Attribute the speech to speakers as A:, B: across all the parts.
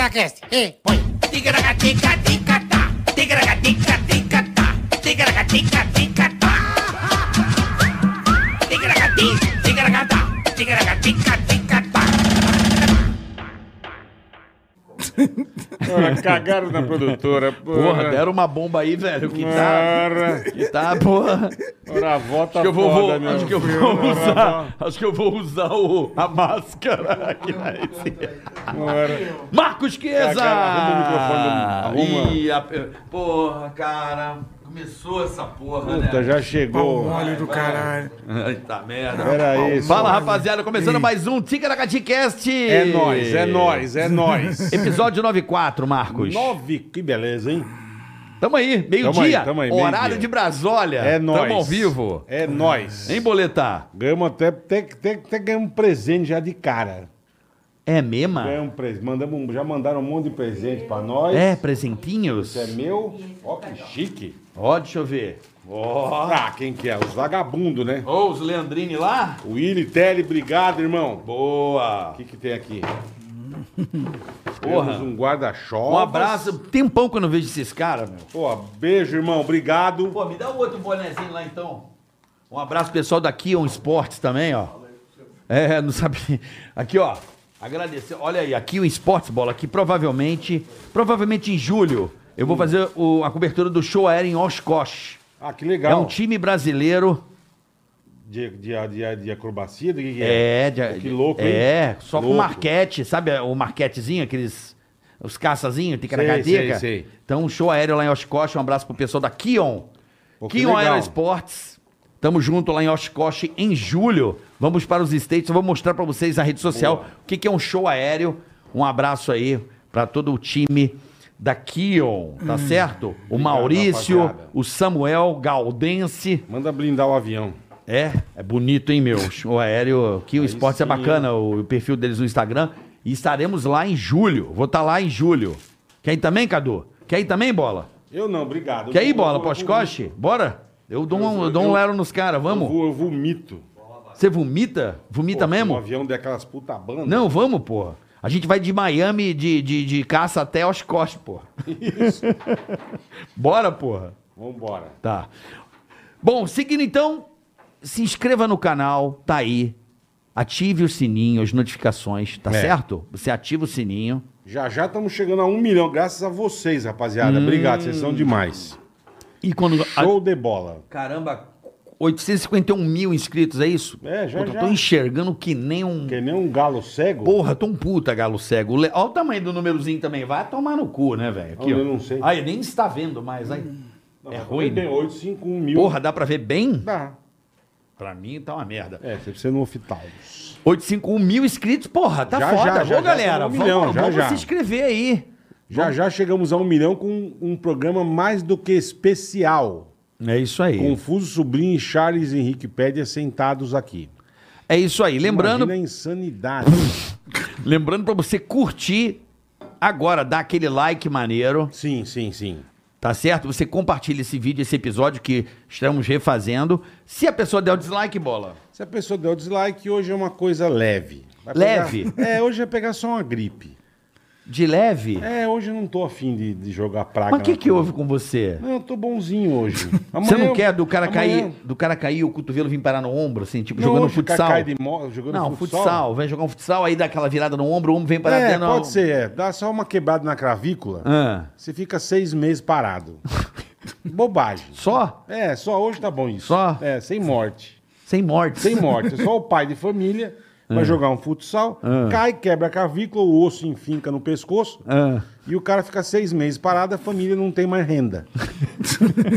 A: Tigracast. E põe.
B: Tigragatica-ticatá, tigragatica-ticatá, tigragatica-ticatá. Tigragati, tigragatá, tigragatica-ticatá.
C: Porra, cagaram Tá na produtora. Porra,
D: Porra, deram uma bomba aí, velho. Que tá.
C: Porra,
D: Que tá, porra. Acho
C: porra, a vó tá
D: que eu vou,
C: foda,
D: vou-
C: meu.
D: acho que eu
C: Porra,
D: vou
C: a tá
D: usar. Acho que eu vou usar o, a máscara aqui na
C: vó, porra.
D: Marcos Queza!
C: Cara, arruma o microfone, arruma.
D: Ih, a- Porra, cara. Começou essa porra,
C: Puta,
D: né?
C: já chegou.
D: Vai,
E: Olho do
D: vai.
E: caralho.
D: Eita merda.
C: Era isso.
D: Fala, rapaziada. Começando mais um Ticaracatecast.
C: É nóis, é nóis, é nóis.
D: Episódio 94, Marcos.
C: Nove, que beleza, hein?
D: Tamo aí,
C: Tamo aí,
D: meio-dia.
C: tamo aí, meio-dia.
D: Horário de Brasólia.
C: É nóis.
D: Tamo ao vivo.
C: É nóis.
D: Hein, Boletar?
C: Ganhamos até, até, até, até ganhamos um presente já de cara.
D: É mema?
C: Ganhamos um presente, mandamos, um- já mandaram um monte de presente pra nós.
D: É, presentinhos?
C: Isso é meu. Ó, que chique.
D: Ó, deixa eu ver.
C: Ó. Ah, quem que é? Os vagabundos, né?
D: Ô, os Leandrini lá?
C: Willy, Tele, obrigado, irmão.
D: Boa.
C: O que, que tem aqui?
D: Porra.
C: Temos um guarda-chuva.
D: Um abraço. Tem um pão que eu não vejo esses caras, meu.
C: Pô, beijo, irmão. Obrigado.
D: Pô, me dá o outro bonezinho lá, então. Um abraço, pessoal da Kion Esportes também, ó. É, não sabe... Aqui, ó. Agradecer. Olha aí, a Kion Esportes, bola, que provavelmente... Provavelmente em julho, eu
C: Hum.
D: vou fazer o- a cobertura do show aéreo em Oshkosh.
C: Ah, que
D: É
C: legal.
D: um time brasileiro...
C: de, de, de, de acrobacia? Do que, que é?
D: É,
C: Pô,
D: de,
C: que louco, hein?
D: É, só com
C: Louco.
D: marquete, sabe é, o marquetezinho, aqueles. Os caçazinhos,
C: sei,
D: ticaracateca.
C: sei.
D: Então, um show aéreo lá em Oshkosh. Um abraço pro pessoal da Kion.
C: Pô, que
D: Kion
C: legal.
D: Aerosports. Tamo junto lá em Oshkosh em julho. Vamos para os States. Eu vou mostrar pra vocês na rede social o que, que é um show aéreo. Um abraço aí pra todo o time da Kion, tá certo? O Maurício,
C: Hum. rapaziada.
D: o Samuel Galdense.
C: Manda blindar o avião.
D: É, é bonito, hein, meu? O aéreo, que o esporte é
C: sim,
D: bacana, o, o perfil deles no Instagram. E estaremos lá em julho. Vou estar lá em julho. Quer ir também, Cadu? Quer ir também, bola?
C: Eu não, obrigado.
D: Quer ir,
C: Eu vou-
D: bola,
C: eu vou-
D: pós-coche? Bora? Eu dou um,
C: Eu-
D: eu dou um
C: eu-
D: lero nos caras,
C: Eu,
D: vamos?
C: vou- eu vomito.
D: Você vomita? Vomita
C: Pô, Um
D: mesmo?
C: avião daquelas puta bandas.
D: Não, vamos, porra. A gente vai de Miami de, de, de caça até Oshkosh, porra.
C: Isso.
D: Bora, porra.
C: Vambora.
D: Tá. Bom, seguindo então, se inscreva no canal, tá aí. Ative o sininho, as notificações, tá
C: É.
D: certo? Você ativa o sininho.
C: Já já estamos chegando a um milhão, graças a vocês, rapaziada.
D: Hum.
C: Obrigado, vocês são demais.
D: E quando.
C: Show de bola.
D: Caramba, 851 mil inscritos, é isso?
C: É, já,
D: Puta,
C: já.
D: Eu tô enxergando que nem um.
C: Que nem um galo cego.
D: Porra, tô um puta galo cego. Le- Olha o tamanho do númerozinho também. Vai tomar no cu, né, velho? Aqui,
C: Olha,
D: ó.
C: eu não sei. Hum.
D: Aí, nem está vendo mais. Aí.
C: Não,
D: é
C: mas
D: ruim,
C: Tem
D: né?
C: 851 mil.
D: Porra, dá pra ver bem?
C: Dá.
D: Pra mim tá uma merda.
C: É, você precisa no oftalmos.
D: 851 mil inscritos, porra, tá
C: Já,
D: foda.
C: já, já,
D: Ô,
C: já
D: galera,
C: estamos
D: vamos,
C: no milhão, já,
D: vamos
C: já.
D: se inscrever aí.
C: Já já chegamos a um milhão com um programa mais do que especial.
D: É isso aí.
C: Confuso Sobrinho e Charles Henrique Pédia sentados aqui.
D: É isso aí. Lembrando,
C: Imagina a insanidade.
D: lembrando pra você curtir agora, dá aquele like maneiro,
C: sim, sim, sim.
D: tá certo? Você compartilha esse vídeo, esse episódio que estamos refazendo. Se a pessoa der o dislike, bola.
C: Se a pessoa der o dislike, hoje é uma coisa leve. Vai
D: Leve?
C: pegar- É, hoje vai pegar só uma gripe.
D: De leve.
C: É, hoje eu não tô afim de, de jogar praga.
D: Mas o que
C: na
D: que
C: turma.
D: houve com você?
C: Não, eu tô bonzinho hoje.
D: Você
C: Amanhã-
D: não quer do cara
C: amanhã-
D: cair, do cara cair o cotovelo vir parar no ombro, assim, tipo
C: Não,
D: jogando
C: hoje o cara
D: futsal?
C: cai de mo- jogando
D: Não,
C: futsal.
D: futsal. Vem jogar um futsal, aí dá aquela virada no ombro, o ombro vem parar
C: É,
D: dentro.
C: pode ser. É. Dá só uma quebrada na cravícula,
D: Ah.
C: você fica seis meses parado. Bobagem.
D: Só?
C: É, só hoje tá bom isso.
D: Só?
C: É, sem morte.
D: Sem morte.
C: Sem morte. É só o pai de família
D: Ah.
C: vai jogar um futsal, cai, quebra a clavícula, o osso enfinca no pescoço.
D: Ah.
C: E o cara fica seis meses parado, a família não tem mais renda.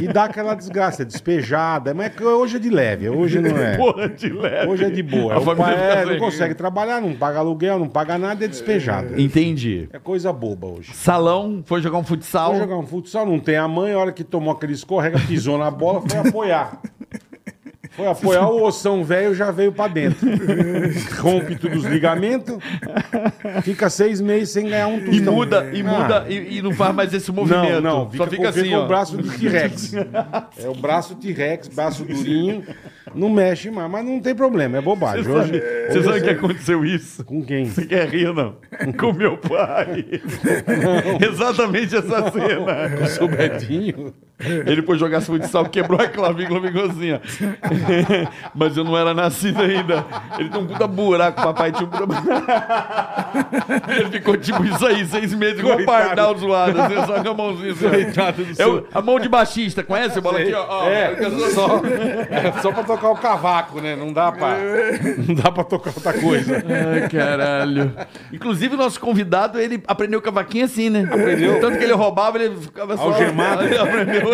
C: e dá aquela desgraça, é despejada. Mas é que hoje é de leve, hoje não é.
D: de leve.
C: Hoje é de boa.
D: A
C: O
D: família
C: pai
D: fica
C: é,
D: sem
C: não consegue trabalhar, não paga aluguel, não paga nada, é despejado.
D: Entendi.
C: É coisa boba hoje.
D: Salão, foi jogar um futsal.
C: Vou jogar um futsal, não tem a mãe, a hora que tomou aquele escorrega, pisou na bola, foi apoiar. Foi apoiar o ossão velho, já veio pra dentro. Rompe todos os ligamentos, fica seis meses sem ganhar um tostão.
D: E muda, e
C: Ah,
D: muda, e, e não faz mais esse movimento.
C: Não, não,
D: Só fica assim,
C: o
D: ó.
C: braço de T-Rex. É o braço T-Rex, braço durinho, não mexe mais, mas não tem problema, é bobagem. Hoje,
D: Você sabe que aconteceu isso?
C: com quem?
D: Você quer rir, não? Com meu pai. Exatamente essa cena.
C: Com o Betinho?
D: Ele foi jogar futsal, quebrou a clavícula, ficou assim, ó. Mas eu não era nascido ainda. Ele tem um puta buraco, papai tinha um problema. Ele ficou tipo isso aí, seis meses, igual um
C: Coitado.
D: pardal zoado. Assim, só com a mãozinha assim, ó.
C: Coitado do
D: É o-
C: seu-
D: a mão de baixista, conhece? Bola aqui, ó. ó.
C: É, só, é só pra tocar o cavaco, né? Não dá pra, não dá pra tocar outra coisa.
D: Ai, caralho. Inclusive, o nosso convidado, ele aprendeu cavaquinho assim, né? Aprendeu. Tanto que ele roubava, ele ficava só...
C: Algemado.
D: Ele aprendeu.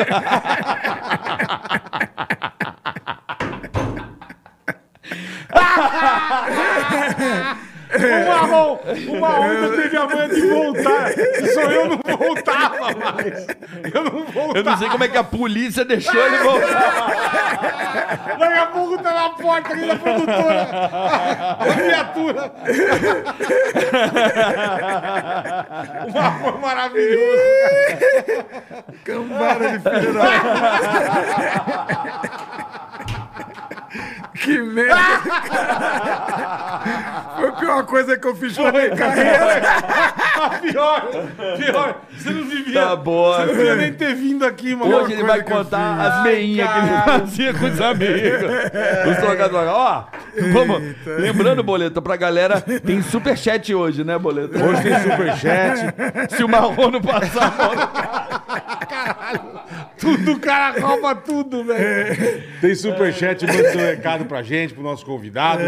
C: Uma mão, uma onda teve a manha de voltar. Se sou eu, não voltava mais. Eu não
D: Eu
C: voltava.
D: não sei como é que a polícia deixou ele voltar.
C: Daqui a pouco tá na porta ali da produtora. A criatura. Uma mão maravilhosa.
A: Cambada de filho da... Que merda! cara. Foi a pior coisa que eu fiz pra minha carreira.
C: Pior, pior. Você não devia.
D: Tá boa.
C: Você não devia nem ter vindo aqui, mano.
D: Hoje ele vai contar as meinhas que ele
C: caralho.
D: fazia com os amigos. Os trocadores. Ó, vamos. Lembrando, Boleta, pra galera, tem superchat hoje, né, Boleta?
C: Hoje tem superchat.
D: Se o Marrom não passar, a bola...
C: Tudo, o cara rouba tudo, velho. É. Tem superchat mandando seu recado pra gente, pro nosso convidado.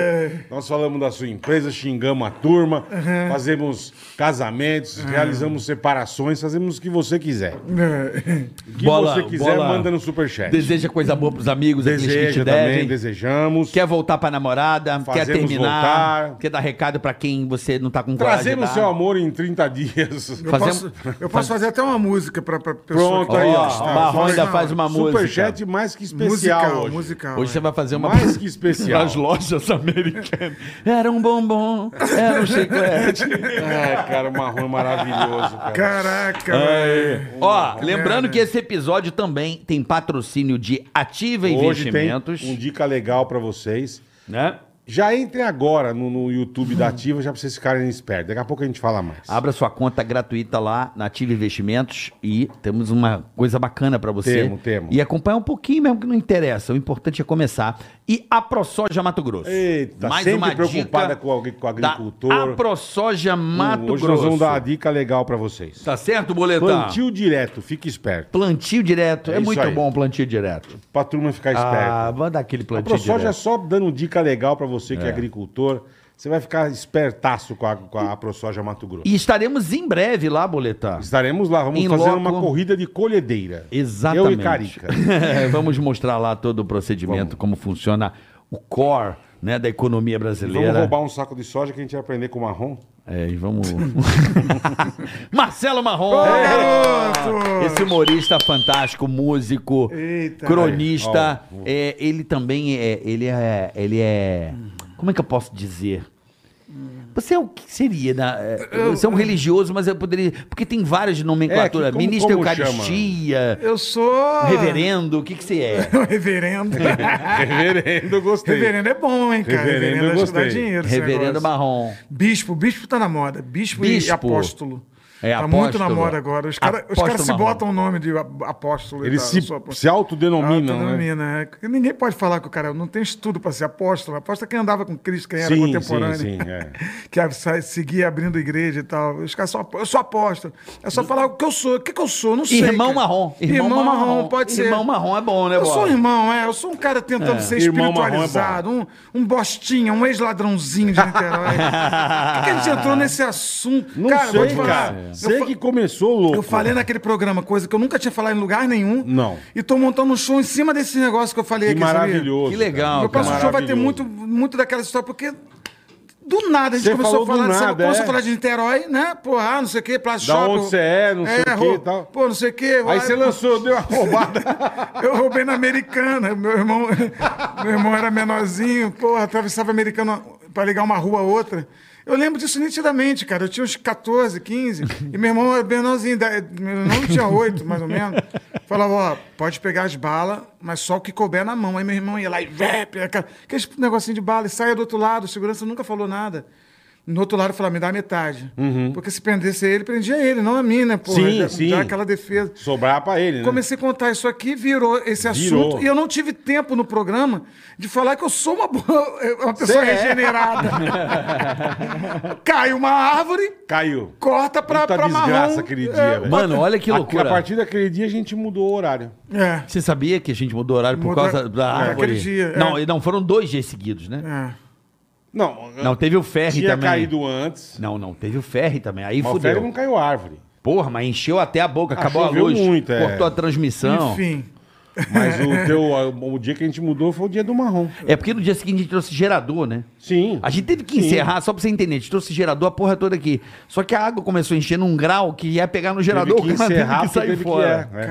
C: Nós falamos da sua empresa, xingamos a turma, fazemos casamentos, realizamos separações, fazemos o que você quiser. O que
D: Bola-
C: você quiser,
D: bola-
C: manda no superchat.
D: Deseja coisa boa pros amigos, aqueles que
C: Deseja
D: te
C: também,
D: devem.
C: desejamos.
D: Quer voltar pra namorada, quer
C: Fazemos
D: terminar,
C: voltar.
D: quer dar recado pra quem você não tá com coragem de
C: Trazemos
D: dar.
C: seu amor em 30 dias.
A: Eu,
D: Fazemos-
A: posso, eu posso fazer até uma música pra, pra pessoa.
C: Pronto,
A: que-
C: aí, ó.
D: Ó,
C: Está.
D: o Marrom ainda
A: Não,
D: faz uma música.
C: Superchat mais que especial
A: musical,
C: hoje.
A: musical. é.
D: Hoje você vai fazer uma
C: Mais que especial.
D: nas lojas americanas. Era um bombom, era um chiclete.
C: É, cara, o marrom é maravilhoso, cara.
A: Caraca, velho.
D: Ó, lembrando que esse episódio também tem patrocínio de Ativa
C: Hoje tem
D: Investimentos,
C: um dica legal pra vocês.
D: né?
C: Já entrem agora no, no YouTube da Ativa, já pra vocês ficarem espertos. Daqui a pouco a gente fala mais.
D: Abra sua conta gratuita lá na Ativa Investimentos e temos uma coisa bacana pra você.
C: Temo, temo.
D: E acompanhar um pouquinho mesmo que não interessa. O importante é começar. E a ProSoja Mato Grosso.
C: Eita, sempre preocupada com alguém- com o agricultor.
D: A ProSoja Mato
C: Hoje nós
D: Grosso.
C: vamos dar uma dica legal pra vocês.
D: Tá certo, boletão?
C: Plantio direto, fique esperto.
D: Plantio direto.
C: É
D: É,
C: isso
D: muito
C: aí.
D: bom o plantio direto.
C: Pra turma ficar
D: Ah,
C: esperta.
D: vamos dar aquele
C: a
D: plantio
C: ProSoja
D: direto.
C: é só dando dica legal pra você que é, agricultor. Você vai ficar espertaço com a, com a ProSoja Mato Grosso.
D: E estaremos em breve lá, boletar.
C: Estaremos lá, vamos
D: Em
C: fazer
D: loco.
C: uma corrida de colhedeira.
D: Exatamente.
C: Eu e Carica.
D: Vamos mostrar lá todo o procedimento, como funciona o core né, da economia brasileira.
C: Vamos roubar um saco de soja que a gente vai aprender com o marrom.
D: É, e vamos. Marcelo Marrom!
A: garoto!
D: Esse humorista fantástico, músico,
A: Eita.
D: cronista. É, ele também é. Ele é. Ele é. Como é que eu posso dizer? Você é o que seria, né? É, Você é um religioso, mas eu poderia. Porque tem várias nomenclaturas.
C: É, que como-
D: Ministro
C: como
D: Eucaristia,
A: Eu sou.
D: reverendo, o que, que você é?
A: Ah, Reverendo.
C: Reverendo, gostei.
A: Reverendo é bom, hein, cara?
C: Reverendo, eu
A: acho que dá
C: gostei.
A: dinheiro. esse
D: Reverendo
A: negócio.
D: Marrom.
A: Bispo, bispo tá na moda. Bispo, e
D: Bispo.
A: apóstolo.
D: É,
A: tá
D: apóstolo.
A: muito na moda agora. Os caras
D: Apóstolo
A: se
D: marrom.
A: botam o nome de ap- apóstolo. e
C: Eles
A: tal,
C: se,
A: eu sou apóstolo.
C: se autodenominam, né?
A: Autonomina, é. Porque Ninguém pode falar que o cara não tem estudo para ser apóstolo. Apóstolo é quem andava com Cristo, quem era
C: Sim,
A: contemporâneo.
C: sim, sim. é.
A: Que a- sa- seguia abrindo igreja e tal. Os caras são apó- Eu sou apóstolo. É só falar o que eu sou. O que, que eu sou? Não sei.
D: Irmão
A: cara.
D: marrom.
A: Irmão, marrom, pode ser.
D: Irmão marrom é bom, né,
A: Eu sou um
D: Bola?
A: irmão, é. Eu sou um cara tentando ser
C: Irmão marrom é bom.
A: espiritualizado. um, um bostinha, um ex-ladrãozinho de Niterói. Por que a gente entrou nesse assunto?
C: Não
A: cara, vou te
C: sei,
A: falar.
C: cara.
A: Eu
C: Sei
A: fa-
C: que começou louco.
A: eu falei naquele programa, coisa que eu nunca tinha falado em lugar nenhum.
C: Não.
A: E tô montando um show em cima desse negócio que eu falei
C: Que
A: aqui. sabia?
C: maravilhoso.
D: Que legal,
A: Meu
D: cara.
A: próximo show vai ter
C: Maravilhoso.
A: muito, muito daquela história, porque Do nada, a gente
C: Você
A: começou a
C: falou
A: falar,
C: do
A: de-
C: nada,
A: começou
C: é.
A: a falar de Niterói, né? Porra, ah, não sei o que, plástico.
C: Da onde você é, não sei o quê e tal.
A: Pô, não sei o que.
C: Aí você lançou, deu uma roubada.
A: Eu roubei na Americana. Meu irmão, meu irmão era menorzinho, porra, atravessava a Americana pra ligar uma rua a outra. Eu lembro disso nitidamente, cara. Eu tinha uns 14, 15, e meu irmão era menorzinho. da- Meu irmão tinha 8, mais ou menos. Falava, ó, pode pegar as balas, mas só o que couber na mão. Aí meu irmão ia lá e rap, aquele negocinho de bala, e saia do outro lado. O segurança nunca falou nada. No outro lado, falava, me dá a metade. Porque se prendesse ele, prendia ele, não a mim, né? Porra,
C: Uhum. Sim,
A: já,
C: sim.
A: já aquela defesa.
C: Sobrar pra ele, né?
A: É. Comecei a contar isso aqui, virou esse
C: Virou.
A: assunto. E eu não tive tempo no programa de falar que eu sou uma, boa, uma pessoa
C: Cê é.
A: regenerada. Cai uma árvore,
C: Caiu.
A: corta pra,
C: Puta
A: pra
C: desgraça
A: marrom.
C: aquele dia,
A: é,
C: velho.
D: Mano, olha que
C: A-
D: loucura.
C: A, partir daquele dia a gente mudou o horário.
A: É.
D: Você sabia que a gente mudou o horário por
A: Mudou-
D: causa da
A: é,
D: árvore?
A: aquele dia, é.
D: Não, e não, foram dois dias seguidos, né?
A: é.
C: Não,
D: Não, teve o ferry
C: Ah. tinha
D: também.
C: caído antes.
D: Não, não, teve o ferry também. Aí
C: Mas o
D: fudeu.
C: ferro não caiu árvore.
D: Porra, mas encheu até a boca,
C: Ah,
D: acabou a
C: choveu
D: luz.
C: muito, é.
D: Cortou a transmissão.
A: Enfim.
C: Mas o, teu, a- o dia que a gente mudou foi o dia do marrom.
D: É porque no dia seguinte a gente trouxe gerador, né?
C: Sim.
D: A gente teve que
C: Sim.
D: encerrar, só pra você entender, a gente trouxe gerador a porra toda aqui. Só que a água começou a encher num grau que ia pegar no gerador,
C: teve
D: o
C: que
D: cara
C: encerrar
D: teve
C: porque
D: que sair
C: teve
D: fora.
C: que, é, né?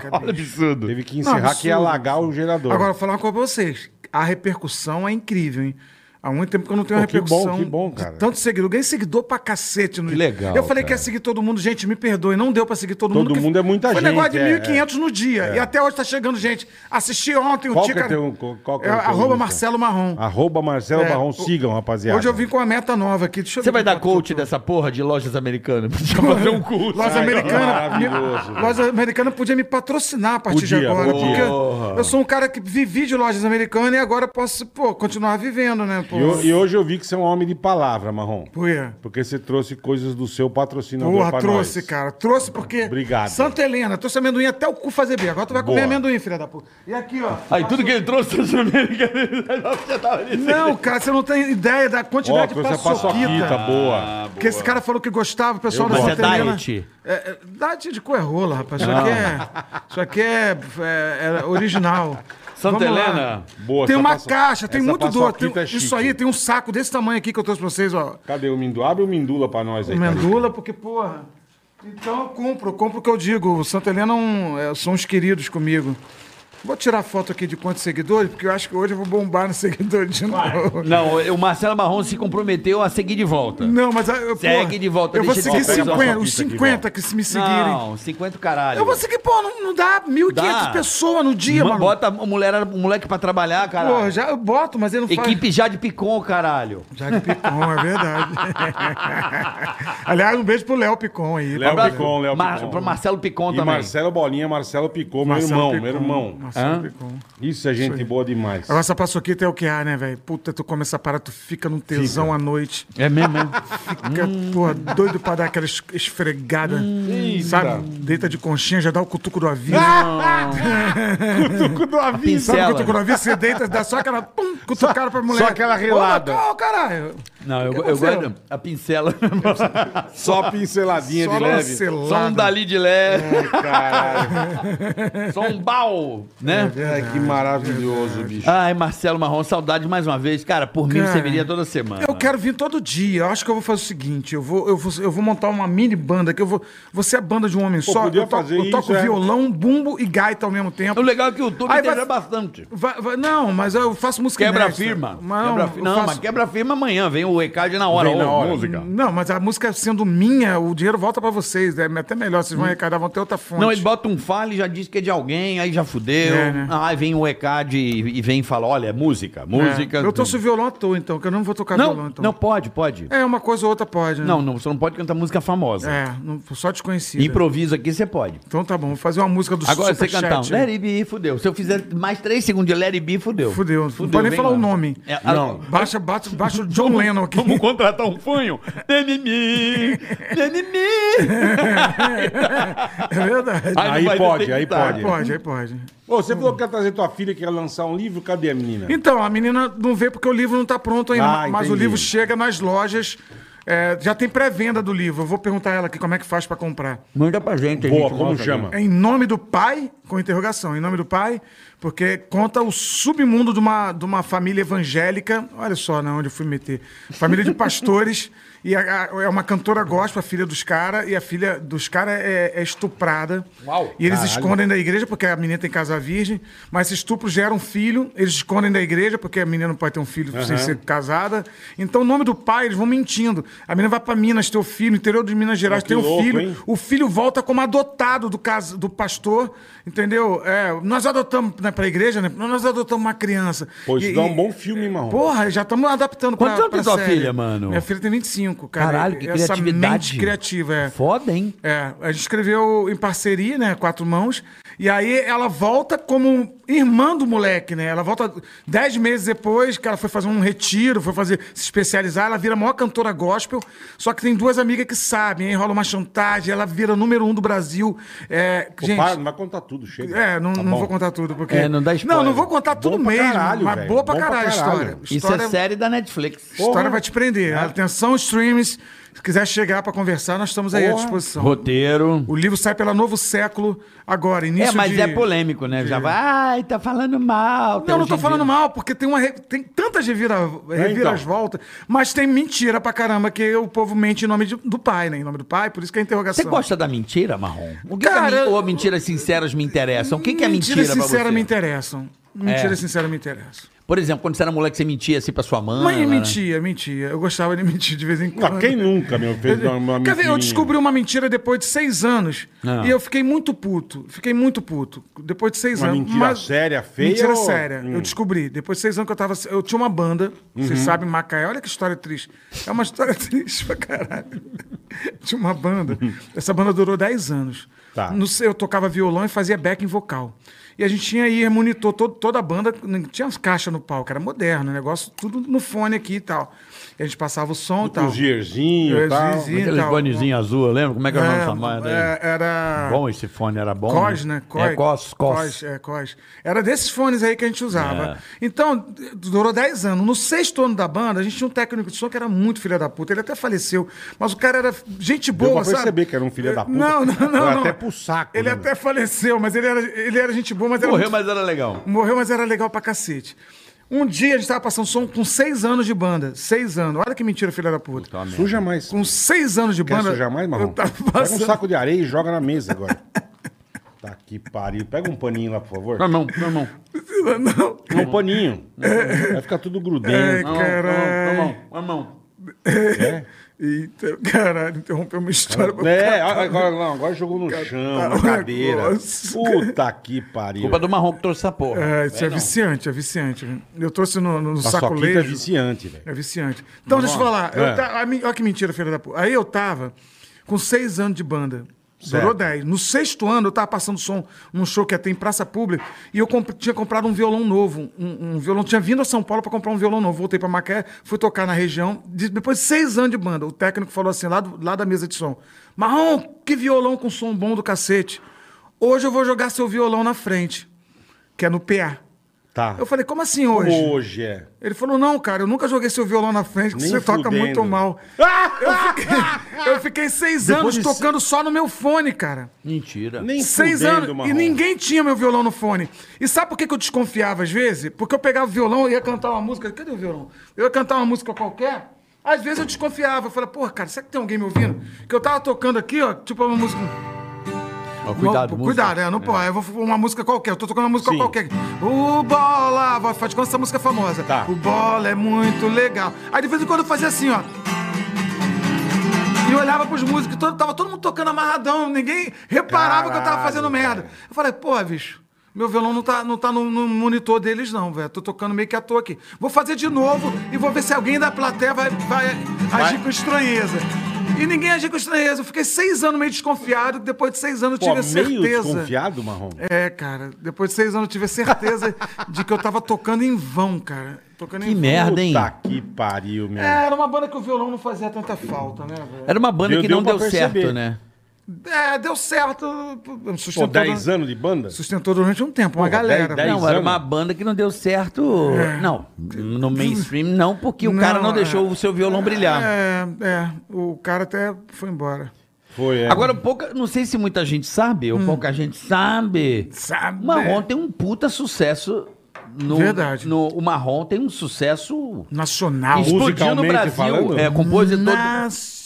A: Caraca.
D: Olha o
A: bicho.
D: absurdo.
C: Teve que
A: Não,
C: encerrar que ia
A: absurdo.
C: alagar o gerador.
A: Agora, vou falar uma coisa pra vocês. A repercussão é incrível, hein? Há muito tempo que eu não tenho
C: Pô,
A: uma
C: que bom,
A: repercussão.
C: que bom, cara.
A: De tanto seguidor. Eu ganhei seguidor pra cacete. No...
D: Que legal,
A: Eu falei que
D: cara.
A: ia seguir todo mundo. Gente, me perdoe. Não deu pra seguir todo,
C: Todo
A: mundo. porque
C: mundo é muita
A: Foi
C: gente,
A: negócio de
C: é,
A: 1.500 no dia. E até hoje tá chegando gente. Assisti ontem
C: Qual
A: o
C: que
A: Tica.
C: é teu- qual- qual que é
A: É,
C: o teu
A: arroba
C: Insta?
A: Marcelo Marrom.
C: Arroba Marcelo
A: É,
C: Barrão,
A: o-
C: sigam, rapaziada.
A: hoje eu vim com uma meta nova aqui. Deixa eu
D: Você
A: ver
D: vai
A: aqui
D: dar
A: qual
D: coach
A: que eu tô.
D: dessa porra de lojas americanas? Podia fazer um curso.
A: Loja
C: Ai, que maravilhoso,
A: Americana.
C: velho.
A: Loja Americana podia me patrocinar a partir de
C: Podia,
A: agora.
C: podia.
A: Porque
D: Porra.
A: eu sou um cara que vivi de lojas americanas e agora posso, pô, continuar vivendo, né? Pô.
C: E, ho- e hoje eu vi que você é um homem de palavra, Marrom.
A: Pô, é.
C: Porque você trouxe coisas do seu patrocinador
A: Porra,
C: pra
A: trouxe,
C: nós.
A: cara. Trouxe porque.
C: Obrigado.
A: Santa Helena, trouxe amendoim até o cu fazer bem. Agora tu vai comer
C: Boa.
A: amendoim, filha da puta. E aqui, ó.
D: Aí tudo que ele trouxe das americanas já tava ali.
A: Não, cara, você não tem ideia da
C: Ó,
A: quantidade de
C: trouxe a
A: paçoquita.
C: paçoquita, boa.
A: Porque esse cara falou que gostava, o pessoal
C: Eu
A: da
C: gosto.
A: Santa
D: Mas é
A: Helena.
D: diet?
A: É, é, diet de cu é rola, rapaz. Isso aqui é, isso aqui é, é- é original.
D: Santa
A: Vamos lá.
D: Helena.
C: Boa,
A: tem
C: essa
A: uma
C: paço-
A: caixa, tem
C: essa
A: muito doce.
C: paçoquita
D: tá
A: Tem-
C: é chique.
A: isso aí, tem um saco desse tamanho aqui que eu trouxe pra vocês, ó. um
C: Cadê o Mindu? Abre o Mindula pra
D: tá
C: nós aí.
A: Mendula, porque, porra. Então eu compro, eu compro o que eu digo. O Santa Helena é um- é, são uns queridos comigo. Vou tirar foto aqui de quantos seguidores, porque eu acho que hoje eu vou bombar no seguidor de novo.
D: Não, o Marcelo Marrom se comprometeu a seguir de volta.
A: Não, mas ah, eu,
D: Segue
A: porra,
D: de volta,
A: Eu vou
D: deixa
A: seguir
D: de- Ó, pega
C: a
A: 50, os
C: paçoquita aqui,
A: 50 que se me seguirem.
D: Não, 50 caralho.
A: Eu vou seguir, pô, não, não dá 1.500
D: Dá.
A: pessoas no dia,
D: Ma-
A: mano.
D: Bota o mulher, o moleque pra trabalhar, caralho.
A: Pô, já eu boto, mas ele não faz.
D: Equipe já de Picon, caralho.
A: Já de Picon, é verdade. Aliás, um beijo pro Léo Picon aí.
C: Léo
A: Pra-
C: Picon, Léo
D: Mar-
C: Picon.
D: Pra Marcelo
C: E
D: Picon também.
C: Marcelo Bolinha, Marcelo Picô, meu
A: é Marcelo
C: irmão,
A: Picon,
C: meu irmão.
A: Marcelo
D: Hã?
A: Picon.
C: Isso é gente boa demais.
A: Agora essa paçoquita é o que há, né, velho? Puta, tu come essa parada, tu fica num tesão à noite.
D: É mesmo, é.
A: Fica,
C: Hum.
A: porra, doido pra dar aquela es- esfregada. sabe? Deita de conchinha, já dá o cutuco do aviso.
C: Ah, Cutuco do aviso.
A: Sabe o
D: Pincela.
A: cutuco do aviso? Você deita, dá só aquela pum, cutucada pra mulher.
C: aquela relada.
A: Ô, caralho.
D: Não, eu,
A: O que
D: eu
A: aconteceu?
D: gosto a pincela.
C: Só a pinceladinha
A: Só
C: de leve.
D: Só um
A: lancelada.
D: dali de leve,
C: Caralho.
D: só um bal,
A: É
D: né?
C: Ai, que maravilhoso, bicho.
D: Ai, Marcelo Marrom, saudade mais uma vez. Cara, por mim
A: Cara,
D: você viria toda semana.
A: Eu quero vir todo dia. Eu acho que eu vou fazer o seguinte: eu vou, eu vou, eu vou montar uma mini banda que eu vou. Você é a banda de um homem só.
C: podia
A: eu toco,
C: fazer
A: eu toco
C: isso, é.
A: violão, bumbo e gaita ao mesmo tempo.
D: O legal é que o YouTube
A: Ai,
D: inteiro
A: vai-
D: é bastante.
A: Vai- vai- não, mas eu faço música inédita.
D: Quebra-firma.
A: Não,
D: Quebra
A: eu
D: não,
A: faço- Hum,
D: mas quebra-firma amanhã. Vem o ECAD na hora.
C: Vem na
D: Ô,
C: hora.
D: Música.
A: Não, mas a música sendo minha, o dinheiro volta pra vocês. É até melhor, vocês vão arrecadar, vão ter outra fonte.
D: Hum. Não, ele bota um fale e já diz que é de alguém, aí já fudeu. Ah,
A: É, né?
D: Aí vem o ECAD e, e vem e fala: olha, música,
A: É.
D: música.
A: Eu trouxe o violão à toa, então, que eu não vou tocar
D: Não,
A: violão, então.
D: não, pode, pode.
A: É, uma coisa ou outra pode. né?
D: Não, não, você não pode cantar música famosa.
A: É, não- só desconhecido.
D: Improviso aqui você pode.
A: Então tá bom, vou fazer uma música do
D: Agora você
A: Superchat. né?
D: cantar um Let It Be, fudeu. Se eu fizer mais três segundos de Let It Be, É, fudeu.
A: Fudeu, não pode nem
D: vem
A: falar
D: lá.
A: o nome.
D: É, a-
C: Não.
A: Baixa, baixa, baixa o John Lennon aqui.
D: Vamos contratar um fanho? Let It Be, Let It Be.
A: É verdade.
D: Ai, não
C: Aí
D: vai
C: pode,
D: detectar.
C: aí pode.
A: Pode, aí pode.
C: Ô, você falou que ia trazer tua filha que ia lançar um livro. Cadê a menina?
A: Então, a menina não vê porque o livro não tá pronto ainda,
C: Ah,
A: mas o
C: entendi.
A: livro chega nas lojas. É, já tem pré-venda do livro. Eu vou perguntar a ela aqui como é que faz pra comprar.
D: Manda pra gente. a
C: Boa,
D: gente né?
C: como
D: mostra
C: chama?
A: É em nome do pai, com interrogação, em nome do pai, porque conta o submundo de uma, de uma família evangélica. Olha só na onde eu fui meter. Família de pastores. E a- a- é uma cantora gospel, a filha dos caras, e a filha dos caras é, é estuprada.
D: Uau,
A: e eles
D: caralho.
A: escondem da igreja, porque a menina tem casa virgem, mas esse estupro gera um filho, eles escondem da igreja, porque a menina não pode ter um filho sem ser casada. Então, o nome do pai, eles vão mentindo. A menina vai pra Minas, ter o filho, interior de Minas
C: Mas
A: Gerais,
C: que
A: tem um
C: louco,
A: filho.
C: hein?
A: O filho volta como adotado do, cas... do pastor, entendeu? É, nós adotamos né, para a igreja, né? Nós adotamos uma criança.
C: Pô, isso
A: E-
C: dá um
A: e-
C: bom filme, hein, Marrom.
A: Porra, já estamos adaptando pra-
D: Quantos anos
A: pra
D: tem tua
A: série.
D: filha, mano?
A: Minha filha tem 25, cara.
D: Caralho, que
A: Essa
D: criatividade.
A: mente criativa, é.
D: Foda, hein?
A: É, a gente escreveu em parceria, né? Quatro mãos. E aí ela volta como irmã do moleque, né? Ela volta dez meses depois que ela foi fazer um retiro, foi fazer se especializar. Ela vira a maior cantora gospel. Só que tem duas amigas que sabem, aí rola uma chantagem. Ela vira número um do Brasil. É,
C: Pô,
A: gente,
C: para, não vai contar tudo, chega.
A: é, não,
C: Tá
A: não
C: bom.
A: vou contar tudo. Porque...
D: É, não dá spoiler.
A: Não, não vou contar
C: Bom
A: tudo
C: pra
A: mesmo.
C: caralho,
A: mas
C: velho.
A: boa pra
C: Bom pra
A: caralho a história.
C: caralho.
D: Isso
A: História-
D: é série da Netflix.
A: a história
C: Porra.
A: vai te prender. Atenção, streams. Se quiser chegar pra conversar, nós estamos aí à
C: Porra.
A: disposição.
D: Roteiro.
A: O livro sai pela Novo Século agora, início
D: É, mas
A: de-
D: é polêmico, né? Já vai, ai, tá falando mal. tá
A: Não, não
D: hoje
A: tô
D: em dia."
A: falando mal, porque tem, uma, re- tem tantas revira, reviras-voltas, mas tem mentira pra caramba, que o povo mente em nome de- do pai, né? Em nome do pai, por isso que é a interrogação.
D: Você gosta da mentira, Marrom? O que que é
A: Cara,
D: men- ou mentiras sinceras me interessam? O que, que é mentira,
A: Mentiras
D: pra
A: sinceras
D: você?
A: me interessam. Mentiras
D: É.
A: sinceras me interessam.
D: Por exemplo, quando você era moleque, você mentia assim pra sua mãe.
A: Mas
D: né?
A: mentia, mentia. Eu gostava de mentir de vez em quando.
C: Ah, quem nunca, meu? Fez uma, uma
A: Quer ver, eu
C: mentirinha?
A: descobri uma mentira depois de seis anos.
D: Ah.
A: E eu fiquei muito puto. Fiquei muito puto. Depois de seis
C: Uma
A: anos.
C: mentira séria, feia
A: Mentira
C: ou-
A: séria.
C: Hum. Uhum.
A: Eu descobri. Depois de seis anos que eu tava. Eu tinha uma banda, vocês sabem, Macaé. Olha que história triste. É uma história triste pra caralho. tinha uma banda. Essa banda durou dez anos.
C: Uhum. Tá.
A: No eu tocava violão e fazia backing vocal. E a gente tinha aí, monitor todo- toda a banda, não tinha as caixas no palco, era moderno, o negócio tudo no fone aqui e tal. E a gente passava o som e tal.
C: Os earzinhos um e tal.
A: Earzinho.
D: Aqueles
A: Então,
D: bonezinhos azul, lembra? Como é que é o nome
A: É,
D: dessa merda aí?
A: é, era.
D: Bom esse fone, era bom.
A: Cos, né?
D: É, cos, cos.
A: É, cos. Era desses fones aí que a gente usava.
D: É.
A: Então, durou 10 anos. No sexto ano da banda, a gente tinha um técnico de som que era muito filha da puta. Ele até faleceu. Mas o cara era gente boa,
C: pra
A: sabe?
C: perceber que era um filho da puta.
A: Não, não, não.
C: Foi
A: não.
C: até pro saco,
A: Ele
C: né,
A: até faleceu, mas ele era, ele era gente boa, mas era
D: Morreu,
A: muito
D: mas era legal.
A: Morreu, mas era legal pra cacete. Um dia a gente tava passando som com seis anos de banda. Seis anos. Olha que mentira, filha da puta.
C: Suja mais.
A: Com seis anos de
C: Quer
A: banda.
C: sujar mais, Marrom?
A: Eu tava
C: Pega um
A: passando.
C: saco de areia e joga na mesa agora. tá que pariu. Pega um paninho lá, por favor.
D: Não, não, não, não.
A: Não. É.
C: Um paninho. Vai ficar tudo
A: Ai,
C: grudento.
A: caralho.
D: Não, não, não.
C: É,
A: Eita, caralho, interrompeu uma história. pra
C: é
A: contar.
C: agora, não, agora jogou no chão, na
A: o
C: cadeira.
A: negócio.
C: Puta que pariu.
D: Culpa do Marrom que trouxe essa porra.
A: É, isso é, viciante, é viciante. Eu trouxe no, no
C: A sua quinta é
A: sacolejo.
C: viciante, velho.
A: É viciante. Então, deixa eu falar.
C: É.
A: Eu ta- a mi- olha que mentira, filha da puta. Aí eu tava com seis anos de banda. Durou
C: Certo.
A: dez. No sexto ano, eu tava passando som num show que ia ter em Praça Pública e eu comp- tinha comprado um violão novo. Um, um violão. Tinha vindo a São Paulo pra comprar um violão novo. Voltei pra Macaé, fui tocar na região. De- depois de seis anos de banda, o técnico falou assim, lá, do- lá da mesa de som: Marrom, que violão com som bom do cacete. Hoje eu vou jogar seu violão na frente, que é no PA.
C: Tá.
A: Eu falei, como assim
C: Hoje.
A: hoje?
C: é.
A: Ele falou: não, cara, eu nunca joguei seu violão na frente, que
C: Nem
A: você toca
C: fudendo.
A: muito mal. Eu fiquei, eu fiquei seis
C: Depois
A: anos
C: de
A: tocando só no meu fone, cara.
D: Mentira.
C: Nem
A: Seis
C: fudendo,
A: anos.
C: Marrom.
A: E ninguém tinha meu violão no fone. E sabe por que, que eu desconfiava às vezes? Porque eu pegava o violão e ia cantar uma música. Cadê o violão? Eu ia cantar uma música qualquer. Às vezes eu desconfiava. Eu falava, porra, cara, será que tem alguém me ouvindo? Que eu tava tocando aqui, ó, tipo uma música.
D: Ó, cuidado,
A: Não,
D: música.
A: cuidado, é, não pode. Eu vou f- uma música qualquer, eu tô tocando uma música
C: Sim.
A: qualquer. O Bola, vó, faz de conta que essa música é famosa.
C: Tá.
A: O Bola é muito legal. Aí de vez em quando eu fazia assim, ó. E olhava pros músicos, todo, tava todo mundo tocando amarradão, ninguém reparava que eu tava
C: Caralho,
A: fazendo merda.
C: cara.
A: Eu falei, pô, bicho, meu violão não tá, não tá no, no monitor deles, não, velho. Tô tocando meio que à toa aqui. Vou fazer de novo e vou ver se alguém da plateia vai, vai, agir com estranheza. E ninguém agiu com estranheza. Eu fiquei seis anos meio desconfiado, depois de seis anos eu
C: Pô, meio
A: tive a certeza.
C: desconfiado, Marrom.
A: É, cara, depois de seis anos eu tive a certeza de que eu tava tocando em vão, cara. Tocando
D: Que
A: em vão.
D: merda, hein?
C: Puta que pariu, meu.
A: É, era uma banda que o violão não fazia tanta falta, né, velho?
D: Era uma banda
C: Deu-
D: que
C: deu
D: não
C: pra
D: deu
C: perceber.
D: certo, né?
A: É, deu certo.
C: Pô,
A: Sustentou,
C: 10
A: du-
C: anos de banda?
A: sustentou durante um tempo, uma
C: Porra,
A: galera.
C: 10
A: Não,
D: Não, era
C: anos.
D: uma banda que não deu certo. Não, no mainstream não, porque o
A: É. Não,
D: cara não
A: é.
D: deixou o seu violão brilhar.
A: É, é, o cara até foi embora.
C: Foi, é.
D: Agora, pouca, não sei se muita gente sabe, ou pouca gente sabe.
A: Hum. Sabe?
D: O Marrom tem um puta sucesso. No,
A: Verdade.
D: No, o Marrom tem um sucesso
A: Nacional.
C: Isso.
D: explodiu no
C: Musicalmente
D: Brasil.
C: falando?
D: É, compositor.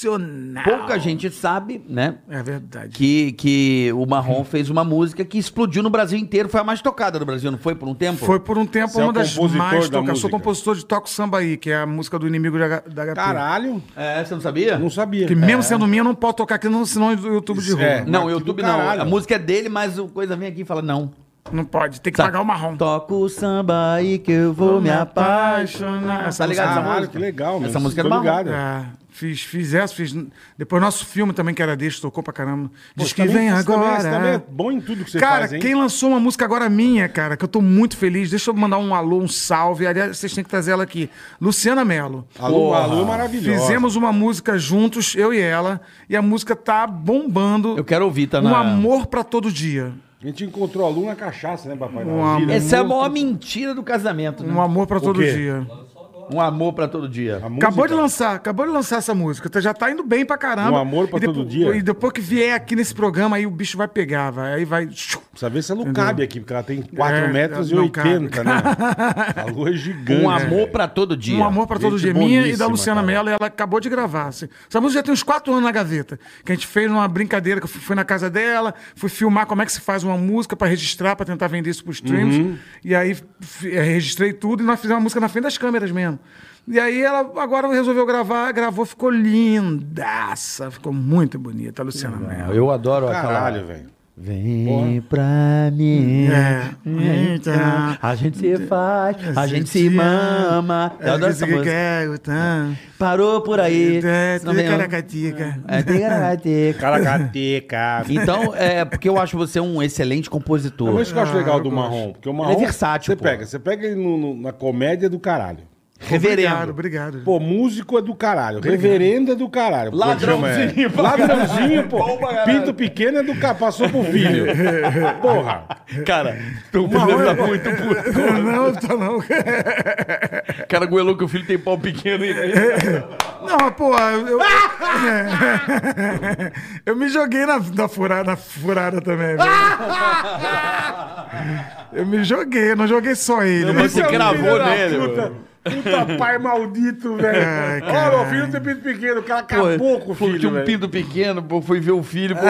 A: Nacional.
D: Pouca gente sabe, né?
A: É verdade.
D: Que, que o Marrom fez uma música que explodiu no Brasil inteiro. Foi a mais tocada do Brasil, não foi por um tempo?
A: Foi por um tempo
C: Você é
A: uma
C: o
A: das
C: compositor
A: mais
C: da
A: tocadas. Sou
C: música.
A: compositor de Toco Samba aí, que é a música do inimigo da, H- da HP.
C: Caralho,
D: É, você não sabia?
C: não sabia.
A: Que mesmo sendo minha, não pode tocar aqui, não, senão o YouTube
C: É. Isso
A: derruba.
C: é.
D: Não,
C: Mas
D: o
C: que
D: YouTube
C: do
D: não.
C: caralho.
D: A música é dele, mas o coisa vem aqui e fala não.
A: Não pode, tem que
C: Tá.
D: Sa-
A: pagar o marrom.
D: Toca o samba aí que eu vou me apaixonar.
A: Essa
D: Tá ligado essa
C: Caralho,
D: música?
C: que legal, mano.
D: Essa música é
C: Tô
D: do Marrom.
C: ligado.
A: É, fiz, fiz essa, fiz. Depois nosso filme também, que era desse, tocou pra caramba.
C: Pô,
A: Diz
C: você
A: que
C: também-
A: vem
C: você também- você também é
A: agora.
C: bom em tudo que você
A: Cara,
C: faz, hein?
A: quem lançou uma música agora minha, cara, que eu tô muito feliz. Deixa eu mandar um alô, um salve. Aliás, vocês têm que trazer ela aqui. Luciana Mello.
C: Alô,
D: Porra.
C: alô, maravilhoso.
A: Fizemos uma música juntos, eu e ela, e a música tá bombando.
D: Eu quero ouvir, tá
A: Um
D: na-
C: né?
A: amor pra todo dia.
C: A gente encontrou aluno na cachaça, né, papai? Na
A: Um
C: gíria.
A: amor.
D: Essa é a maior mentira do casamento, né?
A: Um amor pra todo
C: Hum. quê?
A: dia.
D: Um amor pra todo dia. Um
C: A música.
A: Acabou de lançar, acabou de lançar essa música. Tá- Já tá indo bem pra caramba.
C: Um amor pra
A: E depo-
C: todo dia.
A: E depois que vier aqui nesse programa, aí o bicho vai pegar, vai. Aí vai.
C: Precisa ver se a Lu cabe aqui, porque ela tem 4
A: É,
C: metros e
A: não
C: 80, né? A Lu é gigante.
D: Um amor
C: velho.
D: pra todo dia.
A: Um amor pra todo
C: gente
A: dia. Minha e da
C: boníssima,
A: Luciana
C: cara.
A: Mello, e ela acabou de gravar. assim. Essa música já tem uns quatro anos na gaveta. Que a gente fez uma brincadeira, que eu fui fui na casa dela, fui filmar como é que se faz uma música pra registrar, pra tentar vender isso pros streams.
C: Uhum.
A: E aí f- eh, registrei tudo e nós fizemos uma música na frente das câmeras mesmo. E aí ela agora resolveu gravar, gravou, ficou lindaça. Ficou muito bonita, a Luciana Mello.
D: Eu adoro aquela-
C: Caralho, velho.
D: Vem pra mim.
A: É.
D: Então, a gente se faz, a gente se mama.
A: É,
D: Eu adoro essa música.
A: tá?
D: Parou por aí. se
A: é
D: não vem- É, tem caracateca.
C: Caracateca.
D: Então, é porque eu acho você um excelente
C: Não,
D: compositor.
C: Mas isso que eu acho legal do Marrom, porque o Marrom...
D: é versátil,
C: Você
D: pô.
C: pega, você pega ele no- no- na comédia do caralho.
A: é Obrigado,
D: Reverendo.
A: obrigado.
C: Pô, músico é do caralho, reverendo é do caralho. como é que chama? É.
D: Ladrãozinho pra
C: Ladrãozinho, pô.
D: Bom pra caralho.
C: Pinto pequeno é do caralho, passou pro filho. Porra.
D: Cara, o Bruno tá muito puto.
A: não, tá não.
D: O cara goelou que o filho tem pau pequeno.
A: É, Não, mas, pô, eu. É. eu me joguei na, na, furada, na furada também, velho. eu me joguei, eu não joguei só ele.
D: Mas
A: Mas...
D: você
C: Esse é um
D: cravou
C: filho da
D: nele,
C: Puta, Puta pai maldito,
A: Ai,
C: velho. Ó,
A: caralho.
C: meu filho tem pinto pequeno, o cara
A: tá
C: acabou com o
D: Tinha
C: filho,
D: um
C: velho.
D: pinto pequeno, pô, foi ver o filho, pô.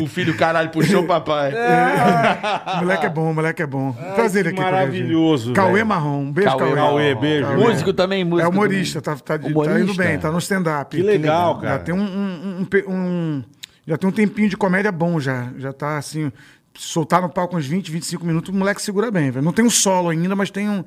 D: o filho, caralho, puxou o papai.
A: É. Moleque é bom, moleque é bom. Prazer
C: que
A: aqui. com a gente.
C: maravilhoso,
A: Cauê
C: velho.
A: Marrom. Um beijo,
D: Cauê
A: Cauê.
D: Marrom.
C: Cauê, beijo.
A: Cauê.
C: irmão.
D: Músico também, músico.
A: É humorista, tá, tá, de- tá indo
D: Humorista.
A: bem, tá no stand-up.
C: Que legal, cara.
A: Já tem um, um- um pe- um- Já tem um tempinho de comédia bom já. Já tá assim. se Soltar no palco uns 20, 25 minutos, o moleque segura bem, velho. Não tem um solo ainda, mas tem um.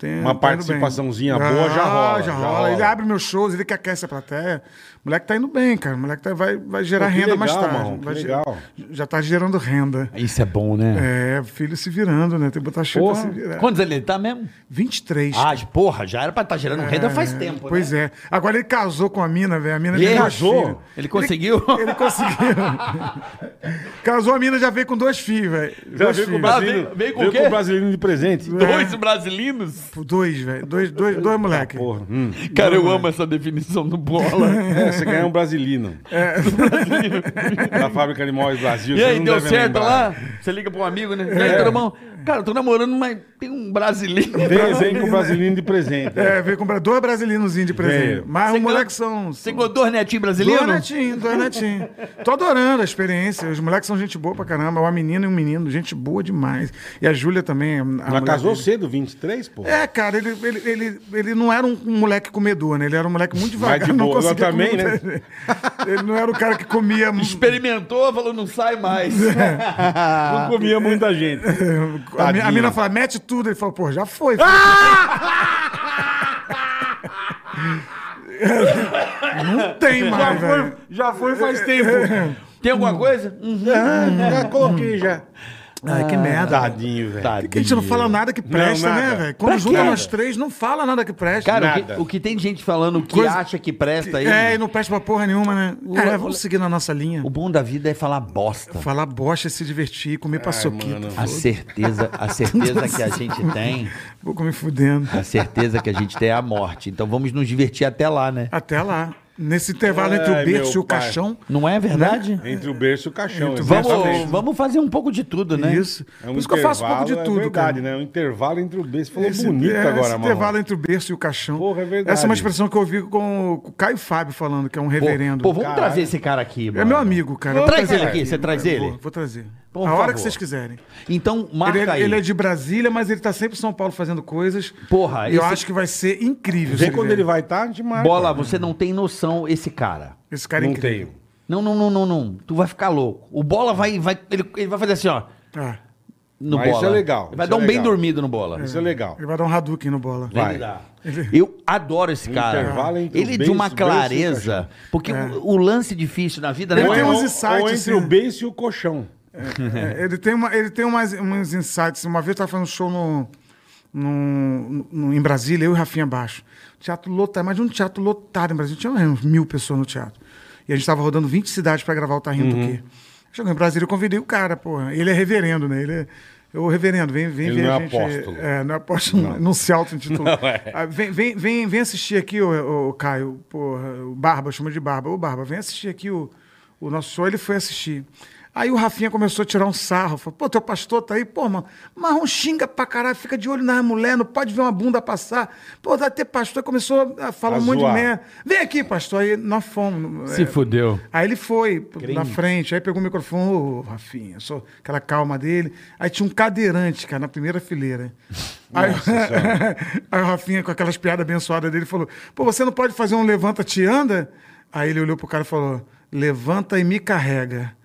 A: tem-
C: Uma
A: tá indo bem. Ah,
C: participaçãozinha boa já rola, já
A: Já rola.
C: rola.
A: Ele abre meus shows, ele que aquece a plateia. O moleque tá indo bem, cara. O moleque tá- vai, vai gerar
C: Pô, que
A: renda mais
C: legal,
A: tarde.
C: Marrom, que
A: Vai ge-
C: legal.
A: Já tá gerando renda.
D: Isso é bom, né?
A: É, filho se virando, né? Tem que botar chute pra se virar.
D: Quantos ele tá mesmo?
A: 23.
D: Ah, porra, já era pra estar gerando renda faz tempo, né?
A: Pois é. Agora ele casou com a mina, velho. A mina
D: E
A: tem
D: ele
A: dois
C: casou?
A: filhos.
D: Ele conseguiu?
A: Ele conseguiu. casou a mina, já veio com dois filhos, velho.
C: Já
A: Dois
C: veio com o
A: filhos.
C: brasileiro,
D: Ah, veio- veio com
C: veio
D: o quê?
C: com o brasileiro de presente.
D: Dois brasileiros?
A: Dois, velho. Dois, dois, dois moleques.
C: Porra. hum.
D: Cara, eu amo essa definição do bola.
C: É, você ganhou um brasilino. É. da fábrica Animais Brasil.
D: E
C: você
D: aí,
C: não
D: deu
C: deve
D: certo
C: lembrar.
D: lá? Você liga pra um amigo, né? E aí,
A: É.
D: todo mundo, Cara, eu tô namorando, mas tem um brasileiro.
C: Vem, vem com o brasilino de presente.
A: É, veio comprar dois brasilinos de presente.
C: Veio.
A: Mas
D: Você
A: os moleques
D: ganhou-
A: são.
D: Você
A: são-
D: ganhou dois netinhos brasileiros?
A: Dois netinhos, dois netinhos. Tô adorando a experiência. Os moleques são gente boa pra caramba. Uma menina e um menino. Gente boa demais. E a Júlia também. a mulher
C: Mas casou
A: dele.
C: cedo, 23, pô.
A: É, cara, ele, ele, ele, ele não era um moleque comedor, né? Ele era um moleque muito
C: Vai
A: devagar.
C: de
A: não
C: boa. Eu
A: conseguia
C: também,
A: comer. Ele não era o cara que comia...
D: Experimentou, falou, não sai mais.
C: Não comia muita gente.
A: A, mi- a
C: Tadinho.
A: mina fala, mete tudo. Ele fala, pô, já foi. não tem mais, velho.
C: É. Já foi faz tempo.
A: Ah.
D: Tem alguma coisa? Uhum.
C: Já coloquei já.
A: Ai, que merda.
C: Tadinho, velho.
A: Por que a gente não fala nada que presta,
C: Não, nada.
A: né, velho? Quando
D: Pra
A: junta
D: quê?
A: nós três, não fala nada que presta.
D: Cara, o que- o
C: Nada.
D: que, tem gente falando que
A: Coisa-
D: acha que presta aí.
A: é, e não presta pra porra nenhuma, né?
D: O-
A: Cara, vamos seguir na nossa linha.
D: O bom da vida é falar bosta.
A: Falar bosta, se divertir, comer paçoquita.
C: mano.
D: A certeza, a certeza que a gente tem,
A: Vou comer fudendo.
D: a certeza que a gente tem é a morte. Então vamos nos divertir até lá, né?
A: Até lá. Nesse intervalo entre
C: Ai,
A: o berço e
C: meu
A: o
C: pai.
A: caixão.
D: Não é verdade?
C: Entre o berço e o caixão.
A: Entre o berço
C: exatamente.
D: Vamos, vamos fazer um pouco de tudo, né?
A: Isso.
C: É um
A: Por isso que eu faço um pouco de
C: intervalo,
A: tudo,
C: é verdade,
A: cara.
C: né? Um intervalo entre o berço. Você falou
A: Esse-
C: bonito
A: é,
C: agora,
A: esse
C: mano.
A: intervalo entre o berço e o caixão.
C: Porra, é verdade.
A: Essa é uma expressão que eu ouvi com o Caio Fábio falando, que é um
D: Pô,
A: reverendo.
D: pô, vamos
C: Caralho.
D: trazer esse cara aqui, mano.
A: É meu amigo, cara. Eu vou
D: Traz
A: trazer
D: ele aqui, você traz
A: Eu
D: ele?
A: Vou, vou trazer.
D: Por
A: a hora
D: favor.
A: que vocês quiserem.
D: Então, marca
A: Ele, é-
D: aí.
A: ele é de Brasília, mas ele tá sempre em São Paulo fazendo coisas.
D: Porra,
A: E eu
D: esse-
A: acho que vai ser incrível. se
C: Vê quando
A: vier.
C: ele vai estar, a gente marca.
D: Bola, você não tem noção, esse cara.
A: Esse cara é
C: Não
A: incrível.
C: tenho.
D: Não, não, não, não, não. Tu vai ficar louco. O bola vai. vai ele, ele vai fazer assim, ó.
A: Ah,
D: No
C: Mas
D: bola.
C: isso é legal,
D: Ele vai
C: isso
D: dar
C: é
D: um bem
C: legal.
D: dormido no bola.
C: Isso é legal.
A: ele vai dar um Hadouken no bola.
C: Vai.
D: Ele dá. Eu adoro esse
C: Intervalo
D: cara.
C: entre o
D: Ele é de
C: beijo-
D: uma
C: beijo e o
D: clareza. Porque o, o lance difícil na vida, né?
A: É. Ele
C: Ou,
A: tem
D: mano?
A: uns
C: ou- ou
A: insights,
C: entre
A: assim.
C: o berço e o colchão.
A: É, ele tem, uma, ele tem umas, uns insights. Uma vez eu tava fazendo um show no, no- no- em Brasília, eu e Rafinha Baixo. Teatro lotado, mas um teatro lotado em Brasília. Tinha umas mil pessoas no teatro. E a gente tava rodando 20 cidades pra gravar o Tá
C: Uhum.
A: Rindo do Quê. Chegou em Brasília, eu convidei o cara, porra. Ele é reverendo, né? Ele é... Eu, reverendo, vem, vem
C: Ele
A: ver
C: não
A: a
C: é
A: gente.
C: apóstolo.
A: É, não é apóstolo, não, não se auto-intitula.
C: Não, é.
A: Ah, vem, vem, vem, vem assistir aqui, o, Caio, porra, o Barba, chama de Barba. Ô, Barba, vem assistir aqui o, o nosso show. Ele foi assistir. Aí o Rafinha começou a tirar um sarro. Falou, pô, teu pastor tá aí? Pô, mano, marrom xinga pra caralho, fica de olho na mulher, não pode ver uma bunda passar. Pô, vai ter pastor. Começou a falar
C: A
A: um monte
C: zoar.
A: de merda. Vem aqui, pastor. Aí nós fomos. é,
D: fudeu.
A: Aí ele foi na frente, aí pegou o microfone, ô Rafinha, só aquela calma dele. Aí tinha um cadeirante, cara, na primeira fileira. Aí, aí o Rafinha, com aquelas piadas abençoadas dele, falou: Pô, você não pode fazer um levanta, te anda? Aí ele olhou pro cara e falou: Levanta e me carrega.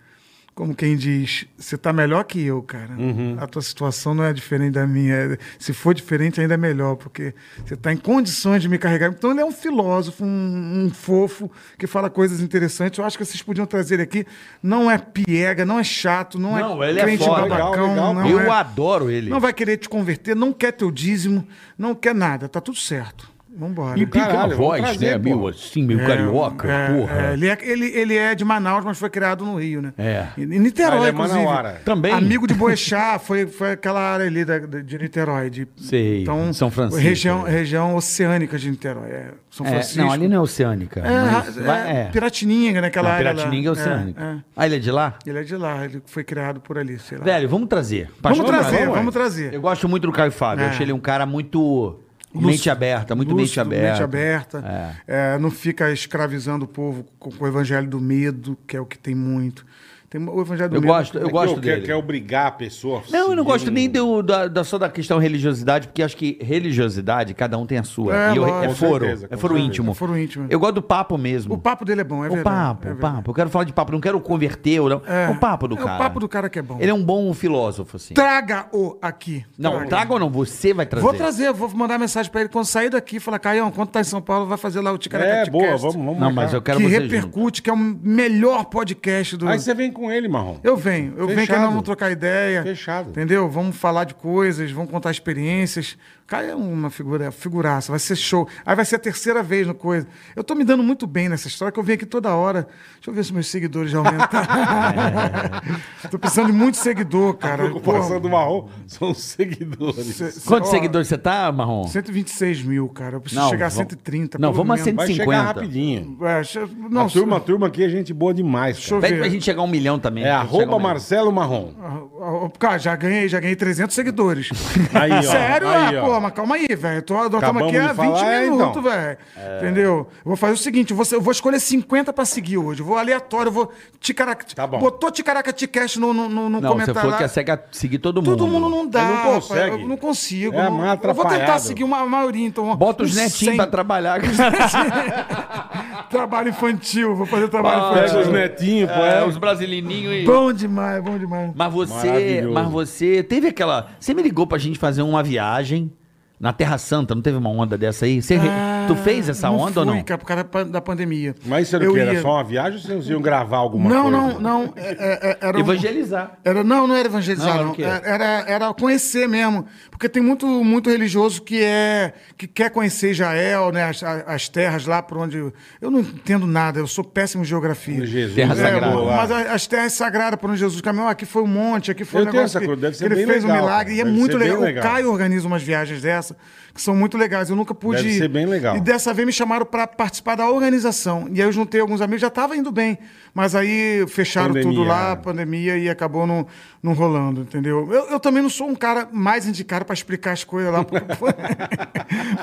A: Como quem diz, você tá melhor que eu, cara.
D: Uhum.
A: A tua situação não é diferente da minha. Se for diferente, ainda é melhor, porque você tá em condições de me carregar. Então ele é um filósofo, um, um fofo, que fala coisas interessantes. Eu acho que vocês podiam trazer ele aqui. Não é piega, não é chato, não,
D: Não,
A: é
D: ele é
A: crente
D: foda.
A: babacão.
C: Legal, legal.
A: não
D: eu
A: é-
D: adoro ele.
A: Não vai querer te converter, não quer teu dízimo, não quer nada. Tá tudo certo. Vambora.
D: E pica
C: Caralho,
D: a
C: vamos
D: voz,
C: trazer,
D: né?
C: pô.
D: Meio assim, meio carioca,
A: É,
D: porra.
A: é, ele, é, ele, ele é de Manaus, mas foi criado no Rio, né?
D: É.
A: Em em
C: Ah,
A: Niterói,
C: ele é
A: inclusive.
C: manauara.
D: Também.
A: Amigo de Boechat, foi, foi aquela área ali da- da- de Niterói. De, então,
D: Sei, São Francisco.
A: Região, região oceânica de Niterói. é, São
D: É,
A: Francisco.
D: não, ali não é oceânica.
A: É,
D: mas
A: é,
D: vai- é.
A: Piratininga, né? Aquela
D: Não,
A: área lá.
D: Piratininga é oceânica.
A: É, é.
D: Ah, ele é de lá?
A: Ele é de lá, ele foi criado por ali, sei lá.
D: Velho, vamos trazer. Pastor,
A: trazer,
D: ué.
A: vamos trazer.
D: Eu gosto muito do Caio Fábio. Eu
A: É.
D: achei ele um cara muito. mente
A: Lúcido,
D: aberta, muito mente
A: lúcido,
D: aberta.
A: mente aberta. É, não fica escravizando o povo com, com o evangelho do medo, que é o que tem muito. Tem o evangelho do
D: Eu
A: medo. é
D: gosto, eu
C: Que
D: gosto
C: quer-
D: dele.
C: Quer obrigar a pessoa. a
D: Não, eu
C: seguir
D: não gosto
C: um-
D: nem do- da, da- só da questão religiosidade, porque acho que religiosidade, cada um tem a sua.
A: É,
D: e eu- é
A: lógico.
D: foro,
C: Com certeza,
D: é
C: com
D: foro
C: certeza.
D: íntimo.
A: É foro íntimo.
D: Eu gosto do papo mesmo.
A: O papo dele é bom, é
D: O
A: verdade.
D: papo,
A: é
D: o
A: verdade.
D: papo. Eu quero falar de papo, não quero converter. ou Não. É, o papo do
A: é o
D: cara.
A: papo do cara que é bom.
D: Ele é um bom filósofo, assim.
A: Traga-o aqui.
D: Não, traga ou não, você vai trazer.
A: Vou trazer, vou mandar mensagem pra ele quando sair daqui. Falar, Caião, quando tá em São Paulo, vai fazer lá o
C: É,
A: Ticaracati
C: boa,
A: Cast,
C: vamos, vamos.
D: Não,
C: marcar.
D: mas eu quero
A: é Que
D: você junto.
A: repercute, que é o melhor podcast do...
C: Aí você vem com ele, Marrom.
A: Eu venho, eu venho que aí
C: Fechado.
A: nós vamos trocar ideia.
C: Fechado.
A: Entendeu? Vamos falar de coisas, vamos contar experiências. Cara, é uma figura, figuraça, vai ser show. Aí vai ser a terceira vez no coisa. Eu tô me dando muito bem nessa história, que eu venho aqui toda hora. Deixa eu ver se meus seguidores já aumentaram. tô precisando de muito seguidor, cara.
C: Ocupação
A: Porra,
C: do Tá Marrom são os seguidores.
A: cê- cê-
D: Quantos
A: ó,
D: seguidores você tá, Marrom?
A: 126 mil, cara. Eu preciso chegar a
D: vamos-
A: 130.
D: Não,
A: pelo
D: vamos a
A: menos.
C: Vai
D: 150.
C: chegar rapidinho.
A: É, deixa eu-
C: Não,
A: não,
C: a turma, a turma aqui é gente boa demais.
A: Deixa eu
C: Cara.
A: ver.
D: Pede pra gente chegar a um milhão também.
C: É
D: Chega a
C: arroba
D: um milhão.
C: Marcelo Marrom.
A: Ah, ah, Cara, já ganhei, já ganhei 300 seguidores.
C: Aí, ó.
A: Sério?
C: Aí,
A: ah,
C: ó.
A: pô, mas calma aí, velho. Tô- Nós estamos
C: Acabamos
A: aqui
C: de
A: há 20
C: falar, é,
A: minutos,
C: então.
A: velho. Entendeu? Eu vou fazer o seguinte: eu vou, eu vou escolher 50 pra seguir hoje. Eu vou aleatório, eu vou. Ticaraca,
C: Tá bom.
A: Botou Ticaracati Cash no, no, no, no
D: Não, você
A: comentário
D: falou
A: lá.
C: é assim
D: que ia cega- seguir todo mundo.
A: Todo mundo não dá.
C: Ele não
A: rapaz.
C: consegue.
A: Eu não consigo.
C: É
A: não-
C: mais
A: eu vou tentar
C: atrapalhado.
A: seguir uma maioria, então.
D: Bota os
A: uns
D: netinhos
A: 100.
D: pra trabalhar.
A: Trabalho infantil, vou fazer trabalho
C: Ah, Pega os
A: infantil.
C: netinhos, pô.
D: É,
C: É,
D: os brasileirinhos e...
A: Bom demais, bom demais.
D: Mas você,
C: Maravilhoso.
D: mas você teve aquela. Você me ligou pra gente fazer uma viagem. Na Terra Santa, não teve uma onda dessa aí? Você re- tu fez essa
A: Ah, não
D: onda ou
A: fui,
D: não?
A: cara, por causa da pan- da pandemia.
C: Mas isso era o
A: Eu
C: que? Era
A: ia-
C: só uma viagem ou vocês iam gravar alguma
A: Não,
C: coisa?
A: não, não. é- é- é- Era um-
D: Evangelizar.
A: Era, não, não era evangelizar,
D: Não, era o
A: não.
D: quê?
A: Era, era, era conhecer mesmo. Porque tem muito, muito religioso que é que quer conhecer Israel, né? As, a- as terras lá por onde. Eu não entendo nada, eu sou péssimo em geografia.
C: Jesus,
D: Terra
C: é,
D: Sagrada.
C: boa.
A: mas a- as terras sagradas por onde Jesus caminhou, aqui foi um monte, aqui foi
C: Eu
A: um
C: tenho
A: negócio
C: essa
A: que,
C: coisa, deve ser
A: que ele
C: bem
A: fez
C: legal,
A: um milagre. E é
C: cara. Deve
A: muito
C: ser bem
A: legal.
C: legal.
A: O Caio organiza umas viagens dessa que são muito legais. Eu nunca pude
C: Deve
A: ir.
C: ser bem legal.
A: E dessa vez me chamaram para participar da organização. E aí eu juntei alguns amigos, já estava indo bem. Mas aí fecharam
C: Pandemia,
A: tudo
C: né?
A: lá, pandemia e acabou não, não rolando, entendeu? Eu, eu também não sou um cara mais indicado para explicar as coisas lá. porque-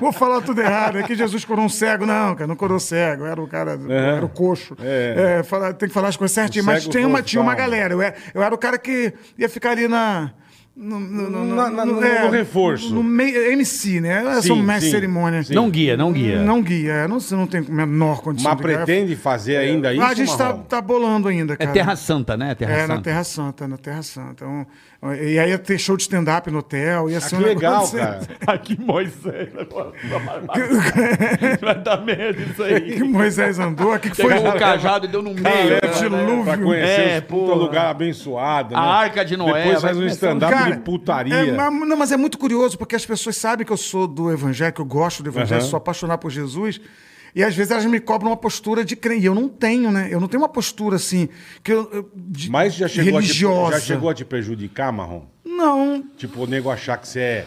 A: Vou falar tudo errado. É que Jesus curou um cego. Não, cara, não curou cego. Era o cara, era o coxo.
C: É.
A: É, fala- tem que falar as coisas certinho.
C: O
A: Mas
C: cego
A: tinha uma,
C: foi o
A: tinha uma
C: salvo.
A: galera. Eu era, eu era o cara que ia ficar ali na. No, no, no, é,
C: Na- na- no- no reforço.
A: No, meio- MC, né? Eu sou
C: Sim,
A: mestre
C: sim,
A: de cerimônia.
C: sim.
D: Não guia, não guia.
A: Não guia. é, Não, você não tem a menor condição.
C: Mas
A: de ganhar.
C: pretende fazer ainda isso,
A: Ah, é- a gente tá,
C: Marrom?
A: tá bolando ainda,
D: É
A: cara.
D: Terra Santa, né? Terra
A: É,
D: Santa.
A: na Terra Santa, na Terra Santa. Um- e aí ia ter show de stand-up no hotel, ia
C: Ah,
A: ser
C: que
A: um
C: legal,
A: negócio-
C: cara.
D: Aqui Moisés agora. Vai dar merda isso
A: Que Moisés andou, o que, que foi?
D: Pegou o cajado e deu no meio.
A: é,
D: né?
A: dilúvio.
C: Pra conhecer
D: É,
C: os puta
D: porra.
C: lugar abençoado.
D: A
C: né?
D: Arca de Noé,
C: Depois
D: vai
C: faz um
D: começar um
C: stand-up
A: Cara,
C: de putaria.
A: é, mas, não, mas é muito curioso, porque as pessoas sabem que eu sou do evangelho, que eu gosto do evangelho,
C: Aham.
A: sou apaixonado por Jesus. E às vezes elas me cobram uma postura de crente. E eu não tenho, né? Eu não tenho uma postura assim. Que eu, eu- de-
C: Mas já chegou, a te,
A: religiosa.
C: já chegou a te prejudicar, Marrom?
A: Não,
C: Tipo, o nego achar que você é.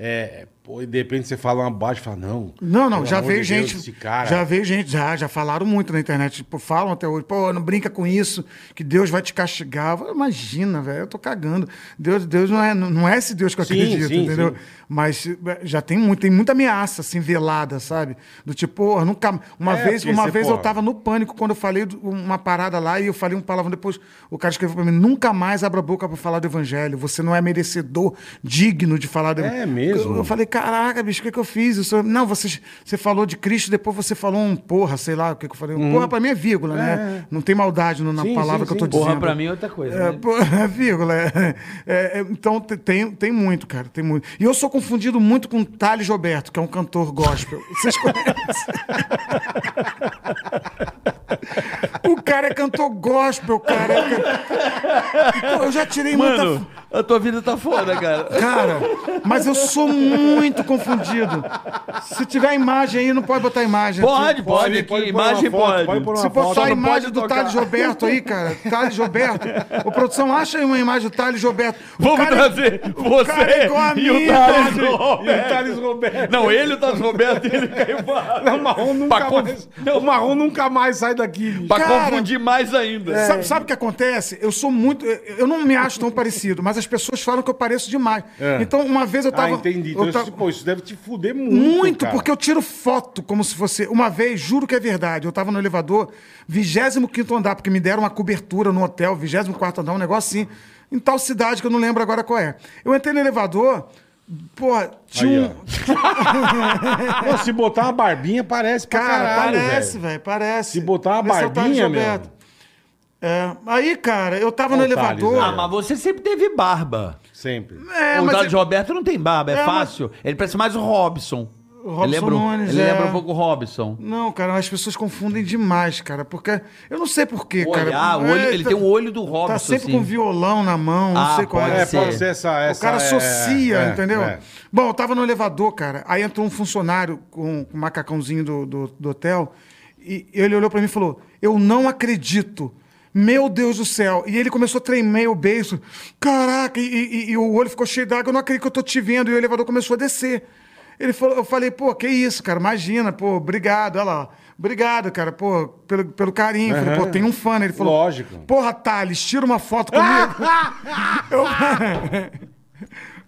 C: é, pô, e de repente você fala uma baixa e fala, não.
A: Não, não,
C: pelo
A: já
C: amor
A: veio
C: de Deus,
A: gente.
C: esse cara.
A: Já veio gente, já, já falaram muito na internet. Tipo, falam até hoje, pô, não brinca com isso, que Deus vai te castigar. Eu falo, Imagina, velho, eu tô cagando. Deus, Deus não, é, não é esse Deus que eu
C: Sim,
A: acredito,
C: sim,
A: entendeu?
C: sim.
A: Mas eh, já tem, muito, tem muita ameaça, assim, velada, sabe? Do tipo, porra, nunca. Uma
C: É,
A: vez,
C: porque
A: uma
C: você,
A: vez eu
C: porra.
A: tava no pânico quando eu falei do- uma parada lá e eu falei um palavrão depois. O cara escreveu pra mim: nunca mais abra a boca pra falar do evangelho. Você não é merecedor, digno de falar do
C: É mesmo?
A: Eu, eu falei, caraca, bicho, o que, que eu fiz? Isso- Não, você, você falou de Cristo, depois você falou um porra, sei lá o que, que eu falei. Um porra pra mim é vírgula, né? Não tem maldade no- na
C: Uhum. Sim, sim,
A: palavra que eu tô
C: sim.
A: dizendo.
D: Porra, pra mim é outra coisa.
A: É,
D: né?
A: pô, é vírgula. é. É, é, então te- tem, tem muito, cara, tem muito. E eu sou confundido muito com Thales Roberto, que é um cantor gospel. Vocês conhecem? o cara é cantor gospel, cara. É can- Então, Eu já tirei muita.
D: Mano, a tua vida tá foda, cara.
A: Cara, mas eu sou muito confundido. Se tiver imagem aí, não pode botar imagem.
D: Pode, pode, aqui,
C: pôr uma
D: imagem
C: foto,
D: pode.
C: pôr uma
A: Se
C: foto.
A: botar a
D: não
A: imagem tá
D: pode
A: do
D: tocar.
A: Thales Roberto aí, cara. Thales Roberto. Ô, produção, acha aí uma imagem do Thales Roberto. O
D: Vamos
A: cara- é
D: trazer
A: cara é
D: você
A: igual a
D: e o
A: mim,
D: Thales
A: cara.
C: E o
D: Roberto.
C: Thales Roberto.
D: Não, ele, o Thales Roberto e ele caiu pra...
C: Não, o Marrom nunca
D: Pra conf-
C: mais. O Marrom nunca mais sai daqui, bicho.
D: Pra
A: Cara, é.
D: confundir mais ainda.
C: É.
A: Sabe, sabe o que acontece? Eu sou muito. Eu eu não me acho tão parecido, mas as pessoas falam que eu pareço demais.
C: É.
A: Então, uma vez eu
C: Ah,
A: tava.
C: entendi.
A: eu
C: Então,
A: tava-
C: isso, pô, isso deve te fuder muito.
A: Muito,
C: cara.
A: porque eu tiro foto como se fosse. Uma vez, juro que é verdade, eu tava no elevador, 25 andar, porque me deram uma cobertura no hotel, 24 andar, um negócio assim, em tal cidade que eu não lembro agora qual é. Eu entrei no elevador, porra, tinha
C: Aí,
A: um.
C: ó. Pô, se botar uma barbinha, parece pra
A: Cara,
C: caralho.
A: parece,
C: velho.
A: velho, parece.
C: Se botar uma
A: Esse é o Thales
C: barbinha, meu.
A: Roberto. É, aí, cara, eu tava no
C: Olha o Thales,
A: elevador.
C: velho.
D: Ah, mas você sempre teve barba.
C: Sempre.
A: É,
D: o
A: mas
D: Thales Roberto não tem barba, é,
A: É, mas-
D: fácil. Ele parece mais o Robson.
A: Robson
D: ele lembra, um-
A: Nunes,
D: ele
A: é.
D: lembra um pouco o Robson.
A: Não, cara, as pessoas confundem demais, cara, porque eu não sei porquê,
D: O
A: cara.
D: olhar, ah, o olho-
A: É,
D: ele
A: tá-
D: tem o olho do Robson,
A: Tá sempre
D: assim.
A: com violão na mão, não
D: Ah,
A: sei qual
D: pode
A: é.
C: É,
D: ser.
C: pode ser essa.
A: o
C: essa
A: cara
C: é-
A: associa,
C: é,
A: entendeu?
C: é.
A: Bom, eu tava no elevador, cara. Aí entrou um funcionário com o macacãozinho do, do, do hotel. E ele olhou pra mim e falou: Eu não acredito. Meu Deus do céu. E ele começou a tremer o beijo. Caraca, e, e- e o olho ficou cheio d'água. Eu não acredito que eu tô te vendo. E o elevador começou a descer. Ele falou, eu falei, pô, que isso, cara, imagina, pô, obrigado, olha lá, obrigado, cara, pô, pelo, pelo carinho. Eu Falei, pô, tem um fã, né? Ele falou,
C: Lógico.
A: porra, Thales, tira uma foto comigo. Eu,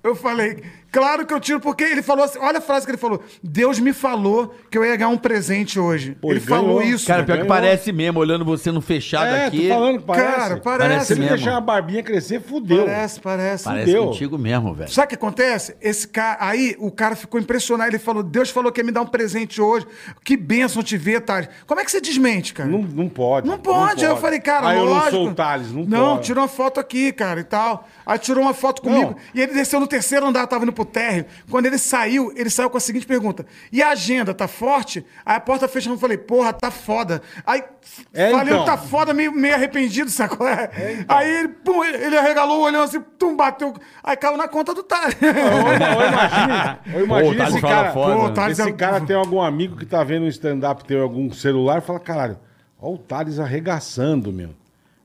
A: eu falei, claro que eu tiro, porque ele falou assim, olha a frase que ele falou, Deus me falou que eu ia ganhar um presente hoje.
C: Pô,
A: ele
C: e ganhou.
A: falou isso.
D: Cara,
A: Cara,
D: pior que
C: Ganhou.
D: parece mesmo, olhando você no fechado
C: É,
D: aqui.
C: tô falando que parece.
A: Cara,
C: Se
A: parece
C: ele
D: Tá mesmo.
C: deixar a barbinha crescer, fudeu.
A: parece, parece.
D: Parece
C: Fudeu.
D: contigo mesmo, velho.
A: Sabe o que acontece? Esse cara, aí o cara ficou impressionado, ele falou, Deus falou que ia me dar um presente hoje, que bênção te ver, Thales. Como é que você desmente, cara?
C: Não, não pode.
A: Não pode. Aí Eu falei, cara,
C: ah,
A: lógico.
C: eu não sou o Thales, não,
A: Não,
C: pode.
A: tirou uma foto aqui, cara, e tal. Aí tirou uma foto comigo.
C: Não.
A: E ele desceu no terceiro andar, tava indo pro térreo. Quando ele saiu, ele saiu com a seguinte pergunta: E a agenda tá forte? Aí a porta fechando, eu falei: Porra, tá foda. Aí
C: É,
A: falei:
C: então. É,
A: Tá foda, meio, meio arrependido, sacou? Aí ele, pum, ele arregalou o olhão assim, tum, bateu. Aí caiu na conta do Tales.
C: Eu imagino, eu
E: Ô, o
C: imagino
E: Thales
C: esse
E: fala
C: cara.
E: foda,
A: Pô,
E: né?
A: tá- Thales
C: esse
A: é-
C: cara tem algum amigo que tá vendo um stand-up tem algum celular e fala, caralho, olha o Thales arregaçando, meu.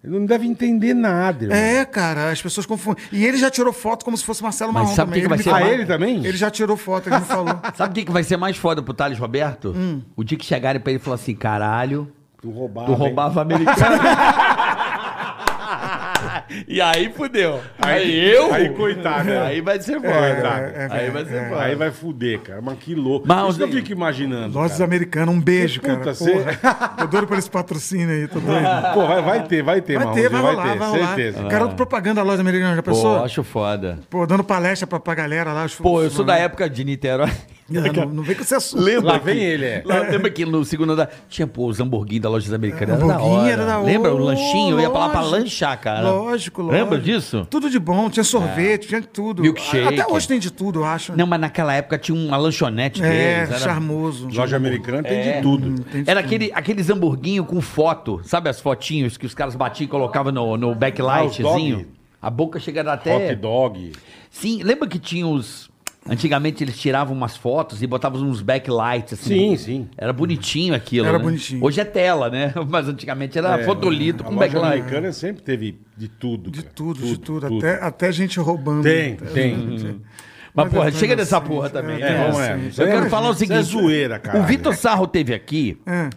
C: Ele não deve entender nada, irmão.
A: É, cara, as pessoas confundem. E ele já tirou foto como se fosse Marcelo
D: Mas
A: Marrom
D: sabe
A: também.
D: o que
A: ele
D: que
A: me
D: vai
C: Ah,
A: falou.
D: ser
C: ele também?
A: Ele já tirou foto, ele me falou.
D: Sabe o que, que vai ser mais foda pro Thales Roberto? O dia que chegarem pra ele e falar assim, caralho,
C: Tu roubava.
D: tu
C: hein?
D: roubava americano. e aí fudeu. Aí, eu?
C: Aí, coitado. É, né?
D: Aí vai ser foda.
A: É,
C: Coitado.
D: aí vai ser foda.
C: Aí vai fuder, cara. Mas que louco.
D: Mas,
C: Isso eu
D: assim,
C: fico imaginando.
A: Lojas
C: cara.
A: Americanas, um beijo,
C: Puta,
A: cara.
C: cê-
A: Porra. Tô doido por esse patrocínio aí, tô doido.
C: Pô, vai, vai ter, vai ter,
A: Vai ter, vai
C: Marronzinho,
A: rolar, vai rolar.
C: certeza.
A: Garoto propaganda da loja americana, já pensou?
D: Ah. Pô, acho foda.
A: Pô, dando palestra pra, pra galera lá. os-
D: Pô, eu
A: os-
D: sou da época de Niterói.
A: Não, não, não vem com esse assunto.
D: Lembra
C: Lá vem
D: que-
C: ele, é.
D: Lá, lembra que no segundo andar tinha pô, os hamburguinhos da loja americana. Era da
A: Hamburguinho
D: hora.
A: era da hora.
D: Lembra o lanchinho? Eu ia pra lá pra
A: Lógico.
D: lanchar, cara.
A: Lógico, lógico.
D: Lembra disso? É.
A: Tudo de bom, tinha sorvete, tinha tudo.
D: Milkshake.
A: Até hoje tem de tudo, eu acho.
D: Não, mas naquela época tinha uma lanchonete
A: é,
D: deles. era-
A: charmoso.
C: Loja americana tem
D: É.
C: de tudo.
A: Tem de
D: Era
A: tudo.
D: aquele, aqueles hamburguinho com foto, sabe as fotinhos que os caras batiam e colocavam no, no
C: Ah, os
D: backlightzinho?
C: dog.
D: A boca chegava até.
C: Hot dog.
D: Sim, lembra que tinha os. Antigamente eles tiravam umas fotos e botavam uns backlights
C: Sim,
D: assim.
C: sim.
D: Era bonitinho aquilo.
A: Era
D: né?
A: bonitinho.
D: Hoje é tela, né? Mas antigamente era fotolito
C: É, a
D: com
C: loja
D: backlight.
C: americana sempre teve de tudo.
A: De
C: cara.
A: tudo, de tudo. Até, Hum. até gente roubando.
C: Tem,
A: Até-
C: tem.
D: Mas,
A: Mas
D: porra,
A: é
D: chega dessa
A: assim,
D: porra
A: é,
D: também.
A: é,
D: né?
A: vamos, é.
D: Eu
C: Isso aí
D: quero
C: é-
D: falar o
C: isso é
D: seguinte.
C: zoeira, caralho.
D: O Vitor Sarro teve aqui.
A: É.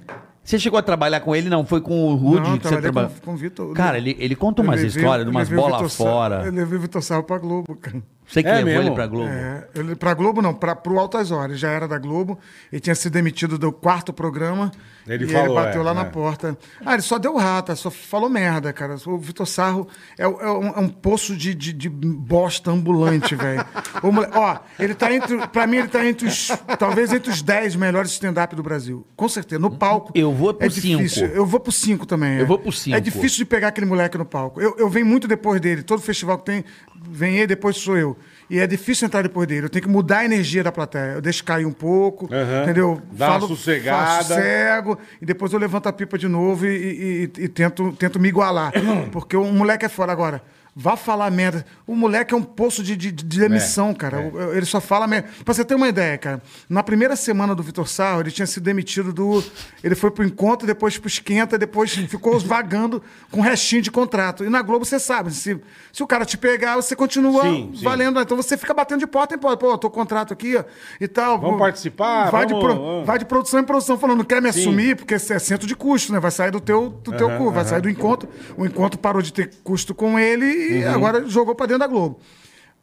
D: Você chegou a trabalhar com ele? Não, foi com o Rudy
A: Não,
D: que você
A: trabalhei
D: trabalhou.
A: com- com o Vitor.
D: Cara, ele, ele conta umas
A: Eu levei-
D: histórias de
A: eu
D: umas
A: levei o
D: bolas
A: Vitor Sarro- Eu
D: fora.
A: levei o Vitor Sarro pra Globo, cara.
D: Você que
C: É
D: levou ele
C: mesmo?
D: pra Globo.
A: É, ele, pra Globo não, pra, pro Altas Horas. Ele Já era da Globo, ele tinha sido demitido do quarto programa.
C: Ele
A: e
C: falou,
A: ele bateu
C: é,
A: lá
C: é.
D: né?
A: na porta. Ah, ele só deu rata, só falou merda, cara. O Vitor Sarro é, o- é um, é um poço de, de- de bosta ambulante, velho. O mole- Ó, ele tá entre. Pra mim, ele tá entre os. Talvez entre os 10 melhores stand-up do Brasil. Com certeza. No palco.
D: Eu vou pro
A: é difícil.
D: cinco.
A: Eu vou pro 5 também.
D: Eu
A: é.
D: vou pro cinco.
A: É difícil de pegar aquele moleque no palco. Eu, eu venho muito depois dele. Todo festival que tem, vem ele, depois sou eu. E é difícil entrar depois dele. Eu tenho que mudar a energia da plateia. Eu deixo cair um pouco,
C: Aham.
A: entendeu?
C: Dá uma sossegada.
A: Faço cego, e depois eu levanto a pipa de novo e, e- e- e tento, tento me igualar. Porque o moleque é fora agora. Vá falar merda. O moleque é um poço de, de, de demissão,
C: É,
A: cara. Eu- eu- Ele só fala merda. Pra você ter uma ideia, cara. Na primeira semana do Vitor Sarro, ele tinha sido demitido do. Ele foi pro encontro, depois pro esquenta, depois ficou vagando com restinho de contrato. E na Globo você sabe, se, se o cara te pegar, você continua
C: Sim, sim.
A: valendo. Então você fica batendo de porta em porta. Pô, eu tô com contrato aqui, ó, e tal.
C: Vamos participar,
A: Vai,
C: vamos-
A: de pro-
C: vamos.
A: vai de produção em produção, falando, não quer me assumir, porque isso é centro de custo, né? Vai sair do teu, do teu cu, vai sair do encontro. O encontro parou de ter custo com ele e
C: Uhum.
A: agora jogou pra dentro da Globo.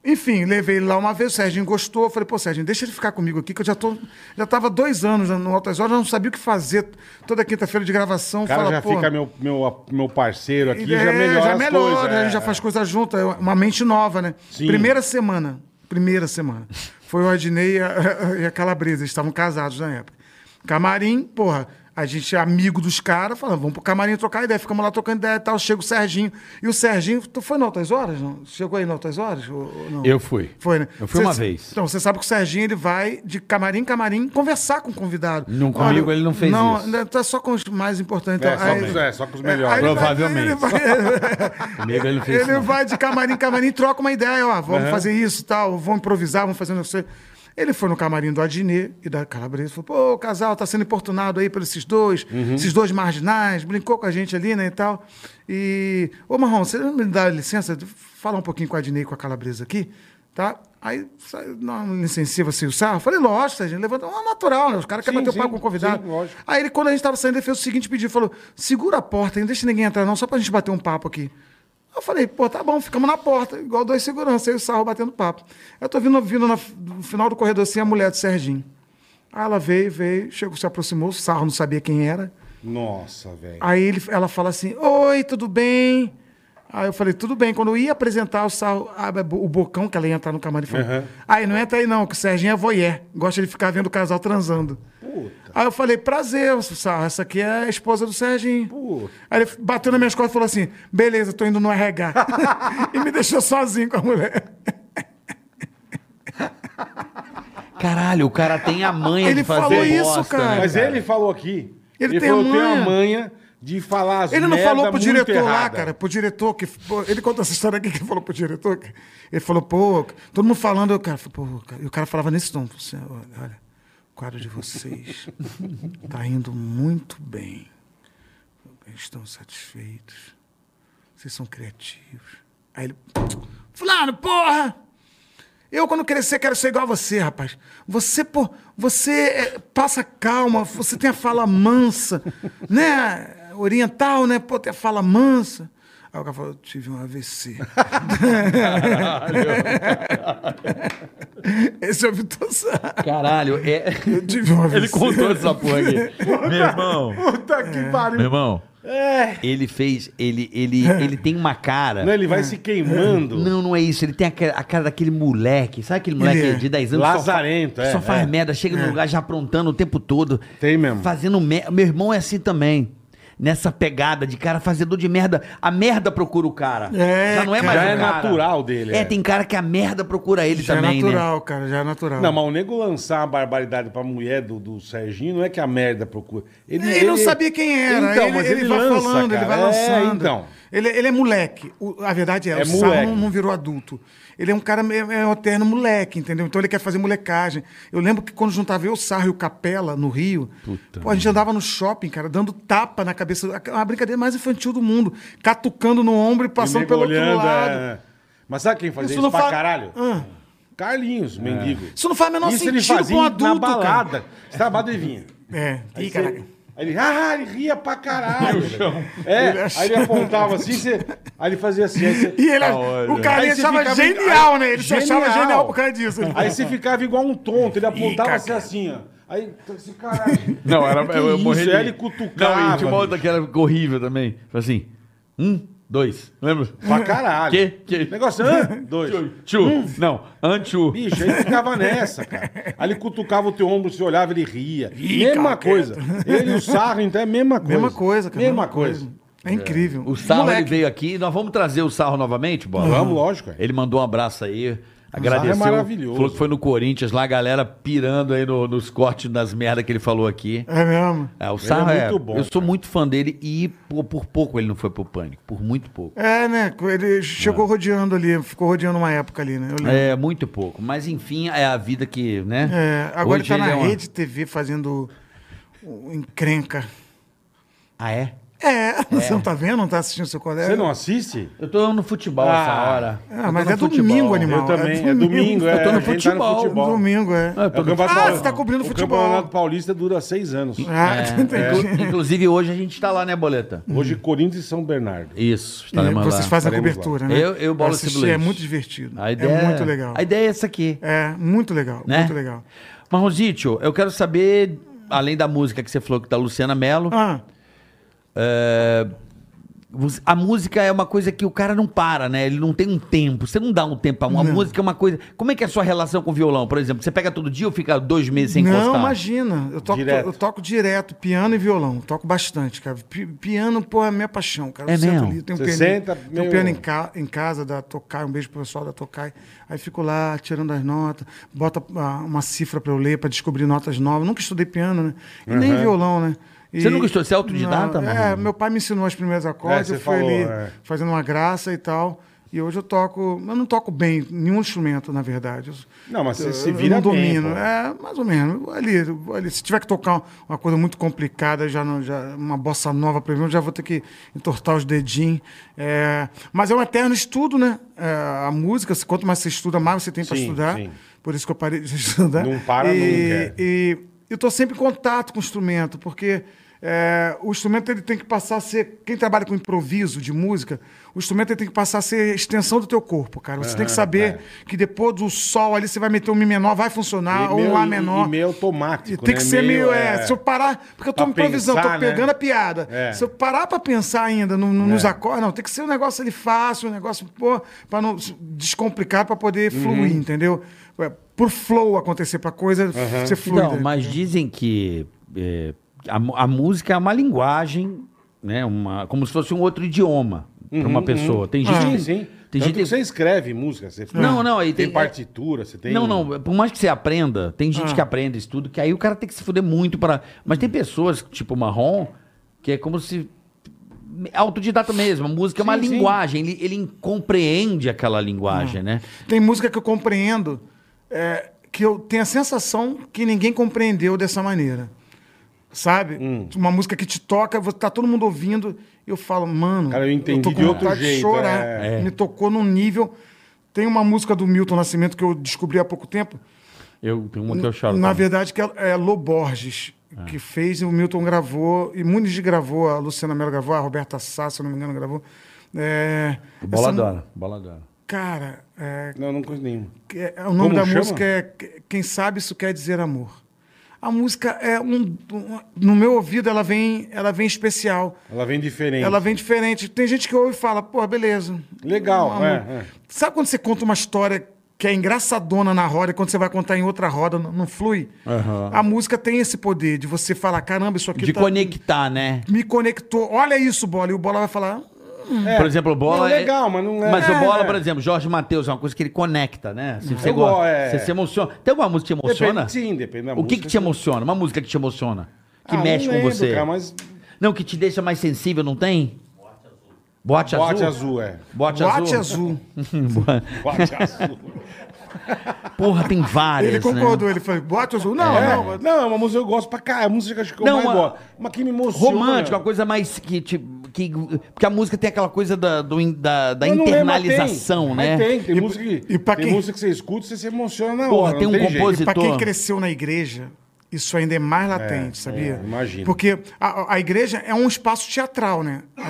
A: Enfim, levei ele lá uma vez, o Serginho gostou. eu Falei, pô, Serginho, deixa ele ficar comigo aqui, que eu já tô. Já tava dois anos no Altas Horas, eu não sabia o que fazer. Toda quinta-feira de gravação,
C: O cara
A: fala,
C: já
A: pô.
C: fica meu, meu, meu parceiro aqui,
A: Ele
C: já
A: é,
C: melhora
A: já
C: as
A: melhora,
C: coisas,
A: a
C: é.
A: gente já faz coisas juntas, é uma mente nova, né?
C: Sim.
A: Primeira semana, primeira semana, foi o Adnei e a, e a Calabresa, eles estavam casados na época. Camarim, porra, a gente é amigo dos caras, falando, vamos pro camarim trocar ideia, ficamos lá trocando ideia e tal, chega o Serginho, e o Serginho, tu foi na Altas Horas, não? Chegou aí na Altas Horas ou, ou não?
D: Eu fui.
A: Foi, né?
D: Eu fui
A: Cê-
D: uma vez.
A: Então, você sabe que o Serginho, ele vai de camarim em camarim conversar com o convidado.
D: Não, comigo ele não fez
A: não,
D: isso.
A: Não, tá só com os mais importantes.
C: É,
A: então,
C: só
A: aí-
C: com os- é, só com os melhores.
A: aí ele vai-
D: Provavelmente.
A: ele vai-
D: Comigo ele não fez isso,
A: ele
D: não.
A: vai de camarim em camarim, troca uma ideia, ó, vamos fazer isso e tal, vamos improvisar, vamos fazer não sei. Ele foi no camarim do Adnet e da Calabresa e falou: pô, o casal tá sendo importunado aí por esses dois,
D: Uhum.
A: esses dois marginais, brincou com a gente ali, né, e tal. E, ô Marrom, você me dá licença de falar um pouquinho com o Adnet e com a Calabresa aqui, tá? Aí, saiu, não, licencia você e o sarro? Falei, lógico, gente, levanta, é natural, né? Os caras querem
C: Sim,
A: bater
C: sim,
A: papo com o convidado.
C: sim, lógico.
A: Aí ele, quando a gente tava saindo, ele fez o seguinte pedido, falou, segura a porta, aí, não deixa ninguém entrar não, só pra gente bater um papo aqui. Eu falei, pô, tá bom, ficamos na porta, igual dois seguranças, eu e o Sarro batendo papo. Eu tô vindo, vindo na- no final do corredor assim, a mulher do Serginho. Aí ela veio, veio, chegou, se aproximou, o Sarro não sabia quem era.
C: Nossa, velho.
A: Aí ele- ela fala assim: Oi, tudo bem? Aí eu falei, tudo bem. Quando eu ia apresentar o sarro, abre a bo- o bocão que ela ia entrar no camarim, falou, aí não entra aí não, que o Serginho é voyeur. Gosta de ficar vendo o casal transando. Aí eu falei, prazer, sarro, essa aqui é a esposa do Serginho. Aí ele bateu nas minhas costas e falou assim, beleza, tô indo no RH. e me deixou sozinho com a mulher.
D: Caralho, o cara tem a manha
A: Ele
D: de fazer
A: falou isso,
D: bosta,
A: cara.
D: né,
C: Mas ele falou aqui.
A: Ele tem
C: falou,
A: a
C: eu tenho a
A: manha."
C: manha de falar as
A: Ele não
C: merda
A: falou pro
C: muito
A: diretor lá,
C: errada.
A: cara. Pro diretor que. pô, ele conta essa história aqui que ele falou pro diretor. cara. Ele falou, pô, todo mundo falando, eu, cara, falei, pô, cara. E o cara falava nesse tom, assim, olha, olha, o quadro de vocês tá indo muito bem. Estão satisfeitos. Vocês são criativos. Aí ele. Fulano, porra! Eu, quando crescer, quero ser igual a você, rapaz. Você, pô, você é, passa calma, você tem a fala mansa, né? Oriental, né? Pô, tem a fala mansa. Aí o cara falou, tive um AVC. Esse é o Vitor Sá.
D: Caralho, é...
A: Eu tive um AVC.
D: ele contou essa porra aqui. Meu irmão,
C: Puta que
A: É.
D: meu
C: pariu.
D: irmão. Ele fez, ele, ele, ele tem uma cara...
C: Não, ele vai se queimando.
D: Não, não é isso. Ele tem a cara, a cara daquele moleque. Sabe aquele moleque
A: Ele é.
D: de 10 anos?
C: Lazarento,
D: só fa-
C: é,
D: Só faz
C: é.
D: merda, chega no lugar já aprontando o tempo todo.
C: Tem mesmo.
D: Fazendo merda. Meu irmão é assim também. Nessa pegada de cara fazedor de merda. A merda procura o cara.
A: É,
D: já não é
A: cara.
D: mais
C: Já
D: o
C: é
D: cara.
C: natural dele,
D: É.
C: é.
D: tem cara que a merda procura ele
A: Já
D: também,
A: é
D: né?
A: natural, cara, já é natural.
C: Não, mas o nego lançar uma barbaridade pra mulher do, do Serginho não é que a merda procura.
A: Ele, não sabia quem era.
C: é- Então,
A: ele,
C: mas
A: ele vai
C: lança,
A: falando, ele
C: cara.
A: vai
C: É,
A: lançando.
C: então.
A: ele, ele é moleque. O- a verdade é,
C: É
A: o Sarro
C: moleque.
A: não, não virou adulto. Ele é um cara, é, é um eterno moleque, entendeu? Então ele quer fazer molecagem. Eu lembro que quando juntava eu, o Sarro e o Capela, no Rio, pô, a gente andava no shopping, cara, dando tapa na cabeça. A, a brincadeira mais infantil do mundo. Catucando no ombro
C: O
A: e passando
C: nego
A: pelo
C: olhando,
A: outro lado.
C: é. Mas sabe quem fazia
A: Isso
C: isso,
A: não
C: pra
A: faz-
C: caralho?
A: Ah.
C: Carlinhos,
D: É.
C: mendigo.
A: Isso não faz o menor
C: ele
A: sentido
C: fazia
A: com um
C: na
A: adulto, cara.
C: balada. Você tá babado e vinha.
A: É.
C: Aí
A: Ih,
C: você-
A: caraca.
C: Aí ele, ah, ele ria pra caralho. velho. é, aí ele apontava assim, você- aí ele fazia assim. Aí você,
A: E ele, o cara
C: Aí
A: ele
C: você
A: achava
C: ficava-
A: genial,
C: aí-
A: né? Ele se achava
C: genial.
A: genial por causa disso. Ele
C: Aí você ficava igual um tonto, ele apontava
A: Ih,
C: assim,
A: cara.
C: assim, ó. Aí, esse caralho.
D: Não, era,
C: Que
D: eu, eu
C: isso?
D: morri de...
C: Aí ele cutucava.
D: Não, e tinha uma outra que era horrível também. Foi assim, um, dois, lembra?
C: Pra caralho.
D: Que? Que?
C: Negócio, hã? Dois.
D: Tchu, não, anchu.
C: Bicho, ele ficava nessa, cara. Aí ele cutucava o teu ombro, você olhava, ele ria.
A: Ih,
C: mesma
A: cara,
C: coisa. Ele e o Sarro, então é a mesma coisa.
A: Mesma coisa, cara.
C: Mesma coisa.
A: É incrível.
D: O Sarro ele
A: Moleque.
D: veio aqui. Nós vamos trazer o Sarro novamente, Bola?
C: Vamos, lógico. é.
D: Ele mandou um abraço aí.
C: Sarro é
D: Agradeceu.
C: maravilhoso.
D: falou que foi no Corinthians lá, a galera pirando aí no- nos cortes das merdas que ele falou aqui.
A: É mesmo.
D: É, o
C: é
D: Sarro é
C: muito bom,
D: Eu sou
C: cara.
D: muito fã dele e por, por pouco ele não foi pro pânico. Por muito pouco.
A: É, né? Ele chegou rodeando ali, ficou rodeando uma época ali, né? Eu lembro. É,
D: É, muito pouco. Mas enfim, é a vida que, né?
A: agora
D: Hoje
A: ele tá na
D: é uma-
A: rede TV fazendo o encrenca.
D: Ah, é?
A: É, você não tá vendo? Não tá assistindo seu colega?
C: Você não é assiste?
D: Eu tô no futebol
C: Ah.
D: essa hora.
A: Ah,
D: Eu tô
A: mas
D: no
A: é domingo, animal.
C: Eu também. É domingo, é.
D: Eu tô no
C: a gente
D: futebol.
A: Domingo, é.
D: Ah, eu
C: É
D: tô
C: o
D: no...
C: Campeonato
A: Ah,
C: Paulista.
A: você tá cobrindo
C: o
A: futebol.
C: Campeonato Paulista dura seis anos.
A: Ah,
D: É,
A: entendi.
D: inclu- Inclusive hoje a gente tá lá, né, Boleta?
C: Hoje, Corinthians e São Bernardo.
D: Isso,
C: É.
D: tá
A: E
D: estaremos
A: É, vocês
D: lá.
A: fazem a
C: Estaremos
A: cobertura,
D: lá.
A: né?
D: Eu- eu, Bola
A: Pra assistir,
D: Ciblante.
A: É muito divertido.
D: A ideia
A: É muito legal.
D: A ideia é essa aqui,
A: É, muito legal,
D: né?
A: muito legal.
D: Marronzito, eu quero saber, além da música que você falou que da Luciana Mello,
A: Ah,
D: é, você- a música é uma coisa que o cara não para, né? Ele não tem um tempo. Você não dá um tempo. A uma música é uma coisa... Como é que é a sua relação com o violão, por exemplo? Você pega todo dia ou fica dois meses sem
A: não,
D: encostar?
A: imagina. Eu toco,
C: Direto.
A: eu toco direto, piano e violão. Toco bastante, cara. Pi- piano, pô, é a minha paixão, cara.
D: É
A: Eu sento
D: mesmo?
A: ali, tem um
C: Você
A: piano,
C: senta
A: tem um
C: meio-
A: piano em, ca- em casa da Tocai, um beijo pro pessoal da Tocai. Aí fico lá tirando as notas, bota ah, uma cifra pra eu ler, pra descobrir notas novas. Nunca estudei piano, né? E nem violão, né?
D: Você
A: não
D: nunca estudou? Você é autodidata,
A: não,
D: mano?
A: É, meu pai me ensinou os primeiros acordes,
C: É, você
A: eu fui ali
C: falou, é.
A: fazendo uma graça e tal. E hoje eu toco, eu não toco bem nenhum instrumento, na verdade. Eu-
C: Não, mas você
A: eu
C: se
A: não
C: vira bem,
A: domino.
C: pô.
A: É, mais ou menos. Ali, ali, se tiver que tocar uma coisa muito complicada, já, não- já- uma bossa nova para mim, eu já vou ter que entortar os dedinhos. É, mas é um eterno estudo, né? É, a música, se- quanto mais você estuda, mais você tem para
C: Sim,
A: estudar.
C: sim.
A: Por isso que eu parei de estudar.
C: Não para
A: e,
C: nunca.
A: E eu estou sempre em contato com o instrumento, porque é, o instrumento ele tem que passar a ser. Quem trabalha com improviso de música, o instrumento ele tem que passar a ser extensão do teu corpo, cara. Você tem que
C: é.
A: saber que depois do sol ali você vai meter um mi menor, vai funcionar, ou um lá menor.
C: E meio
A: E
C: automático,
A: tem
C: né?
A: que ser meio. é, se eu
C: é,
A: parar. Porque eu tô
C: pra
A: improvisando,
C: pensar,
A: tô pegando
C: né?
A: a piada.
C: É.
A: Se eu parar pra pensar ainda no- no- nos acordes, não, tem que ser um negócio ali fácil, um negócio, pô, pra não descomplicar pra poder
C: Uhum.
A: fluir, entendeu? É, Por flow acontecer, pra coisa ser fluida. né?
D: Então, mas dizem que é, a, mu- a música é uma
A: Ah.
D: linguagem, né? Uma, como se fosse um outro idioma para uma pessoa. Tem gente
C: Uhum, Ah, Sim,
D: que
C: sim.
D: Tem
C: Tanto
D: gente
C: que você escreve música, você fica-
D: Não, não, aí
C: tem,
D: tem-
C: partitura, você tem. um- Ah.
D: Não, não, por mais que você aprenda, tem gente que aprende isso tudo, que aí o cara tem que se fuder muito para. Mas
C: Hum.
D: tem pessoas, tipo o Marrom, que é como se. Autodidata mesmo, a música é uma
C: Sim, Hum. sim.
D: linguagem, ele, ele compreende aquela linguagem, né?
A: Tem música que eu compreendo, é, que eu tenho a sensação que ninguém compreendeu dessa maneira. Sabe?
C: Hum.
A: Uma música que te toca, vo- tá todo mundo ouvindo, e eu falo, mano.
C: Cara, eu entendi
A: tô com
C: de outro
A: vontade
C: jeito,
A: chorar.
C: é.
A: Me tocou num nível. Tem uma música do Milton Nascimento que eu descobri há pouco tempo.
D: Eu tenho uma que eu choro.
C: tá.
A: Na
D: também.
A: verdade, que é, é Lô Borges,
C: Ah.
A: que fez, e o Milton gravou, e Muniz gravou, a Luciana Mello gravou, a Roberta Sá, se eu não me engano, gravou. É,
D: Bola
A: essa mu-
D: adora, bola adora.
A: Cara, é,
C: Não, não conheço nenhuma.
A: que é- o nome
C: Como
A: da
C: chama?
A: música é Que- Quem Sabe Isso Quer Dizer Amor. A música é um, um- No meu ouvido, ela vem, ela vem especial.
C: Ela vem diferente.
A: Ela vem diferente. Tem gente que ouve e fala, pô, beleza.
C: Legal,
A: Uma
C: é,
A: mu-
C: é.
A: Sabe quando você conta uma história que é engraçadona na roda e quando você vai contar em outra roda não, não flui? A música tem esse poder de você falar, caramba, isso aqui
D: De
A: tá-
D: conectar, né?
A: me conectou. Olha isso, bola. E o bola vai falar...
D: Por exemplo, o bola.
C: É. Não, legal, mas não é-
D: Mas o
C: é,
D: bola,
C: é.
D: por exemplo, Jorge Matheus, é uma coisa que ele conecta, né? Se você
C: Eu
D: gosta.
C: gosto, é.
D: Você se emociona. Tem alguma música que te
C: Depende-
D: emociona?
C: sim, depende da
D: O que,
C: música.
D: que te emociona? Uma música que te emociona. Que
C: Ah, não
D: mexe com
C: lembro,
D: você.
C: cara, mas
D: Não, que te deixa mais sensível, não tem? Boate azul.
C: bote azul, é.
D: Boate azul.
A: Boate azul.
C: Bote azul.
D: Porra, tem várias.
A: Ele concordou,
D: Né?
A: ele falou, boate azul. Não,
C: É,
A: não.
C: não, é uma música que eu gosto pra cá, é a música que eu acho que eu
D: Não,
C: mais
D: uma-
C: gosto. Mas que me emociona.
D: Romântica, uma coisa mais que, te- que. Porque a música tem aquela coisa da, do in- da, da
C: Eu não lembro, mas tem.
D: internalização,
C: Mas
D: né?
C: Tem, tem,
A: E-
C: música, que,
A: e pra
C: tem
A: quem-
C: música que você escuta e você se emociona na
D: Porra,
C: hora.
D: tem
C: não
D: um
C: jeito.
D: compositor-
A: Pra quem
D: Editor.
A: cresceu na igreja, isso ainda é mais latente, sabia?
C: é, imagino.
A: Porque a, a igreja é um espaço teatral, né? A,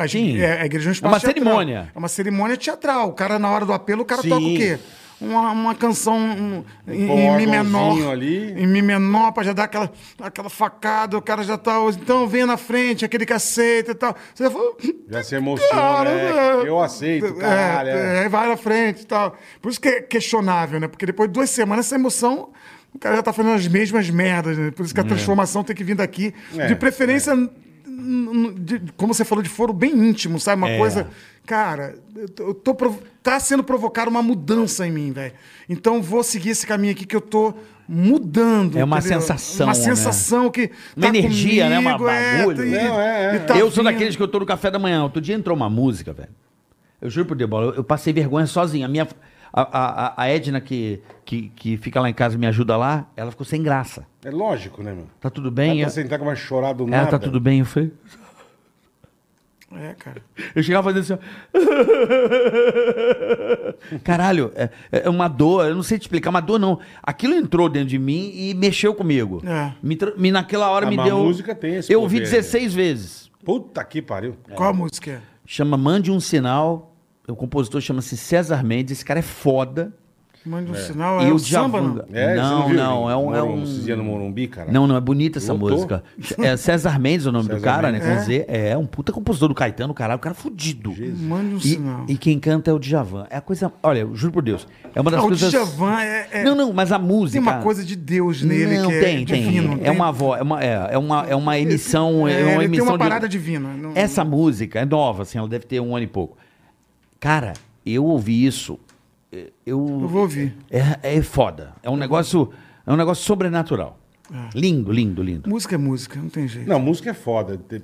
A: a- a-
D: Sim.
A: é, a igreja é um espaço
D: uma
A: teatral.
D: cerimônia.
A: É uma cerimônia teatral. O cara, na hora do apelo, o cara
C: Sim.
A: toca o quê? Uma, uma canção um, em, em Mi
C: órgãozinho
A: menor.
C: ali.
A: Em Mi menor, pra já dar aquela, aquela facada, o cara já tá. Então vem na frente, aquele que aceita e tal. Você já falou. "Hum,
C: Já se emociona, né? Eu aceito, caralho. é.
A: É, é, vai na frente e tal. Por isso que é questionável, né? Porque depois de duas semanas, essa emoção, o cara já tá fazendo as mesmas merdas, né? Por isso que a transformação tem que vir daqui.
C: É,
A: de preferência, n- n- de- como você falou, de foro bem íntimo, sabe?
C: É.
A: Uma coisa. Cara, eu tô, eu tô prov- tá sendo provocada uma mudança em mim, velho. Então vou seguir esse caminho aqui que eu tô mudando.
D: É uma sensação,
A: Uma
D: né?
A: sensação que. tá
D: Uma energia, né? Uma bagulho,
A: e-
D: né?
C: Não, é, é.
A: e tá
D: eu sou
A: vindo.
D: daqueles que eu tô no café da manhã. Outro dia entrou uma música, velho. Eu juro por Deus, bola, eu, eu passei vergonha sozinho. A minha. A, a, a- a Edna, que, que, que fica lá em casa e me ajuda lá, ela ficou sem graça.
A: é.
C: lógico, né, meu?
D: Tá tudo
C: Aí
D: bem?
C: pra sentar com uma chorada do
D: ela
C: nada.
D: tá tudo bem? Eu falei.
A: É, cara.
D: Eu chegava fazendo assim, ó. Caralho, é, é uma dor, eu não sei te explicar, é uma dor não. Aquilo entrou dentro de mim e mexeu comigo.
A: É.
D: Me, tra- me- naquela hora
C: Ah,
D: me
C: mas a
D: deu.
C: música tem esse
D: Eu ouvi
C: poder, né?
D: 16 vezes.
C: Puta que pariu.
A: Qual a música é?
D: Chama Mande um Sinal. O compositor chama-se César Mendes. Esse cara é foda.
A: Mande um sinal.
D: e
A: é
D: o
A: o samba, não?
D: Djavan-
C: É, você
D: Não,
C: viu?
D: não, é um. É
C: Morou
D: um...
C: esses dias no Morumbi, cara.
D: Não, não, é bonita essa
C: Lotou.
D: música. É César Mendes é o nome do
C: César
D: cara,
C: Mendes.
D: né? Com
A: É?
D: Z. É, um puta compositor do Caetano, caralho. O cara é fudido.
A: Mande um
D: e,
A: sinal.
D: e quem canta é o Djavan. É a coisa. Olha, eu juro por Deus. É uma das
A: Ah, o
D: coisas.
A: Djavan é- é-
D: Não, não, mas a música.
A: Tem uma coisa de Deus nele
D: não,
A: que
D: tem, tem.
A: é divino.
D: é uma voz, é uma, é, é uma, é uma emissão. É,
A: É,
D: uma
A: ele tem
D: emissão
A: uma
D: de-
A: parada divina. Não-
D: Essa música é nova, assim, ela deve ter um ano e pouco. Cara, eu ouvi isso. eh, Eu,
A: Eu vou ouvir.
D: É, é foda. É um negócio, é um negócio sobrenatural.
A: É.
D: Lindo, lindo, lindo.
A: Música é música, não tem jeito.
C: Não, música é foda. De-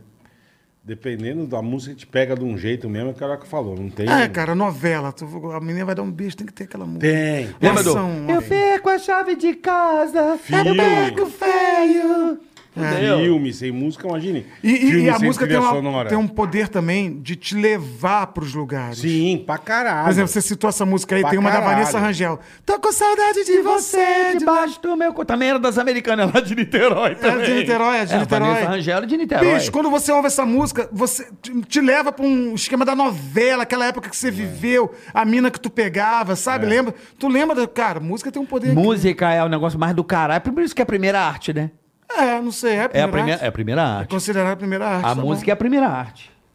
C: Dependendo da música, te pega de um jeito mesmo, é o cara que falou. Não tem.
A: É, cara, novela. tu- a menina vai dar um beijo, tem que ter aquela música.
C: Tem.
D: Lembra do?
A: Ação,
D: Eu
A: ó.
D: perco a chave de casa, eu
C: Filme.
D: perco feio.
A: É.
D: Entendeu?
C: Filme sem música, imagine.
A: E, e- e
C: Filme
A: a
C: sem
A: música tem,
C: trilha
A: uma-
C: sonora.
A: tem um poder também de te levar pros lugares.
C: Sim, pra caralho.
A: Por exemplo, você citou essa música aí,
C: Pra
A: tem uma da
C: caralho.
A: Vanessa Rangel. Tô com saudade de você. De...
D: debaixo do meu... co- Também era das americanas, lá de Niterói também.
A: de Niterói, é de
D: a
A: Niterói.
D: Vanessa Rangel era de Niterói.
A: Bicho, quando você ouve essa música, você te, te leva pra um esquema da novela, aquela época que você viveu, a mina que tu pegava,
D: É.
A: sabe? Lembra? Tu lembra, da- cara, música tem um poder
D: Música é o negócio mais do caralho. Por isso que é a primeira arte, né?
A: É, não sei, é a
D: É
A: primeira
D: a primeira,
A: arte?
D: é a primeira
A: É
D: arte.
A: considerada a primeira arte.
D: A
A: tá
D: música é a primeira arte.
A: bom.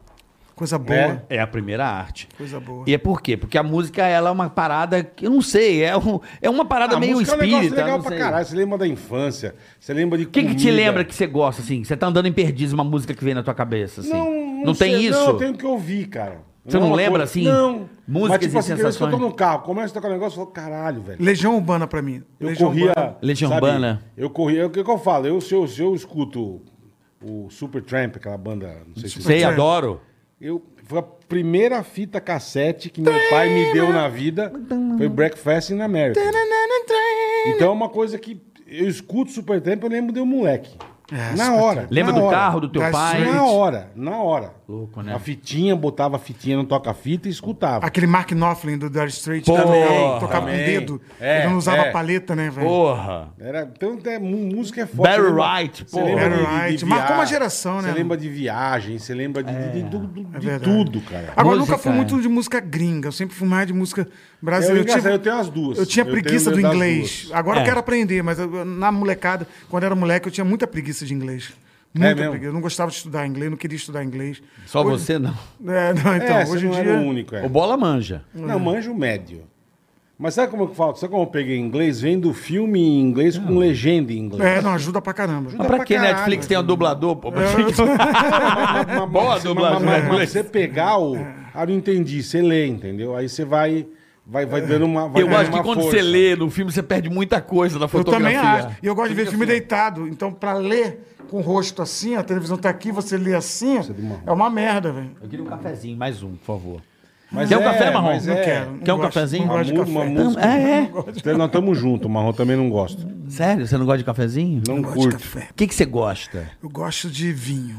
A: Coisa boa.
C: É.
D: É a primeira arte.
A: Coisa boa.
D: E é por quê? Porque a música ela é uma parada que eu não sei, é, um, é uma parada
C: A
D: meio
C: música
D: espírita.
C: é um negócio legal
D: não
C: pra
D: sei.
C: caralho. Você lembra da infância, você lembra de
D: O que, que te
C: comida.
D: lembra que você gosta, assim? Você tá andando em perdiz, uma música que vem na tua cabeça, assim. Não,
C: sei,
D: tem isso?
C: Não, eu tenho que ouvir, cara.
D: Você não
C: é uma
D: lembra,
C: coisa-
D: assim,
C: Não.
D: músicas
C: Mas,
D: e
C: tipo assim, tem vezes que eu tô
D: sensações?
C: no carro, começa a tocar um negócio e falo, caralho, velho.
A: Legião Urbana pra mim.
C: Eu
A: Legião
C: corria.
A: Urbana.
D: Legião
C: sabe,
D: Urbana.
C: Eu corria. é O que, que eu falo? Eu, se, eu, se eu escuto o Supertramp, aquela banda. Não sei se
D: Sei, adoro.
C: eu Foi a primeira fita cassete que meu pai me deu na vida. Foi Breakfast in America.
A: Né,
C: Então é uma coisa que. Eu escuto Supertramp, eu lembro de um moleque.
A: É,
C: na hora.
D: Lembra
C: na
D: do
C: hora.
D: carro do teu
A: Das
D: pai?
A: Gente.
C: Na hora, na hora.
D: Louco, né?
C: A fitinha, botava a fitinha no toca-fita e escutava.
A: Aquele Mark Knopfler do Dire Straits
D: Porra,
A: também. Tocava com o
C: também.
A: dedo.
C: É,
A: ele não usava
C: é.
A: paleta, né, velho?
D: Porra.
C: Era, então, é, mu- música é forte.
D: Barry
C: você lembra-
D: Wright,
C: você
D: pô.
C: lembra
A: Barry
C: de- de
A: Wright,
C: via-
A: marcou uma geração, né? É,
C: Você lembra de viagem, você lembra de, de- de- do- do- de
A: verdade.
C: tudo, cara.
A: Agora,
D: Música,
A: nunca fui
D: é.
A: muito de música gringa. Eu sempre fui mais de música
C: Eu,
A: brasileira.
C: É,
A: Eu,
C: engraçado,
A: tive-
C: eu tenho as duas.
A: eu tinha
C: Eu
A: preguiça
C: tenho
A: do
C: das
A: inglês.
C: duas.
A: Agora
D: É.
A: eu quero aprender, mas eu- na molecada, quando eu era moleque, eu tinha muita preguiça de inglês. Muita
C: mesmo?
A: preguiça. Eu não gostava de estudar inglês, não queria estudar inglês.
D: Só
A: Hoje-
D: você não.
A: É, não, então,
C: é, você
A: hoje em
C: não era o
A: dia.
C: único. É.
D: O Bola manja.
C: Não, manjo médio. Mas sabe como eu falo? Sabe como eu peguei inglês? Vendo filme em inglês com legenda em inglês.
A: É, não, ajuda pra é, caramba.
D: Mas pra
C: pra
D: que
C: caralho,
D: Netflix
C: né?
D: tem um dublador, pô? Pra que que-
C: Uma
D: Boa dublagem,
C: Mas,
D: né?
C: mas você pegar o. Ah, não entendi. Você lê, entendeu? Aí você vai. Vai, vai dando uma. Vai
D: Eu
C: dando
D: acho que
C: uma
D: quando
C: força.
D: você lê no filme, você perde muita coisa da
A: Eu
D: fotografia.
A: também acho. E eu gosto de ver filme deitado. Então, pra ler com o rosto assim, a televisão tá aqui, você lê assim, é uma merda, velho.
D: Eu queria um cafezinho, mais um, por favor.
C: Mas
D: Quer um café, Marrom?
C: mas
A: Não
C: é.
A: quero. não
D: Quer um
A: gosto,
D: cafezinho?
A: Não é.
C: Uma,
A: gosto de
C: mu-
A: café.
C: uma música.
D: É, é.
C: Então, Nós estamos juntos, o Marrom também não gosta.
D: Sério? Você não gosta de cafezinho?
C: Não,
A: Eu gosto de
C: curto.
A: café.
D: O que, que você gosta?
A: Eu gosto de vinho.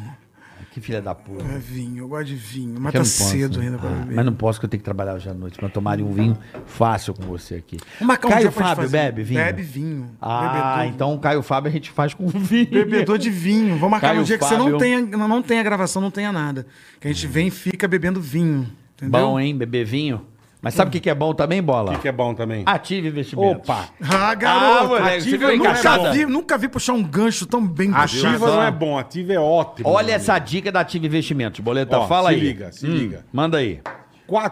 D: Que filha da puta.
A: É vinho, eu gosto de vinho. Mas
D: Que eu
A: tá
D: não posso.
A: cedo ainda pra
D: Ah,
A: beber.
D: Mas não posso, que eu tenho que trabalhar hoje à noite. Mas tomaria um vinho fácil com você aqui.
A: Vamos marcar um
D: Caio
A: dia pra gente
D: Fábio
A: fazer.
D: bebe vinho?
A: Bebe vinho.
D: Ah,
A: Bebedor.
D: então o Caio Fábio a gente faz com vinho.
A: Bebedor de vinho. Vamos marcar
D: Caio
A: um dia que você
D: Fábio.
A: não tenha, não não tenha gravação, não tenha nada. Que a gente vem e fica bebendo vinho. Entendeu?
D: Bom, hein? Beber vinho. Mas sabe o que, que é bom também, Bola?
C: O que, que é bom também?
D: Ative investimentos.
C: Opa!
A: Ah, garoto.
D: moleque,
A: ativa-
D: você viu a encaixada?
A: nunca, vi, nunca vi puxar um gancho tão bem
D: Ah,
C: Ativa
A: puxado.
C: não é bom, ativa é ótimo.
D: Olha
C: meu
D: essa
C: amigo.
D: dica da Ative Investimentos. Boleta,
C: Ó,
D: fala
C: se
D: aí. Hum.
C: liga, se liga.
D: Manda aí.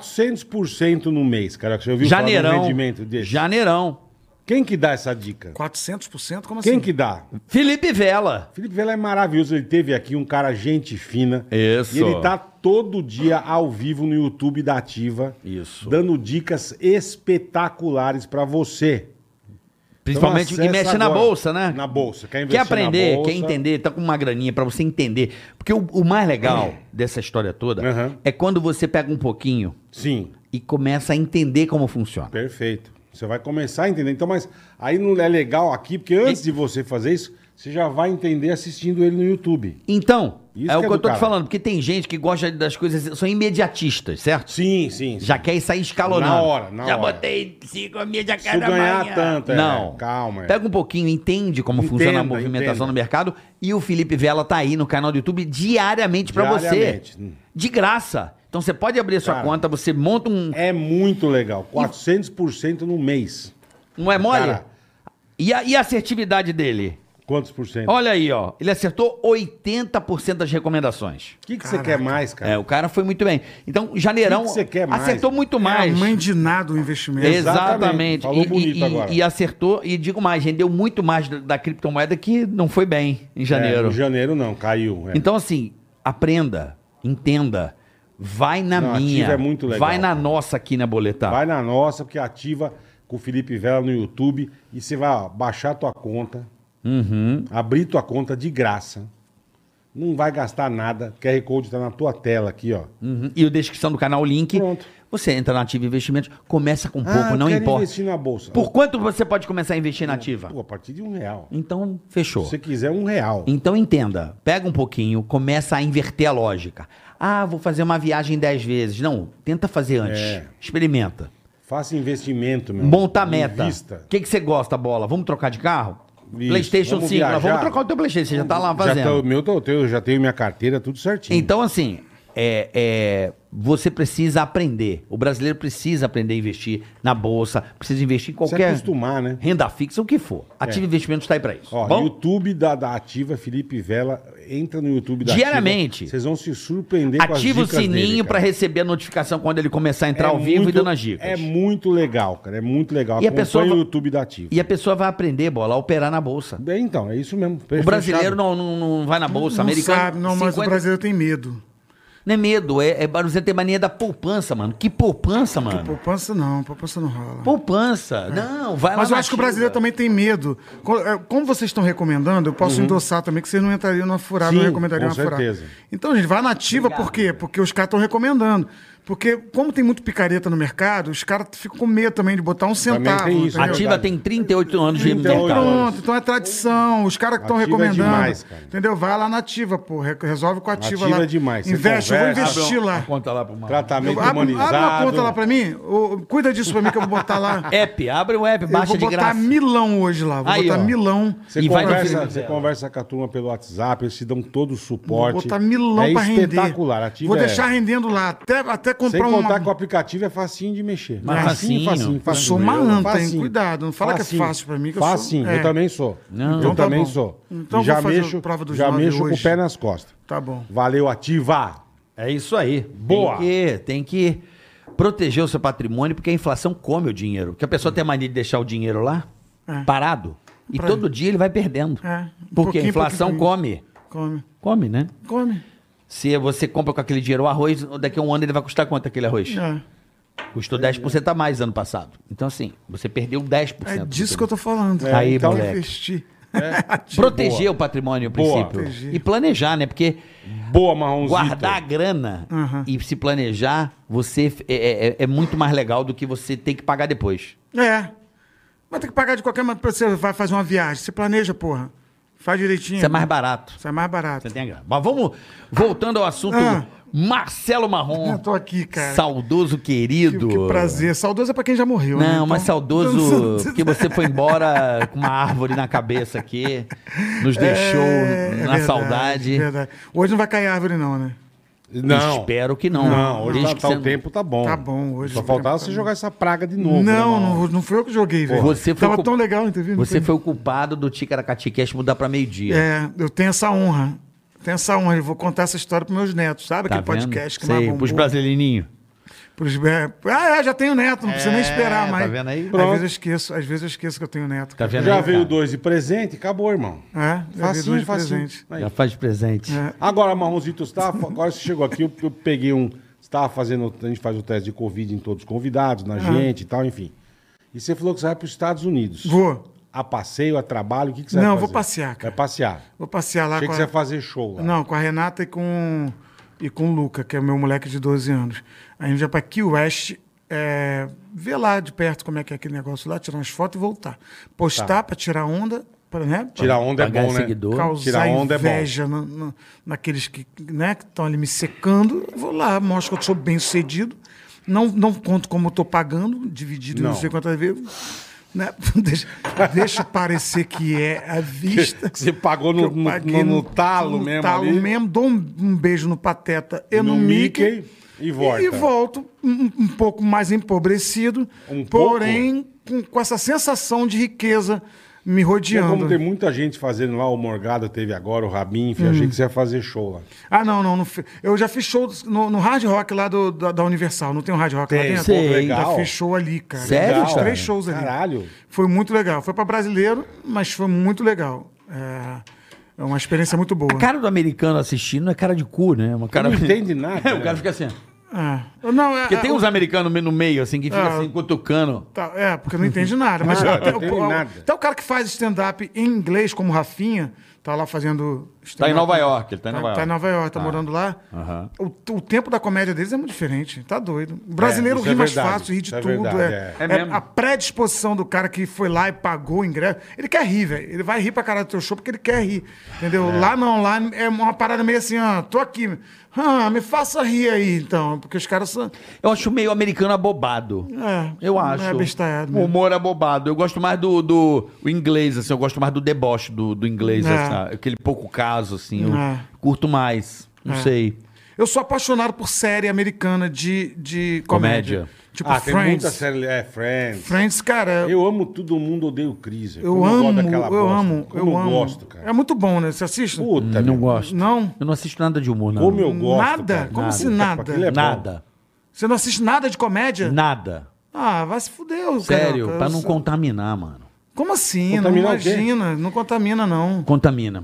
C: 400% no mês, cara. Você ouviu falar do
D: Janeirão.
C: é rendimento desse?
D: Janeirão.
C: Quem que dá essa dica?
A: 400%? Como assim?
C: Quem que dá?
D: Felipe Vela.
C: Felipe Vela é maravilhoso. Ele teve aqui um cara gente fina.
D: Isso.
C: E ele tá todo dia ao vivo no YouTube da Ativa.
D: Isso.
C: Dando dicas espetaculares pra você.
D: Principalmente
C: Então
D: o que mexe
C: acessa
D: na
C: agora.
D: bolsa, né?
C: Na bolsa. Quer
D: Quer
C: investir
D: aprender,
C: na bolsa?
D: quer entender, tá com uma graninha pra você entender. Porque o, o mais
C: Uhum.
D: legal dessa história toda
C: Aham.
D: é quando você pega um pouquinho
C: Sim,
D: e começa a entender como funciona.
C: perfeito. Você vai começar a entender. Então, mas aí não é legal aqui, porque antes de você fazer isso, você já vai entender assistindo ele no YouTube.
D: Então,
C: Isso
D: é o
C: que é
D: que eu
C: do
D: tô te
C: cara.
D: falando, porque tem gente que gosta das coisas, são imediatistas, certo?
C: Sim, sim. sim.
D: Já quer ir sair escalonando.
C: Na hora, na
D: Já
C: hora.
D: botei cinco mil de
C: Se eu
D: cada
C: ganhar
D: manhã.
C: tanto, é.
D: Não.
C: Calma. é.
D: Pega um pouquinho, entende como funciona a
C: Entenda,
D: movimentação
C: entenda.
D: no mercado. E o Felipe Vela tá aí no canal do YouTube diariamente pra você.
C: Diariamente. Hum.
D: De graça. Então você pode abrir a sua
C: Cara.
D: conta, você monta um.
C: É muito legal. 400% no mês.
D: Não é mole?
C: Cara.
D: E a, e a assertividade dele?
C: Quantos por cento?
D: Olha aí, ó. Ele acertou 80% das recomendações.
C: O que, que você quer mais, cara?
D: É, o cara foi muito bem. Então, janeirão
C: O que que você quer mais?
D: acertou muito
A: É
D: mais.
A: a mãe de nada o investimento.
D: Exatamente.
C: Exatamente. Falou
D: E-
C: bonito
D: e, e-
C: agora.
D: e acertou, e digo mais, rendeu muito mais da, da criptomoeda que não foi bem em janeiro.
C: É, em janeiro não, caiu. é.
D: Então, assim, aprenda, entenda. Vai na
C: Não,
D: minha.
C: ativa é muito legal,
D: vai na
C: cara.
D: nossa aqui na boletar.
C: Vai na nossa, porque ativa com o Felipe Vela no YouTube e você vai ó, baixar tua conta,
D: Uhum.
C: abrir tua conta de graça. Não vai gastar nada. O QR Code tá na tua tela aqui, ó.
D: Uhum. E o descrição do canal, o link.
C: Pronto.
D: Você entra na Ativa Investimentos, começa com
C: Ah,
D: pouco,
C: eu
D: não
C: quero
D: importa.
C: investir na bolsa.
D: Por quanto você pode começar a investir na Ativa?
C: Pô, a partir de um real.
D: Então, fechou.
C: Se você quiser um real.
D: Então entenda, pega um pouquinho, começa a inverter a lógica. Ah, vou fazer uma viagem dez vezes. Não, tenta fazer antes.
C: É.
D: Experimenta.
C: Faça investimento, meu.
D: Monta a
C: amigo.
D: meta.
C: Invista.
D: O que, que você gosta, bola? Vamos trocar de carro?
C: Isso,
D: PlayStation
C: vamos
D: 5. nós vamos
C: viajar.
D: trocar o teu PlayStation, já tá lá
C: Já
D: fazendo.
C: tá o meu, tá o teu, eu já tenho minha carteira, tudo certinho.
D: Então, assim, é, é, você precisa aprender. O brasileiro precisa aprender a investir na bolsa, precisa investir em qualquer.
C: acostumar, né? É.
D: Renda fixa, o que for. Ativa Investimentos está aí para isso.
C: Ó,
D: bom?
C: YouTube da, da Ativa, Felipe Vela, entra no YouTube da
D: Diariamente.
C: Ativa. Vocês vão se surpreender com as
D: Ativa o
C: dicas
D: sininho
C: dele,
D: para
C: cara.
D: receber a notificação quando ele começar a entrar
C: É
D: ao vivo e
C: muito-
D: dando as dicas.
C: É muito legal, cara. É muito legal.
D: E a
C: Acompanha
D: pessoa va-
C: o YouTube da Ativa.
D: E a pessoa vai aprender, bola, a operar na bolsa.
C: Bem, então, é isso mesmo.
D: O brasileiro não, não, não vai na bolsa,
A: não
D: americano.
A: sabe, não, mas o
D: 50
A: brasileiro tem medo.
D: Não é medo, é, é barulhento, tem mania da poupança, mano. Que poupança, mano?
A: Poupança não, poupança não rola.
D: Poupança. Não, vai lá.
A: Mas eu
D: na
A: acho que o brasileiro
D: Xinga.
A: também tem medo. Co- é, Como vocês estão recomendando, eu posso endossar também que vocês não entrariam numa furada,
C: Uhum. Sim,
A: não recomendariam
C: com
A: uma furada.
C: certeza.
A: Então, gente, vai na ativa, por quê? Porque os caras estão recomendando. Porque, como tem muito picareta no mercado, os caras ficam com medo também de botar um centavo.
C: tem isso,
A: entendeu?
C: né?
D: Ativa tem 38 anos de
C: 38
D: mercado.
A: Pronto, então é tradição. Os caras que estão
C: Ativa é
A: recomendando.
C: demais, cara.
A: Entendeu? Vai lá na ativa, pô. Re- Resolve com a ativa,
C: Ativa
A: lá.
C: é demais. Você
A: Investe, eu vou
C: conversa,
A: investir
D: Abre uma
A: lá.
D: Conta lá pro Mauro.
C: Tratamento
A: Eu- Abre, abre
C: humanizado.
A: uma conta lá pra mim. ô, cuida disso pra mim que eu vou botar lá.
D: App, abre o app,
A: Eu
D: baixa
A: vou
D: de
A: botar
D: graça.
A: Milão hoje lá. Vou
D: Aí,
A: botar
D: ó.
A: Milão.
C: Você,
D: E vai no
C: conversa,
D: filme
C: você
D: dela.
C: conversa com a turma pelo WhatsApp, eles te dão todo o suporte.
A: Vou botar Milão
C: é
A: pra render.
C: espetacular. Ativa
A: Vou
C: é-
A: deixar rendendo lá. Até, até
C: Sem
A: comprar um.
C: contar que o aplicativo é facinho de mexer.
D: Mas facinho.
A: Eu sou uma anta, hein? Cuidado, não fala que é fácil pra mim, que eu sou-
C: facinho,
A: é.
C: eu também sou.
D: Não.
C: Eu
D: Então
A: tá
C: também
A: bom.
C: sou.
A: Então
C: E já
A: vou fazer a
C: mexo,
A: prova dos
C: já
A: nove
C: mexo com o
A: hoje.
C: pé nas costas.
A: Tá bom.
C: Valeu, ativa!
D: É isso aí.
C: Boa.
D: Tem que, tem que proteger o seu patrimônio, porque a inflação come o dinheiro. Porque a pessoa tem a mania de deixar o dinheiro lá,
A: É.
D: parado, e
A: Pra-
D: todo dia ele vai perdendo.
A: É, um
D: porque a
A: pouquinho,
D: inflação
A: pouquinho.
D: come.
A: Come.
D: Come, né?
A: Come.
D: Se você compra com aquele dinheiro o arroz, daqui a um ano ele vai custar quanto aquele arroz?
A: É.
D: Custou 10% a mais ano passado. Então, assim, você perdeu 10%.
A: É
D: do
A: disso
D: seu
A: que eu tô falando.
D: um É, Aí,
A: então,
D: moleque.
A: investir.
C: É.
D: Proteger o patrimônio, a
C: Boa.
D: princípio.
A: Proteger.
D: E planejar, né? Porque
C: Boa, Marronzito.
D: guardar a grana
A: Aham.
D: e se planejar, você f- é, é- é muito mais legal do que você ter que pagar depois.
A: É. Mas tem que pagar de qualquer maneira. Você vai fazer uma viagem. Você planeja, porra. Faz direitinho.
D: Isso é mais barato.
A: Isso é mais barato.
D: Você tem a grana. Mas vamos, voltando ao assunto,
A: Ah.
D: Marcelo Marrom.
A: Eu tô aqui, cara.
D: Saudoso querido.
A: Que, que prazer. Saudoso é pra quem já morreu, né?
D: Não,
A: Então-
D: mas saudoso que você foi embora com uma árvore na cabeça aqui, nos deixou
A: É, é
D: na
A: verdade,
D: saudade.
A: verdade. Hoje não vai cair árvore, não, né?
C: Não.
D: Espero que não.
C: Não, hoje
D: Desde
C: tá,
D: que
C: tá
D: você
C: o
D: não-
C: tempo tá bom.
A: Tá bom hoje.
C: Só faltava você jogar essa praga de novo. né,
A: não,
C: Marronzito?
A: não, não foi eu que joguei, velho.
D: Você foi
A: Tava
D: com-
A: tão legal, entendeu? Não
D: Você foi o culpado do Ticaracati Cash mudar pra meio-dia.
A: É, eu tenho essa honra. Tenho essa honra. Eu vou contar essa história pros meus netos, sabe?
D: Tá
A: Aquele
D: vendo?
A: podcast que mais
D: Sei,
A: bombou.
D: pros brasileirinhos.
A: Pros be- Ah, é, já tenho neto, não precisa nem esperar
D: tá
A: mais.
D: vendo aí?
A: Às
C: Pronto.
A: vezes eu esqueço, às vezes eu esqueço que eu tenho neto.
D: Tá
A: cara.
D: vendo
C: Já
D: aí,
C: veio
D: cara?
C: dois de presente, acabou, irmão.
A: É, já vi dois de presente.
C: Aí.
D: Já faz de presente.
A: É.
C: Agora, Marronzito, você tava- agora você chegou aqui, eu, eu peguei um. Você estava fazendo. A gente faz o teste de Covid em todos os convidados,
A: Ah.
C: na gente e tal, enfim. E você falou que você vai para os Estados Unidos.
A: Vou.
C: A passeio, a trabalho, o que, que você
A: Não,
C: vai fazer?
A: vou passear, cara.
C: Vai passear.
A: Vou passear lá
C: Achei que
A: com
C: você
A: a...
C: ia fazer show lá.
A: Não, com a Renata e com e com o Luca, que é o meu moleque de 12 anos. A gente vai para Key West, é, ver lá de perto como é que é aquele negócio lá, tirar umas fotos e voltar. Postar para tirar onda, pra, né? Pra
C: Tirar onda é
D: Pagar
C: bom, né?
D: seguidor.
A: Causar
C: Tirar onda é bom.
A: inveja na- na- naqueles que né, que estão ali me secando. Eu Vou lá, mostro que eu sou bem sucedido. Não, não conto como eu estou pagando, dividido em não
C: Não.
A: sei quantas vezes. Né? Deixa, deixa parecer que é à vista.
C: Você pagou no,
A: Que eu
C: no-
A: paguei
C: no- no talo
A: no
C: mesmo
A: talo
C: ali.
A: mesmo, dou um, um beijo no Pateta e
C: No
A: no, Mickey.
C: Mickey e volta.
A: E volto um, um pouco mais empobrecido,
C: Um
A: porém com, com essa sensação de riqueza me
C: Porque Como
A: rodeando.
C: tem muita gente fazendo lá, o Morgado teve agora, o Rabin, enfim,
A: Hum.
C: achei que você ia fazer show lá.
A: Ah, não, não. não fi- eu já fiz show no, no Hard Rock lá do- da, da Universal. Não tem um Hard Rock lá
C: Tem,
A: dentro?
D: sei.
A: Já
C: Legal.
A: fiz show ali, cara.
D: Sério,
A: Já Fiz
D: cara?
A: três shows ali.
C: Caralho.
A: Foi muito legal. Foi pra brasileiro, mas foi muito legal. É, é uma experiência muito boa.
D: A cara do americano assistindo é cara de cu, né? Uma cara...
C: Não entende nada,
D: É, o cara
C: né?
D: fica assim. ó.
A: É. Não, é,
D: Porque tem um
A: é,
D: uns americanos no meio, assim, que fica
A: Ah.
D: assim, cutucando.
A: Tá, é, porque não entende nada. Mas
C: Nada,
A: até,
C: não
A: o-
C: entende
A: o-
C: nada.
A: até o cara que faz stand-up em inglês, como Rafinha, tá lá fazendo.
D: Tá em
A: stand-up.
D: Nova York, ele tá em Nova
A: Tá,
D: York.
A: tá em Nova York, tá morando lá.
D: Aham.
A: O, o tempo da comédia deles é muito diferente. Tá doido. O brasileiro
C: É, isso
A: ri
C: é
A: mais
C: verdade,
A: fácil, ri de
C: isso é
A: tudo.
C: verdade,
A: é,
D: é. É
A: é
D: mesmo.
A: a predisposição do cara que foi lá e pagou o ingresso. Ele quer rir, velho. Ele vai rir pra caralho do teu show porque ele quer rir. Entendeu? Lá não, lá é uma parada meio assim, ó, tô aqui. Ah, me faça rir aí, então. Porque os caras são.
D: Eu acho meio americano abobado.
A: É,
D: Eu
A: é
D: acho.
A: abestalhado
D: O
A: mesmo.
D: humor abobado. Eu gosto mais do, do o inglês, assim. Eu gosto mais do deboche do, do inglês,
A: É.
D: assim, aquele pouco caso, assim. Eu
A: É.
D: curto mais. Não
A: É.
D: sei.
A: Eu sou apaixonado por série americana de, de
D: Comédia.
A: comédia. Tipo
C: Ah, tem
A: Friends.
C: muita série. É, Friends.
A: Friends, cara, eu,
C: Eu amo todo mundo, odeio o Chris. velho. Como gosto
A: amo,
C: daquela
A: eu
C: bosta.
A: amo,
C: Como
A: eu
C: eu
A: amo.
C: gosto, cara.
A: É muito bom, né? Você assiste?
C: Puta,
D: não
C: meu.
D: gosto.
A: Não?
D: Eu não assisto nada de humor, não.
C: Como eu gosto.
A: Nada?
C: cara.
A: Como
C: Puta,
A: se nada?
C: aquilo é bom.
D: Nada.
A: Você não assiste nada de comédia?
D: Nada.
A: Ah, vai se fuder, cara.
D: Sério,
A: cara.
D: pra não contaminar, mano.
A: Como assim?
C: Contaminar
A: não
C: o quê?
A: imagina, não contamina, não.
D: Contamina.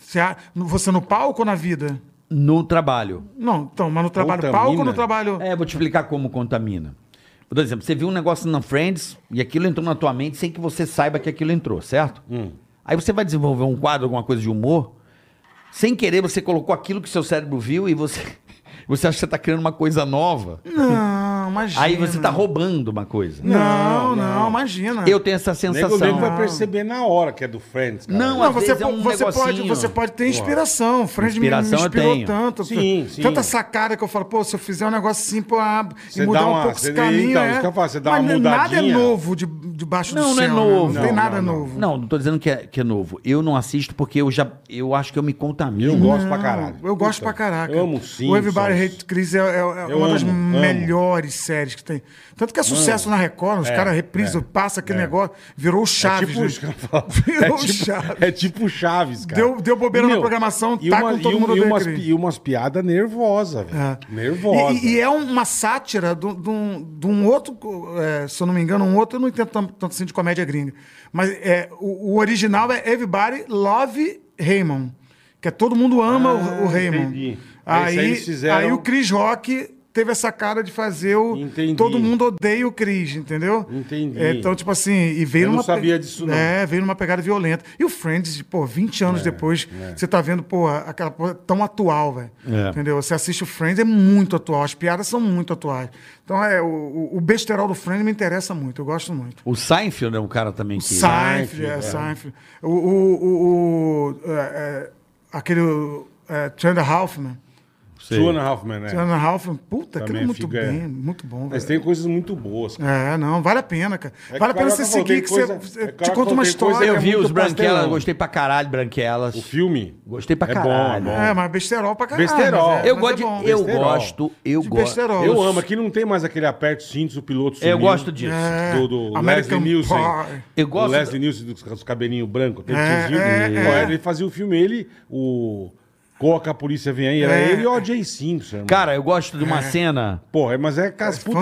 A: Você, a- você no palco ou na vida?
D: no trabalho.
A: Não, então, mas no trabalho
C: Contamina.
A: palco ou no trabalho.
D: É, vou te explicar como contamina. Por exemplo, você viu um negócio na Friends e aquilo entrou na tua mente sem que você saiba que aquilo entrou, certo?
C: Hum.
D: Aí você vai desenvolver um quadro, alguma coisa de humor, sem querer você colocou aquilo que seu cérebro viu e você, você acha que você tá criando uma coisa nova.
A: Não, imagina.
D: Aí você tá roubando uma coisa.
A: Não, não, imagina.
D: Eu tenho essa
C: Nego, nego vai
D: sensação.
C: perceber na hora que é do Friends, cara.
D: Não,
A: Não,
D: às
A: você,
D: vezes é
A: po-
D: um
A: você pode,
D: negocinho.
A: você pode ter inspiração. O Fred me-
D: Inspiração
A: me,
D: eu
A: inspirou
D: tenho.
A: tanto.
C: Sim, sim.
A: Tanta sacada que eu falo, pô, se eu fizer um negócio assim, pô, ah, e
C: Você
A: mudar
C: dá
A: um
C: uma-
A: pouco
C: você-
A: esse caminho.
C: então,
A: é.
C: isso que eu falo, você dá
A: Mas
C: uma
A: n- Nada é
C: mudadinha.
A: novo de, debaixo
D: Não,
A: do
D: não é
A: céu. né?
D: novo.
A: Não tem
C: Não,
A: nada
C: não, não.
A: novo.
D: Não, não tô dizendo que é, que é novo. Eu não assisto porque eu já eu acho que eu me contamino.
C: Eu gosto pra caralho.
A: Eu gosto
C: Puta,
A: pra caraca.
C: Eu amo sim.
A: O Everybody Hate Chris é, é- é uma
C: Eu
A: das
C: amo, amo.
A: melhores séries que tem. Tanto que é sucesso na Record, os
C: É,
A: caras reprisam,
C: é,
A: passa aquele
C: é.
A: negócio, virou o
C: É
A: Chaves.
C: tipo,
A: né?
C: isso que eu falo. é,
A: Virou o
C: tipo,
A: Chaves.
C: é tipo Chaves, cara.
A: Deu- deu bobeira
C: E,
A: na programação,
C: e
A: tá
C: uma-
A: com todo
C: e um-
A: mundo
C: E
A: dentro
C: umas,
A: ali.
C: pi- e umas piadas nervosas, velho.
A: É.
C: Nervosa.
A: E, e é uma sátira de um- de um de um outro, é, se eu não me engano, um outro, eu não entendo tam- tanto assim de comédia gringa. Mas é, o, o original é Everybody Love Raymond. Que é todo mundo ama o, o Raymond.
C: Ah, entendi. Esse aí
A: Aí,
C: eles fizeram-
A: aí o Chris Rock teve essa cara de fazer o.
C: Entendi.
A: Todo mundo odeia o Chris, entendeu?
C: Entendi.
A: É, Então, tipo assim, e veio
C: Eu não
A: numa pe-
C: sabia disso, não.
A: É, veio numa pegada violenta. E o Friends, pô, 20 anos
C: É,
A: depois, você tá vendo, pô, aquela porra tão atual, velho.
D: É.
A: Entendeu? Você assiste o Friends, é muito atual. As piadas são muito atuais. Então, é, o- o, o besterol do Friends me interessa muito. Eu gosto muito.
D: O Seinfeld é um cara também que.
A: Seinfeld,
C: Seinfeld,
A: é,
C: é.
A: Seinfeld. O... o, o, o- é, é, aquele... É, Thunder Halfman. é-
D: Sei.
C: Suana Hoffman, né?
A: Thunder Halfman, puta, aquilo
C: Também
A: é muito
C: fica-
A: bem, muito bom,
C: Mas
A: velho.
C: tem coisas muito boas, cara.
A: É, não, vale a pena, cara.
C: que
A: vale a pena
C: caraca,
A: você
C: falou, tem
A: seguir, que você,
C: coisa-
A: você
C: é,
A: te
C: caraca,
A: conta uma
C: tem coisa
A: história.
C: que
D: Eu
C: é
D: vi
C: muito
D: os Branquelas,
C: pastelão.
D: gostei pra caralho de Branquelas.
C: O filme.
D: Gostei pra
C: é bom,
D: caralho.
C: é bom.
A: É, mas besterol pra caralho.
C: Besterol.
A: mas é-
D: Eu
A: mas é
D: gosto, de-
A: bom.
D: eu
C: Besterol.
D: gosto, eu
A: De
D: gosto.
A: besterol.
C: Eu amo, aqui não tem mais aquele aperto cintos, o piloto
D: Eu
C: sumiu.
D: gosto disso.
A: É,
C: Do, do Leslie
A: American
C: Nielsen.
A: Pie.
D: Eu gosto
C: O Leslie Nielsen dos, dos cabelinhos brancos. Aquele
A: É,
C: tiozinho.
A: é,
C: Pô,
A: é.
C: Ele fazia o filme, ele, o Coca, a polícia vem aí. Era
A: É.
C: ele e o O.J. Simpson. irmão.
D: Cara, eu gosto de uma cena.
C: Pô, é, mas é que as
A: É
C: puta.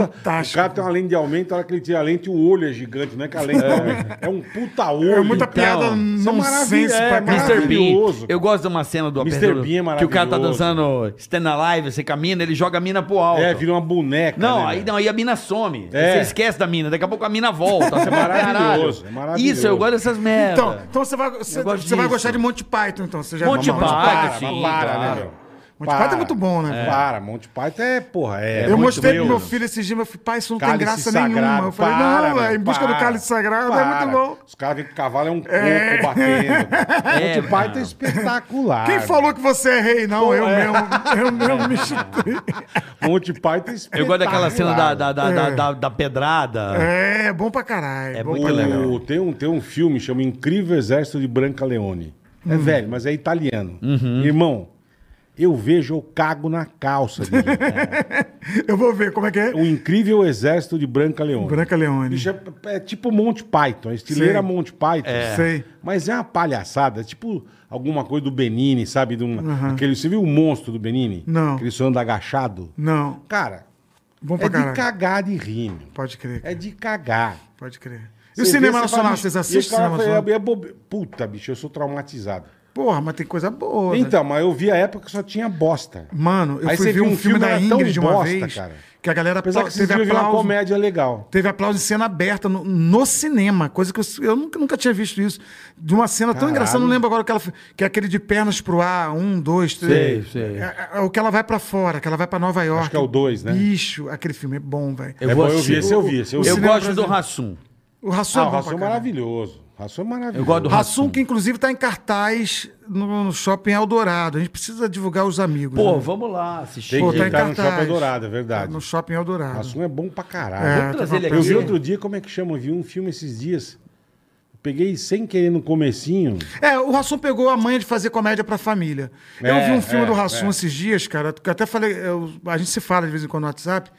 C: O
A: fantástico.
C: cara tem uma lente de aumento, a hora que ele tira a lente, o olho é gigante, não é que a lente é, aumento. é um puta olho.
A: É muita piada
C: isso é
A: nonsense
C: maravilha- é
A: pra
D: Mr.
A: caralho.
D: Bean.
C: Maravilhoso.
D: Eu gosto de uma cena do
C: Mr.
D: aperto-
C: Bean é
D: Que o cara tá
C: maravilhoso.
D: dançando Stand Alive, você camina, ele joga a mina pro alto.
C: É, vira uma boneca.
D: Não,
C: né,
D: aí,
C: velho?
D: não, aí a mina some.
C: É.
D: Você esquece da mina, daqui a pouco a mina volta. Você
C: É
D: fala,
C: maravilhoso,
D: "Caralho".
C: é maravilhoso.
D: Isso, eu gosto dessas merdas.
A: Então, então você, vai, você,
D: É, Eu gosto
A: você vai
D: disso.
A: gostar de Monty Python, então. Você já
D: Monty
A: Não,
D: Python,
C: para, mas
D: sim,
C: para,
D: claro.
C: né, meu?
A: Monty Python é muito bom, né,
C: É.
A: velho?
C: Para, Monty Python é, porra, é.
A: Eu
D: muito
A: mostrei
D: bom.
A: pro meu filho esses dias, eu falei, pai, isso não tem
C: Cálice
A: graça
C: Sagrado,
A: nenhuma. Eu falei,
C: para,
A: não, é
C: meu,
A: em busca do
C: para,
A: cálice sagrado, é
C: para.
A: muito bom.
C: Os caras veem que o cavalo é um coco batendo.
D: É,
C: Monty Python
D: mano.
C: é espetacular.
A: Quem falou que você é rei? Não, eu
C: é.
A: mesmo. Eu mesmo me chutei.
C: Monty Python é espetacular.
D: Eu gosto daquela cena da, da, da, da,
A: É.
D: da- da pedrada.
A: É, é bom pra caralho.
D: É
A: bom
D: muito
A: pra caralho.
D: legal.
C: O, tem, um, tem um filme chama Incrível Exército de Branca Leone.
A: Hum.
C: É velho, mas é italiano.
D: Uhum.
C: Irmão, eu vejo, eu cago na calça. dele.
A: Eu vou ver como é que é.
C: o Incrível Exército de Branca Leone.
A: Branca Leone.
C: Bicho, é, é tipo Monty Python, é estileira
A: Sei.
C: Monty Python.
A: Sei.
C: Mas é uma palhaçada, é tipo alguma coisa do Benini, sabe? De um, aquele, você viu o monstro do Benini?
A: Não.
C: Aquele sonho agachado?
A: Não,
C: Cara,
A: bom
C: é
A: pra
C: de
A: caralho.
C: cagar de rir, meu.
A: Pode crer,
C: É
A: cara.
C: de cagar.
A: pode crer. E
C: Você
A: o
C: vê,
A: cinema
C: você
A: nacional,
C: fala,
A: vocês
C: "Bicho,
A: assistem
C: e o
A: o
C: cara
A: cinema
C: fala,
A: nacional?
C: "É bobe- Puta, bicho, eu sou traumatizado.
A: Porra, mas tem coisa boa. né?
C: Então, mas eu vi a época que só tinha bosta.
A: Mano, eu
C: Aí
A: fui
C: você
A: ver
C: viu
A: um
C: um filme
A: filme da
C: era tão
A: Ingrid de uma
C: bosta,
A: vez
C: cara.
A: que a galera
C: Apesar
A: apla-
C: que vocês viram uma comédia legal.
A: teve aplauso de cena aberta no, no cinema, coisa que eu, eu nunca, nunca tinha visto isso. De uma cena tão
C: Caralho.
A: engraçada, não lembro agora o que ela foi- que é aquele de pernas pro ar, um, dois, três.
D: Sei, sei.
A: É, é o que ela vai pra fora, que ela vai pra Nova York.
C: que é o dois, né?
A: Bicho, aquele filme é bom, velho.
D: Eu
C: é
D: vou
C: bom, eu vi,
D: assistir.
C: esse eu vi, esse eu vi.
D: Eu
A: cinema
D: gosto do
A: brasileiro.
D: Rassum.
A: O Rassum
C: Ah,
A: é
C: o
A: bom pra
C: Rassum é
A: caralho.
C: maravilhoso. O Rassum é maravilhoso.
D: Eu gosto do Rassum.
A: Rassum, que inclusive tá em cartaz no, no Shopping Eldorado. A gente precisa divulgar os amigos.
D: Pô,
A: né?
D: vamos lá assistir.
C: Tem
A: Pô,
C: que
A: tá em
C: entrar no
A: cartaz.
C: Shopping Dourado, é verdade.
A: No Shopping Eldorado.
C: Rassum é bom pra
A: É,
C: caralho.
A: tá
D: trazer ele
A: bom.
D: aqui.
C: Eu vi outro dia, como é que chama? Eu vi um filme esses dias. Eu Peguei sem querer no comecinho.
A: É, o Rassum pegou a manha de fazer comédia pra família. eu
C: É,
A: vi um filme
C: é,
A: do Rassum
C: é.
A: esses dias, cara, que eu até falei, eu- a gente se fala de vez em quando no WhatsApp,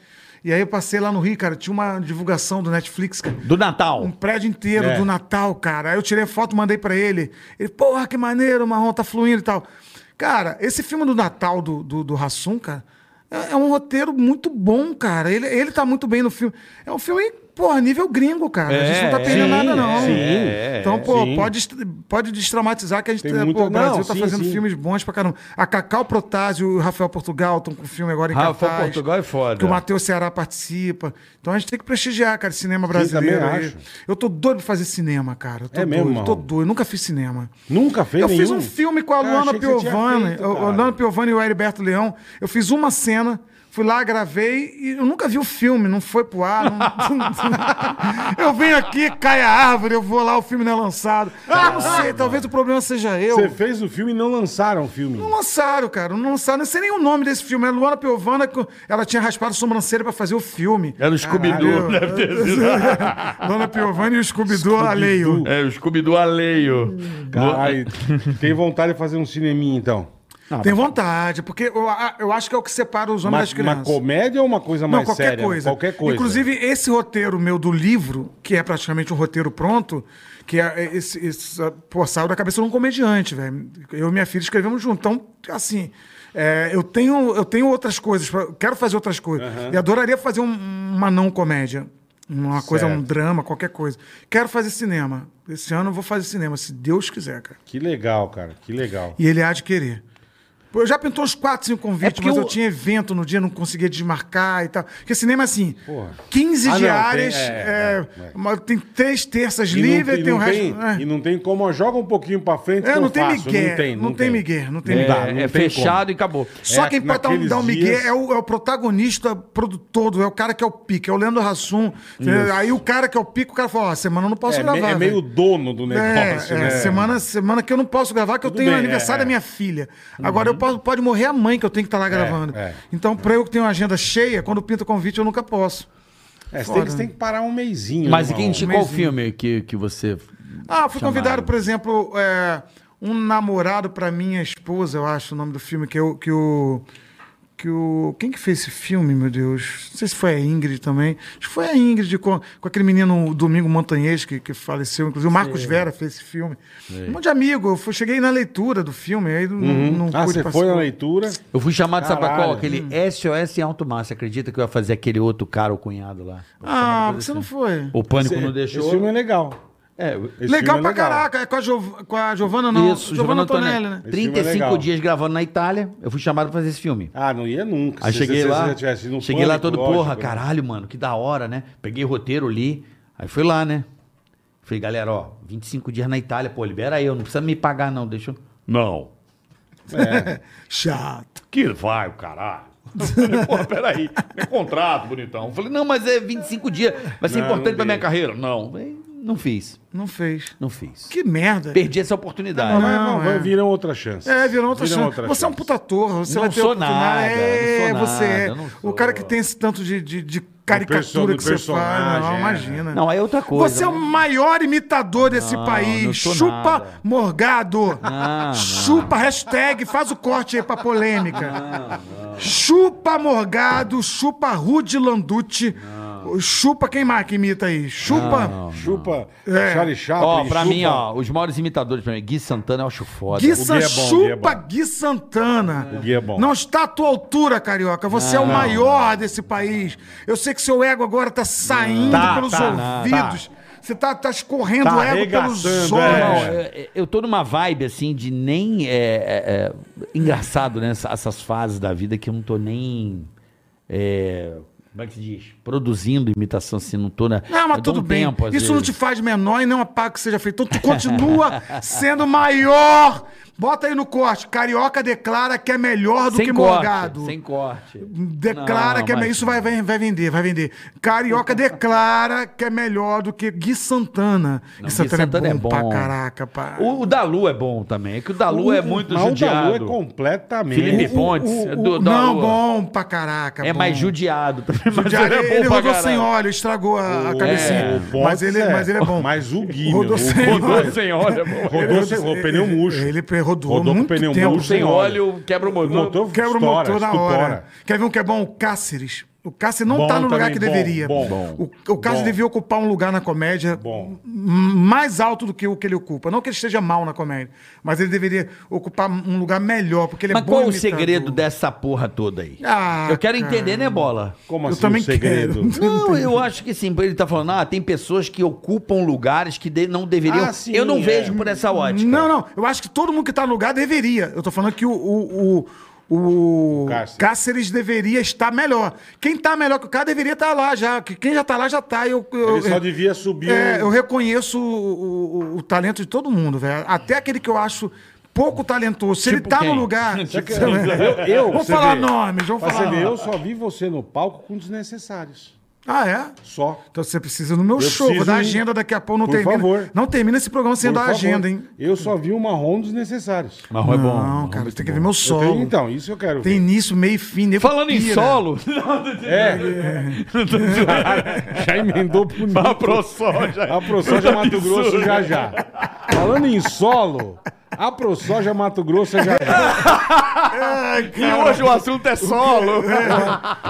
A: e aí eu passei lá no Rio, cara, tinha uma divulgação do Netflix, cara.
D: Do Natal.
A: Um prédio inteiro
C: É.
A: do Natal, cara. Aí eu tirei a foto, mandei pra ele. Ele, porra, que maneiro, o marrom tá fluindo e tal. Cara, esse filme do Natal do, do, do Hassum, cara, é, é um roteiro muito bom, cara. Ele, ele tá muito bem no filme. É um filme porra, nível gringo, cara. a gente não tá
D: É,
A: perdendo
D: sim,
A: nada, não.
C: sim.
D: É,
A: então, pô,
C: sim.
A: pode, est- pode destraumatizar que a gente
C: Tem
A: tá-
C: muita-
A: pô, o Brasil
C: não,
A: tá
C: sim,
A: fazendo
C: sim.
A: filmes bons pra caramba. A Cacau Protásio e o Rafael Portugal estão com filme agora em
D: Rafael
A: cartaz.
D: Portugal é foda.
A: Que o Matheus Ceará participa. Então a gente tem que prestigiar, cara, cinema brasileiro.
C: também
A: aí.
C: acho.
A: Eu tô doido pra fazer cinema, cara. Eu tô
C: É
A: doido,
C: mesmo,
A: eu tô
C: Marrom?
A: doido. Nunca fiz cinema.
C: Nunca fez
A: Eu
C: nenhum?
A: fiz um filme com a
C: Cara,
A: Luana
C: achei que você tinha
A: Piovani,
C: feito,
A: o- o
C: cara.
A: Luana Piovani e o Heriberto Leão. Eu fiz uma cena, fui lá, gravei e eu nunca vi o filme, não foi pro ar. não- eu venho aqui, cai a árvore, eu vou lá, o filme não é lançado. Eu não sei, talvez o problema seja eu.
C: Ah, Você fez o filme e não lançaram o filme.
A: Não lançaram, cara. Não lançaram. Não sei nem o nome desse filme. É Luana Piovana. co- Ela tinha raspado a sobrancelha pra fazer o filme.
C: É
D: Era o Scooby-Doo. deve ter sido.
A: Luana Piovani e o Scooby-Doo alheio.
D: É, o Scooby-Doo alheio.
C: Caralho, tem vontade de fazer um cineminha, então.
A: Tem vontade, porque eu, a- eu acho que é o que separa os homens
C: Uma,
A: das
C: uma
A: crianças.
C: comédia ou uma coisa
A: Não,
C: mais
A: qualquer
C: séria? né?
A: coisa.
C: Qualquer coisa.
A: Inclusive, esse roteiro meu do livro, que é praticamente um roteiro pronto, que é esse, esse pô, saiu da cabeça de um comediante, velho. Eu e minha filha escrevemos junto. Então, assim, é, eu, tenho, eu tenho outras coisas, pra- quero fazer outras coisas. E adoraria fazer um- uma não comédia. Uma coisa, um
C: Certo.
A: drama, qualquer coisa. Quero fazer cinema. Esse ano eu vou fazer cinema, se Deus quiser, cara.
C: Que legal, cara. Que legal.
A: E ele há de querer. Pô, Eu já pintou uns 4, 5 convites,
D: É porque
A: mas eu...
D: o-
A: tinha evento no dia, não conseguia desmarcar e tal. Porque cinema é assim,
C: Porra.
A: 15
C: Ah, não,
A: diárias,
C: tem- é,
A: é,
C: é, é.
A: mas tem três terças
C: E não
A: livres,
C: tem-
A: tem o
C: não
A: resto...
C: tem-
A: é.
C: E não tem como, ó, joga um pouquinho pra frente
A: É,
C: que
A: não
C: eu
A: tem
C: faço.
A: migué,
C: Não tem,
A: não tem migué, não tem
C: dá,
A: migué.
D: É,
C: não tem
D: é fechado e acabou.
A: Só
C: É,
A: quem pode dar um,
C: naqueles
A: dar um migué
C: dias-
A: é o, é o protagonista, produtor, do- é o cara que é o pico, é o Leandro Hassum. entendeu? Aí o cara que é o pico, o cara fala, ó, semana eu não
C: como.
A: posso
C: É, me-
A: gravar.
C: é meio
A: velho."
C: dono do negócio,
A: é, é,
C: né?
A: semana, semana que eu não posso gravar, que eu
C: Tudo
A: tenho
C: bem,
A: aniversário
C: é, Uhum.
A: da minha filha. Agora eu posso, pode morrer a mãe que eu tenho que estar lá gravando.
C: é.
A: Então, pra eu que tenho uma agenda cheia, quando pinta convite, eu nunca posso.
C: É, você tem, que- você tem que parar um mêsinho.
D: É, Mas
C: irmão.
D: quem te, qual filme que, que você.
A: Ah,
D: Chamaram.
A: fui convidado, por exemplo, é, um namorado pra minha esposa, eu acho o nome do filme, que, eu, que o. Que o. Quem que fez esse filme, meu Deus? Não sei se foi a Ingrid também. Acho que foi a Ingrid com, com aquele menino o Domingo Montanhês que, que faleceu. Inclusive, o Marcos Vera fez esse filme. Um monte de amigo. Eu fui- cheguei na leitura do filme, aí não, não
C: Ah,
A: pude
C: você foi
A: participar.
C: na leitura.
D: Eu fui chamado, sabe pra qual?
C: Caralho.
D: Aquele SOS em alto mar. Você acredita que eu ia fazer aquele outro cara, o cunhado lá?
A: Ah, você
C: assim.
A: não foi.
D: O pânico
C: Você-
D: não deixou.
C: Esse filme é legal.
D: É,
C: Esse
A: legal
C: filme é
A: pra caraca. É com a, Giov... com a Giovana, não.
D: isso, Giovanna
A: Giovana Antonelli,
D: Antonelli.
A: né?
C: é
D: 35
C: legal.
D: dias gravando na Itália. Eu fui chamado pra fazer esse filme.
C: Ah, não ia nunca.
D: Aí
C: Se-
D: cheguei
C: se- se
D: lá,
C: você tivesse ido no
D: cheguei lá
C: Pânico,
D: todo,
C: lógico,
D: porra,
C: né?
D: caralho, mano, que da hora, né? Peguei roteiro, li, aí fui lá, né? Falei, galera, ó, 25 dias na Itália, pô, libera eu, não precisa me pagar não, deixa eu... Não,
A: Chato.
D: que vai o caralho. Eu falei, porra, peraí, meu contrato, bonitão. Eu falei, não, mas é 25 dias, vai ser
C: Não,
D: importante
C: não
D: pra minha
C: dei.
D: carreira. Não, Falei, não fiz,
A: Não fez.
D: não fiz.
A: Que merda.
D: Perdi essa oportunidade.
C: Mas
A: Não,
C: vai-
A: é.
C: viram outra chance.
A: É, virou outra
C: Viram
A: chance. você é um
C: chance.
A: puta ator, você
D: Não
A: vai ter
D: sou
A: oportunidade.
D: nada,
A: é,
D: não sou
A: você
D: nada,
A: é.
D: eu não
A: O
D: sou.
A: cara que tem esse tanto de, de, de
C: perso-
A: caricatura
C: do
A: que você faz.
C: personagem,
A: Não,
C: é.
A: imagina.
D: Não, aí é outra coisa,
A: Você é o
D: né?
A: maior imitador desse
D: Não, não
A: país.
D: sou
A: Chupa
D: nada.
A: Morgado.
D: não.
A: Chupa, hashtag, faz o corte aí pra polêmica. Chupa Morgado, chupa Rude Landucci. Chupa quem mais que imita aí? Chupa.
C: Chupa,
A: É.
C: Charlie Chaplin,
D: Ó, pra
C: chupa-
D: mim, ó, os maiores imitadores pra mim, Gui Santana eu acho foda.
A: Gui
D: O-
A: San...
C: Gui é bom, o Gui é
A: chupa
C: bom.
A: Gui Santana.
C: O Gui é bom.
A: Não está à tua altura, carioca. Você é o maior desse país. Eu sei que seu ego agora está saindo
C: Tá,
A: pelos
C: tá,
A: ouvidos. Você está tá escorrendo
C: Tá
A: o ego pelos
C: arregaçando,
A: olhos.
D: Irmão,
C: É.
D: eu, eu tô numa vibe assim de nem. é, é, é, engraçado, né? essa- Essas fases da vida que eu não tô nem. é, como é que se diz? Produzindo imitação assim, não tô na.
A: Não, mas
D: eu dou
A: tudo
D: um
A: bem.
D: tempo, às
A: Isso não te
D: vezes.
A: faz menor e não apaga o que seja feito. Então tu continua sendo maior. Bota aí no corte. Carioca declara que é melhor do
D: sem
A: que
D: corte,
A: morgado.
D: Sem corte.
A: Declara
D: Não,
A: que é
D: mas-
A: melhor. Isso vai, vai, vai vender, vai vender. Carioca declara que é melhor do que Gui Santana.
D: Não,
A: Gui Santana, é, bom pra
D: bom.
A: caraca, pá.
D: O, o Dalu é bom também. É que o Dalu é muito
C: Mas
D: judiado.
C: O Dalu é completamente.
D: Felipe Pontes.
C: O- o-
D: do- do
A: não,
D: Dalu.
A: bom pra caraca.
D: É
A: bom.
D: mais judiado. também, mas ele
A: Judiado,
D: é bom
A: ele
D: pra
A: rodou
D: caralho.
A: sem óleo, estragou a, a cabecinha.
C: o
A: mas,
C: Pontes
A: ele, mas ele é bom.
C: Mas o Gui, meu,
A: Rodou
C: o
A: sem
C: Gui-
D: Rodou sem óleo, é bom.
C: Rodou sem o pneu murcho.
A: um Ele é- rodou,
C: Rodou com
A: muito
C: pneu
A: tempo.
C: murcho,
D: Sem óleo, quebra o
C: O
D: motor.
C: motor
A: Quebra o
C: estoura,
A: motor na
C: estupora.
A: hora. Quer ver um que é bom? O Cáceres. O Cássio não
C: Bom
A: está no lugar
C: também,
A: que
C: bom,
A: deveria.
C: bom,
A: o, o Cássio
C: bom.
A: devia ocupar um lugar na comédia
C: Bom.
A: mais alto do que o que ele ocupa. Não que ele esteja mal na comédia, mas ele deveria ocupar um lugar melhor, porque ele é
D: Mas
A: bom
D: qual o
A: imitador.
D: segredo dessa porra toda aí?
A: Ah,
D: eu quero
A: cara.
D: entender, né, bola?
C: Como
A: Eu
C: assim
A: também
C: o segredo?
A: quero.
D: Não, eu acho que sim. Ele tá falando, ah, tem pessoas que ocupam lugares que de- não deveriam.
C: Ah, sim,
D: eu não
C: é.
D: vejo por essa ótica.
A: Não, não. Eu acho que todo mundo que está no lugar deveria. Eu tô falando que o. o, o, o
C: Cáceres.
A: Cáceres. deveria estar melhor. Quem tá melhor que o cara deveria estar lá já. Que Quem já tá lá já tá. Eu, eu,
C: Ele só devia subir. um
A: é, eu
C: o-
A: reconheço o, o- o talento de todo mundo, velho. Até aquele que eu acho pouco talentoso. Se ele
D: Tipo
A: tá
D: quem?
A: no lugar.
C: Tipo, eu, eu,
A: Vamos
C: você
A: falar
C: vê.
A: nomes, vamos
C: Pra
A: falar
C: você ver,
A: nomes.
C: eu só vi você no palco com desnecessários.
A: Ah, é?
C: Só.
A: Então você precisa ir no meu
C: Eu
A: show. Vou
C: preciso
A: dar
C: ir.
A: agenda daqui a pouco. Não
C: Por
A: termina,
C: favor.
A: Não termina esse programa sem
C: Por
A: dar
C: favor.
A: agenda, hein?
C: Eu só vi o marrom dos necessários.
D: Marrom é bom.
A: Não,
D: marrom é
A: cara.
D: muito
A: Tem que
D: bom.
A: ver meu
C: Eu
A: solo.
C: tenho- então, isso eu quero.
A: Tem
C: ver.
A: início, meio e fim. nego
D: Falando em
A: pira.
D: solo.
C: É. já emendou pro
D: A ProSoja.
C: A ProSoja Mato Grosso já
D: né?
C: já. Falando em solo, a ProSoja Mato Grosso é já já.
D: E hoje o assunto é solo.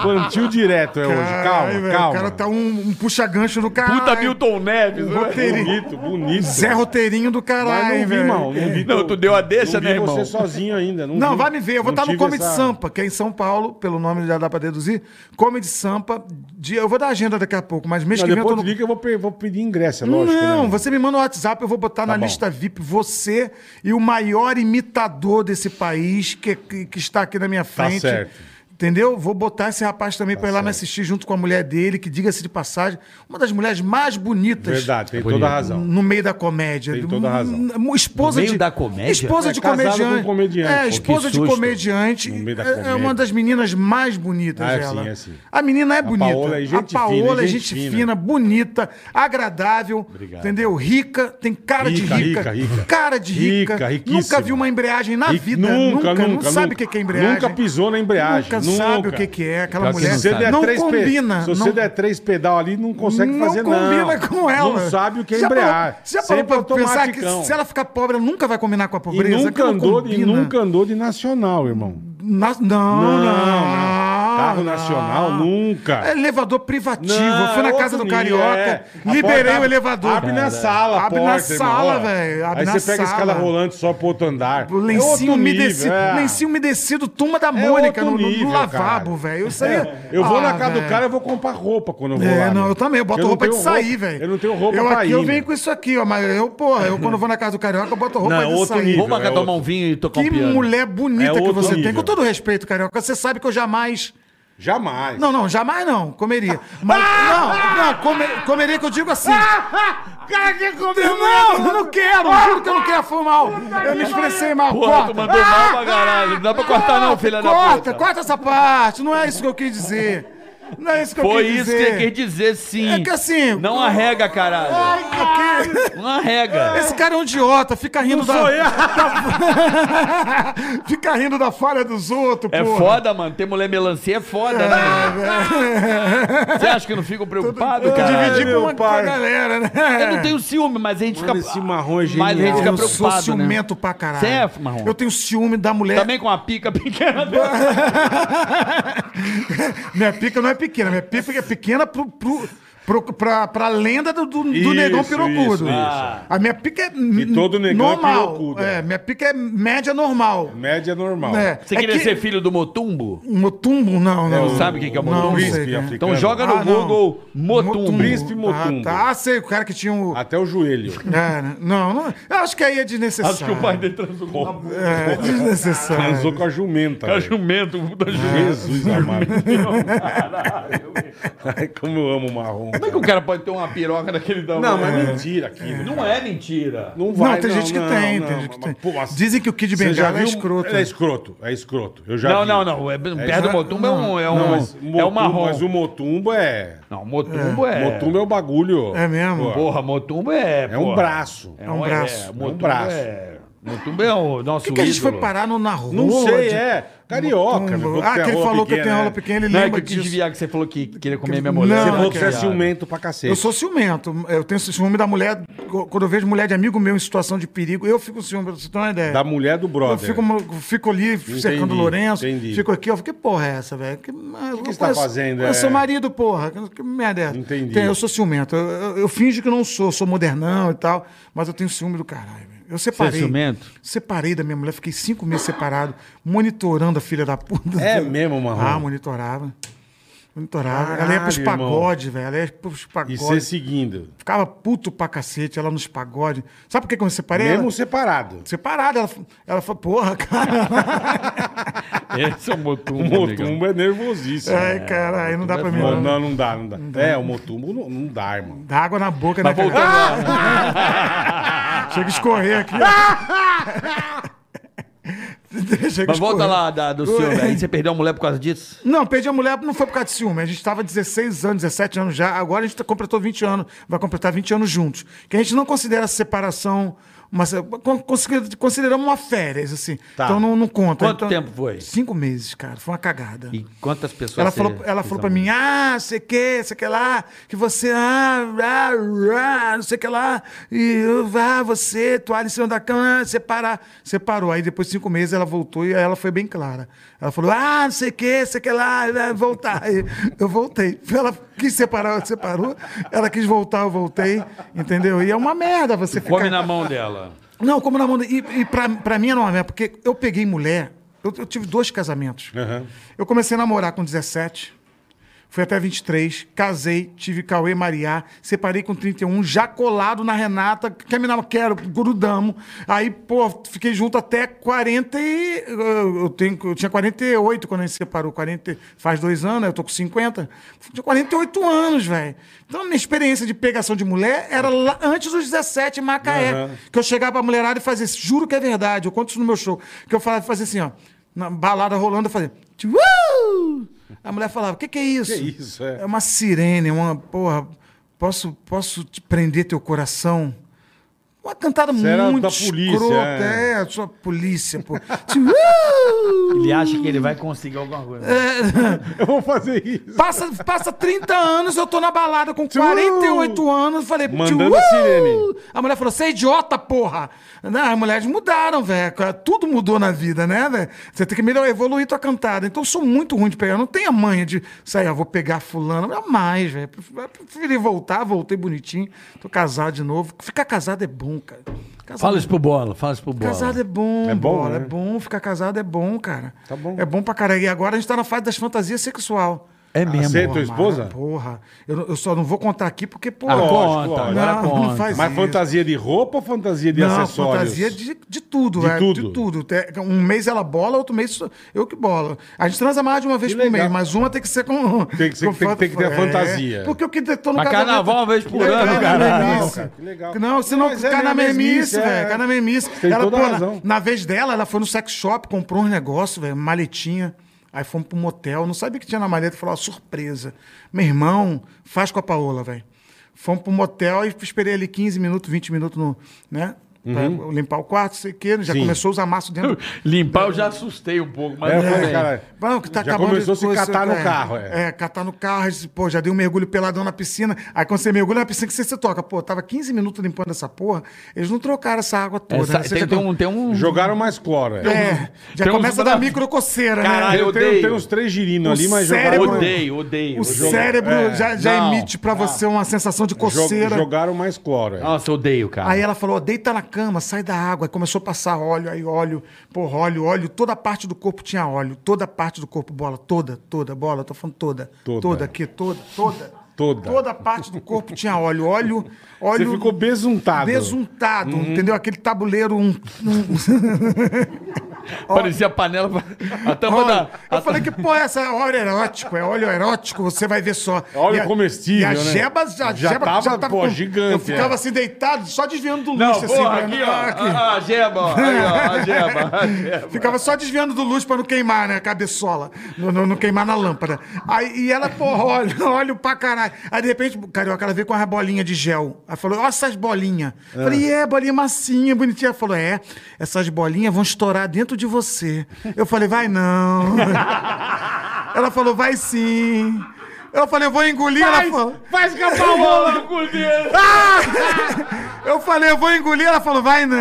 C: Plantio direto é hoje. Calma,
A: Caralho, velho,
C: calma.
A: O cara tá um, um puxa-gancho do caralho.
D: Puta Milton Neves. né?
C: Bonito, bonito.
A: Zé roteirinho do
C: Mas
A: caralho,
C: não vi,
A: velho.
C: irmão. Não, vi
D: Não,
C: teu-
D: tu deu a deixa,
C: não vi
D: né, irmão?
C: você sozinho ainda. Não,
A: Não,
C: vi-
A: vai me ver. Eu vou
C: não
A: estar no
C: tive
A: Comedy
C: essa-
A: Sampa, que é em São Paulo, pelo nome já dá pra deduzir. Comedy Sampa. dia- Eu vou dar agenda daqui a pouco, mas mês
C: Não,
A: que vem eu
C: depois
A: tô
C: eu
A: no...
C: que eu vou, pe- vou pedir ingresso, é lógico.
A: não,
C: né? Tá
A: você me manda o WhatsApp, eu vou botar na
C: bom.
A: lista VIP você e o maior imitador desse país que, que, que está aqui na minha frente.
C: Tá certo. Tá
A: Entendeu? Vou botar esse rapaz também pra ir lá me assistir junto com a mulher dele, que diga-se de passagem, uma das mulheres mais bonitas
C: Verdade, tem
D: bonito.
C: toda a razão.
A: no meio da comédia.
C: Tem toda a razão.
A: Hum, Esposa
D: No meio
A: de,
D: da comédia?
A: Esposa
C: É,
A: de
C: casado
A: comediante.
C: com um comediante. Pô,
A: É,
C: que
A: esposa de
D: susto.
A: comediante.
C: No meio da
A: É- É
C: comédia.
A: uma das meninas mais bonitas
C: Ah, é
A: ela.
C: sim, é sim.
A: A menina é bonita.
C: Paola é gente
A: a Paola
C: fina,
A: é gente fina, bonita, agradável,
C: Obrigado.
A: entendeu? Rica, tem cara de
C: Rica,
A: rica,
C: rica, rica.
A: cara de rica.
C: Rica, riquíssima.
A: nunca viu uma embreagem na
C: E-
A: vida,
C: nunca,
A: nunca, não
C: nunca,
A: sabe
C: nunca.
A: o que que é embreagem.
C: Nunca pisou na embreagem,
A: Nunca, sabe
C: nunca.
A: o que que é aquela
D: Pior que
A: mulher.
D: não sabe.
A: Não,
C: pe-
A: combina,
C: Se você
A: não-
C: der três pedal ali, não consegue
A: não
C: fazer nada.
A: combina com ela.
C: Não sabe o que é
A: Já parou-
C: embreagem.
A: Você já parou pra pensar que se ela é ficar pobre, ela nunca vai combinar com a
C: e
A: pobreza?
C: nunca,
A: Aquilo
C: andou, de- e
A: combina.
C: nunca andou de nacional, irmão.
A: Na- não, não,
C: Carro
A: não.
C: nacional, nunca.
A: Elevador privativo.
C: Não,
A: Eu fui na
C: é
A: casa
C: outro
A: do
C: nível,
A: Carioca,
C: é. A
A: liberei
C: porta
A: o elevador.
C: Abre na sala, a
A: Abre
C: porta,
A: na
C: irmão,
A: sala,
C: ó.
A: velho. Abre
C: Aí
A: na
C: você pega a escala
A: sala.
C: rolante só pro outro andar.
A: O
C: É
A: lencinho
C: outro
A: umedecido,
C: nível, é.
A: lencinho umedecido, turma da Mônica,
C: outro
A: no, no- no
C: nível,
A: lavabo,
C: cara.
A: velho. Isso aí.
C: É. Eu vou na
A: Ah,
C: casa do
A: velho.
C: cara e vou comprar roupa quando eu vou
A: É,
C: lá.
A: não,
C: meu.
A: eu também. Eu boto
C: não
A: roupa de
C: tenho
A: sair,
C: roupa-
A: velho.
C: Eu não tenho roupa
A: eu,
C: pra
A: aqui,
C: ir.
A: Eu
C: meu.
A: venho com isso aqui, ó. Mas eu, porra, eu quando vou na casa do carioca, eu boto roupa
C: Não,
A: de
C: outro
A: sair.
C: nível.
D: Vamos marcar
C: É
D: tomar um
C: outro.
D: vinho e tocar um
A: Que
D: piano.
A: mulher bonita
C: É
A: que
C: outro
A: você
C: nível.
A: tem. Com todo respeito, carioca, você sabe que eu jamais.
C: Jamais.
A: Não, não, jamais não. Comeria. Mas, não, não, come- comeria que eu digo assim.
C: Cara, que comeu
A: Não, eu não quero. Juro que eu não quero. Foi mal. Eu me expressei mal.
D: Porra,
A: Corta. Ah!
D: tu mandou mal pra caralho. Não dá pra cortar não, filha da
A: Corta,
D: puta.
A: corta essa parte. Não é isso que eu quis dizer. Não é isso que eu
D: Foi
A: quis
D: isso
A: dizer.
D: que ele quer dizer, sim.
A: É que assim-
D: Não arrega, caralho.
A: Ai, eu quis-
D: Não arrega.
A: Esse cara é um idiota, fica rindo da. da- fica rindo da falha dos outros,
D: É
A: porra.
D: foda, mano. Ter mulher melancia é foda, né?
A: É.
D: Você acha que eu não fico preocupado, cara?
A: Dividir com,
C: meu
A: uma, com a
C: pai.
A: galera, né?
D: Eu não tenho ciúme, mas a gente fica.
C: Mano, esse marrom é
D: Mas a gente
C: genial.
D: fica
A: Eu sou
D: preocupado. né?
A: ciumento pra caralho.
D: Cê é, Marrom?
A: Eu tenho ciúme da mulher.
D: Também com a pica pequena.
A: Minha pica não é pequena, minha pica é pequena pro, pro, pro, pra, pra lenda do, do, do
C: Isso,
A: negão pirocudo.
C: isso, isso.
A: A minha pica é n-
C: todo negão é
A: normal.
C: pirocudo, é.
A: é, minha pica é média normal.
C: Média normal.
A: É.
D: Você queria
A: que-
D: ser filho do Motumbo?
A: Motumbo? Não, não.
D: Não sabe o que que é
A: Não,
D: Motumbo?
A: não sei,
C: Príncipe
A: cara.
C: africano.
D: Então joga no
A: Ah, não.
D: Google Motumbo.
C: Príncipe Motumbo.
A: Ah, tá. Ah, sei, o cara que tinha um.
C: Até o joelho.
A: É, né? não, não, eu acho que aí é desnecessário.
D: Acho que o pai dele transou com a
A: É, desnecessário.
C: Transou com a jumenta.
D: a
C: velho.
D: jumento. puta jumento.
C: Jesus amado. Ai, como eu amo o marrom. É.
D: Como é que o cara pode ter uma piroca daquele da
C: Não, mas mentira né? aquilo.
D: Não é mentira.
C: Não
A: Não,
C: vai,
A: tem gente que
C: não,
A: tem,
C: não,
A: tem gente que
C: mas,
A: tem.
C: pô, mas
A: Dizem que o Kid
C: você já
A: Bengala é
C: viu-
A: escroto.
C: É escroto, é escroto. Eu já
D: Não,
C: vi.
D: não, não. É, perto do Motumbo é um. É um,
C: Não, mas
D: é
C: Motumbo-
D: um marrom.
C: Mas o Motumbo é...
D: Não, Motumbo é.
C: Motumbo é o bagulho.
A: É mesmo?
C: Pô,
D: Porra, Motumbo é.
C: é um
D: porra.
C: braço.
D: É
A: um braço.
D: É,
A: É um
D: Motumbo é.
C: braço.
D: Motumbo é o nosso
A: Por que, que a gente
D: ídolo.
A: foi parar no, na rua?
C: Não sei,
A: de-
C: é. Carioca,
A: Mutombo.
C: meu.
A: Ah, que ele falou que eu tenho aula
C: pequena. né?
A: pequena, ele
D: Não, é que
A: lembra
D: eu quis
A: disso.
D: desviar que você falou que queria comer
A: Que-
D: minha mulher.
C: Você
A: Não,
C: falou que você é
D: cara.
C: ciumento pra cacete.
A: Eu sou ciumento. Eu tenho esse ciúme da mulher. Quando eu vejo mulher de amigo meu em situação de perigo, eu fico ciúme, pra você ter uma ideia.
C: Da mulher do
A: eu
C: brother.
A: fico, eu fico ali cercando o Lourenço,
C: entendi.
A: fico aqui, eu fico, que porra é essa, velho? Que, o
C: que você tá fazendo,
A: Eu
C: é?
A: sou marido, porra. Que, que merda é essa?
C: Entendi.
A: Tem, eu sou ciumento. Eu, eu, eu finjo que não sou, sou modernão e tal, mas eu tenho ciúme do caralho, velho. Eu separei.
D: ciumento?
A: Separei da minha mulher, fiquei cinco meses separado, monitorando a filha da puta.
C: É mesmo, Marrom?
A: Ah, monitorava. Monitorava. ela ia pros
C: Caralho, irmão.
A: pagodes, velho. Ela ia pros
C: E
A: pagodes.
C: você seguindo.
A: Ficava puto pra cacete, ela nos pagode. Sabe por que que eu me separei?
C: Mesmo
A: Ela-
C: separado.
A: Separada. Ela, ela falou, porra, cara.
D: Esse é o Motumbo.
C: O
D: negão.
C: Motumbo é nervosíssimo.
A: Ai, cara, aí não
D: é
A: dá pra mim.
C: Não,
A: Não.
C: não, não dá, não dá. É, o Motumbo não, não dá, irmão.
A: Dá água na boca,
D: Tá
A: né, cara?
D: voltando lá. né?
A: Chega a escorrer aqui. ó. Chega a
D: Mas volta
A: escorrer.
D: lá da- do ciúme. Aí você perdeu a mulher por causa disso?
A: Não, perdi a mulher, não foi por causa de ciúme. A gente estava 16 anos, 17 anos já. Agora a gente tá- completou 20 anos. Vai completar 20 anos juntos. Que a gente não considera essa separação... Mas consideramos uma férias, assim.
C: Tá.
A: Então não, não conta.
D: Quanto
A: Então,
D: tempo foi?
A: Cinco meses, cara. Foi uma cagada.
D: E quantas pessoas
A: Ela
D: você
A: falou, ela
D: fez
A: falou pra
D: amor?
A: mim, ah, sei que, sei que lá, que você, ah, ah, ah, não sei que lá, e eu, ah, você, toalha em cima da cama, ah, separa. Separou. Aí depois de cinco meses ela voltou e ela foi bem clara. Ela falou, ah, não sei que, sei que lá, ah, voltar. Aí Eu voltei. Ela quis separar, ela separou. Ela quis voltar, eu voltei. Entendeu? E é uma merda você ficar.
D: Come na mão dela.
A: Não, como na mão. E, e pra, pra mim é normal, porque eu peguei mulher, eu, eu tive dois casamentos.
C: Aham.
A: Eu comecei a namorar com 17, fui até 23, casei, tive Cauê Mariá, separei com 31, já colado na Renata, quer me namorar? Quero, grudamos. Aí, pô, fiquei junto até 40 e... Eu, eu tenho, eu tinha 48 quando a gente separou, 40, faz dois anos, né? eu tô com 50. Tinha 48 anos, velho. Então, minha experiência de pegação de mulher era lá, antes dos 17, em Macaé.
C: Aham.
A: Que eu chegava pra mulherada e fazia, isso. juro que é verdade, eu conto isso no meu show, que eu falava, fazia assim, ó, na balada rolando, eu fazia... "Tchuuu!" A mulher falava, o que que é isso?
C: Que isso, é.
A: É uma sirene, uma porra. Posso, posso te prender teu coração? Uma cantada
C: Você era
A: muito
C: da polícia,
A: escrota.
C: é.
A: É, a sua polícia, pô. Tchiu-
D: Ele acha que ele vai conseguir alguma coisa.
A: É.
C: Eu vou fazer isso.
A: passa, passa 30 anos, eu tô na balada com 48 anos. Falei,
C: Mandando
A: "Tchiu-
C: a sirene."
A: A mulher falou, você é idiota, porra. Não, as mulheres mudaram, velho. Tudo mudou na vida, né, velho? Você tem que melhorar, evoluir tua cantada. Então eu sou muito ruim de pegar. Eu não tenho a manha de sair, ó, vou pegar fulano. Jamais, velho. Eu Preferi voltar, voltei bonitinho. Tô casado de novo. Ficar casado é bom, cara. Casado
D: Fala isso pro Bola, fala isso pro Bola.
A: Casado é bom,
C: É
A: é
C: bom,
A: bom,
C: né?
A: é bom, ficar casado é bom, cara.
C: Tá bom.
A: É bom pra caralho. E agora a gente tá na fase das fantasias sexual.
D: É mesmo.
C: Aceita tua
A: Porra,
C: esposa?
A: Porra, eu, não- eu só não vou contar aqui porque, pô,
D: Ah,
C: Lógico,
D: conta,
C: lógico.
D: agora
A: Não, não
D: conta.
A: faz-
C: Mas
A: Sim.
C: fantasia de roupa ou fantasia de
A: não,
C: acessórios?
A: fantasia de, de tudo,
C: De
A: é,
C: tudo?
A: de tudo. Te- Um mês ela bola, outro mês sou- eu que bola. A gente transa mais de uma vez
C: Que
A: por
C: legal.
A: mês, mas uma tem que ser com.
C: Tem que ser-
A: com
C: tem que- tem que ter a
A: é,
C: fantasia.
A: porque o que tô no
D: Mas
A: casamento-
D: carnaval uma vez por
A: Que legal,
D: ano,
A: né,
D: caralho.
A: Vinícius?
C: Cara, que legal.
A: Não, senão
C: Mas é
A: cai na
C: mesmo isso,
A: mermice,
C: é.
A: velho. Cai na mermice.
C: Tem
A: Ela,
C: toda
A: pô,
C: a
A: na-
C: razão.
A: Na vez dela, ela foi no sex shop, comprou um negócio, velho, maletinha. Aí fomos pro motel, não sabia o que tinha na maleta, falou, ó, surpresa. Meu irmão, faz com a Paola, velho. Fomos pro motel e esperei ali 15 minutos, 20 minutos no, né? Pra limpar o quarto, sei o quê. Já
C: Uhum. Sim.
A: começou os amassos dentro.
D: Limpar eu já assustei um pouco, mas
C: É, eu
D: tudo
C: falei,
D: bem.
C: cara,
A: Não, que tá
C: já
A: acabando
C: começou a
A: de
C: se
A: coisa,
C: catar no
A: é,
C: carro. É.
A: É, catar no carro, disse, pô, já dei um mergulho peladão na piscina. Aí quando você mergulha na piscina, que você, você toca, pô, tava 15 minutos limpando essa porra, eles não trocaram essa água toda.
D: Essa-
A: né? Você
D: tem,
A: já
D: tem
A: tá-
D: um, tem um...
C: Jogaram mais cloro. É.
A: É, já
D: tem uns
A: começa a dar
D: bra-
A: micrococeira,
D: Caralho,
A: né?
D: eu
C: Eu tenho,
D: odeio.
C: tenho uns três girinos
A: O
C: ali, mas
A: cérebro-
C: jogaram...
D: Odeio, odeio.
A: O
D: odeio.
A: cérebro
C: é,
A: já, já
D: não.
A: emite pra você uma sensação de
C: jo-
A: coceira.
C: Jogaram mais cloro. é.
D: Nossa, eu odeio, cara.
A: Aí ela falou, ó, deita na cama, sai da água. Aí começou a passar óleo, aí óleo, porra, óleo, óleo. Toda parte do corpo tinha óleo. Toda parte do corpo, bola. Toda, toda, bola. eu Tô falando toda.
C: Toda.
A: Toda, aqui, toda, toda.
C: Toda.
A: Toda parte do corpo tinha óleo. Óleo,
C: Você
A: óleo...
C: ficou besuntado.
A: Besuntado, entendeu? Aquele tabuleiro, um, um-
D: Parecia a panela... A tampa
A: Olha,
D: da...
A: Eu
D: a
A: falei que, pô, essa é óleo erótico, é óleo erótico, você vai ver só.
C: É Óleo
A: E a-
C: comestível,
A: E a
C: né?
A: Jeba, a
C: Já
A: jeba
C: tava, pô,
A: com-
C: gigante,
A: Eu
C: é.
A: ficava assim, deitado, só desviando do
D: Não,
A: luxo,
D: porra,
A: assim.
D: aqui,
A: pra-
D: ó. Ah, A geba, ó. Aí, ó. A geba, a
C: é,
D: geba.
A: Ficava só desviando do luz pra não queimar, né? A cabeçola. Não, não- não queimar na lâmpada. Aí, e ela, porra, olha, olha pra caralho. Aí, de repente, carioca, ela veio com uma bolinha de gel. Aí falou, ó, essas "É, bolinhas. Falei, é, bolinha massinha, bonitinha. Ela falou, é, essas bolinhas vão estourar dentro muito de você. Eu falei, vai não. Ela falou, vai sim. Eu falei, eu vou engolir. Ela falou, Ah!
C: Faz com a Paola com o dedo.
A: eu falei, eu vou engolir. Ela falou, vai não.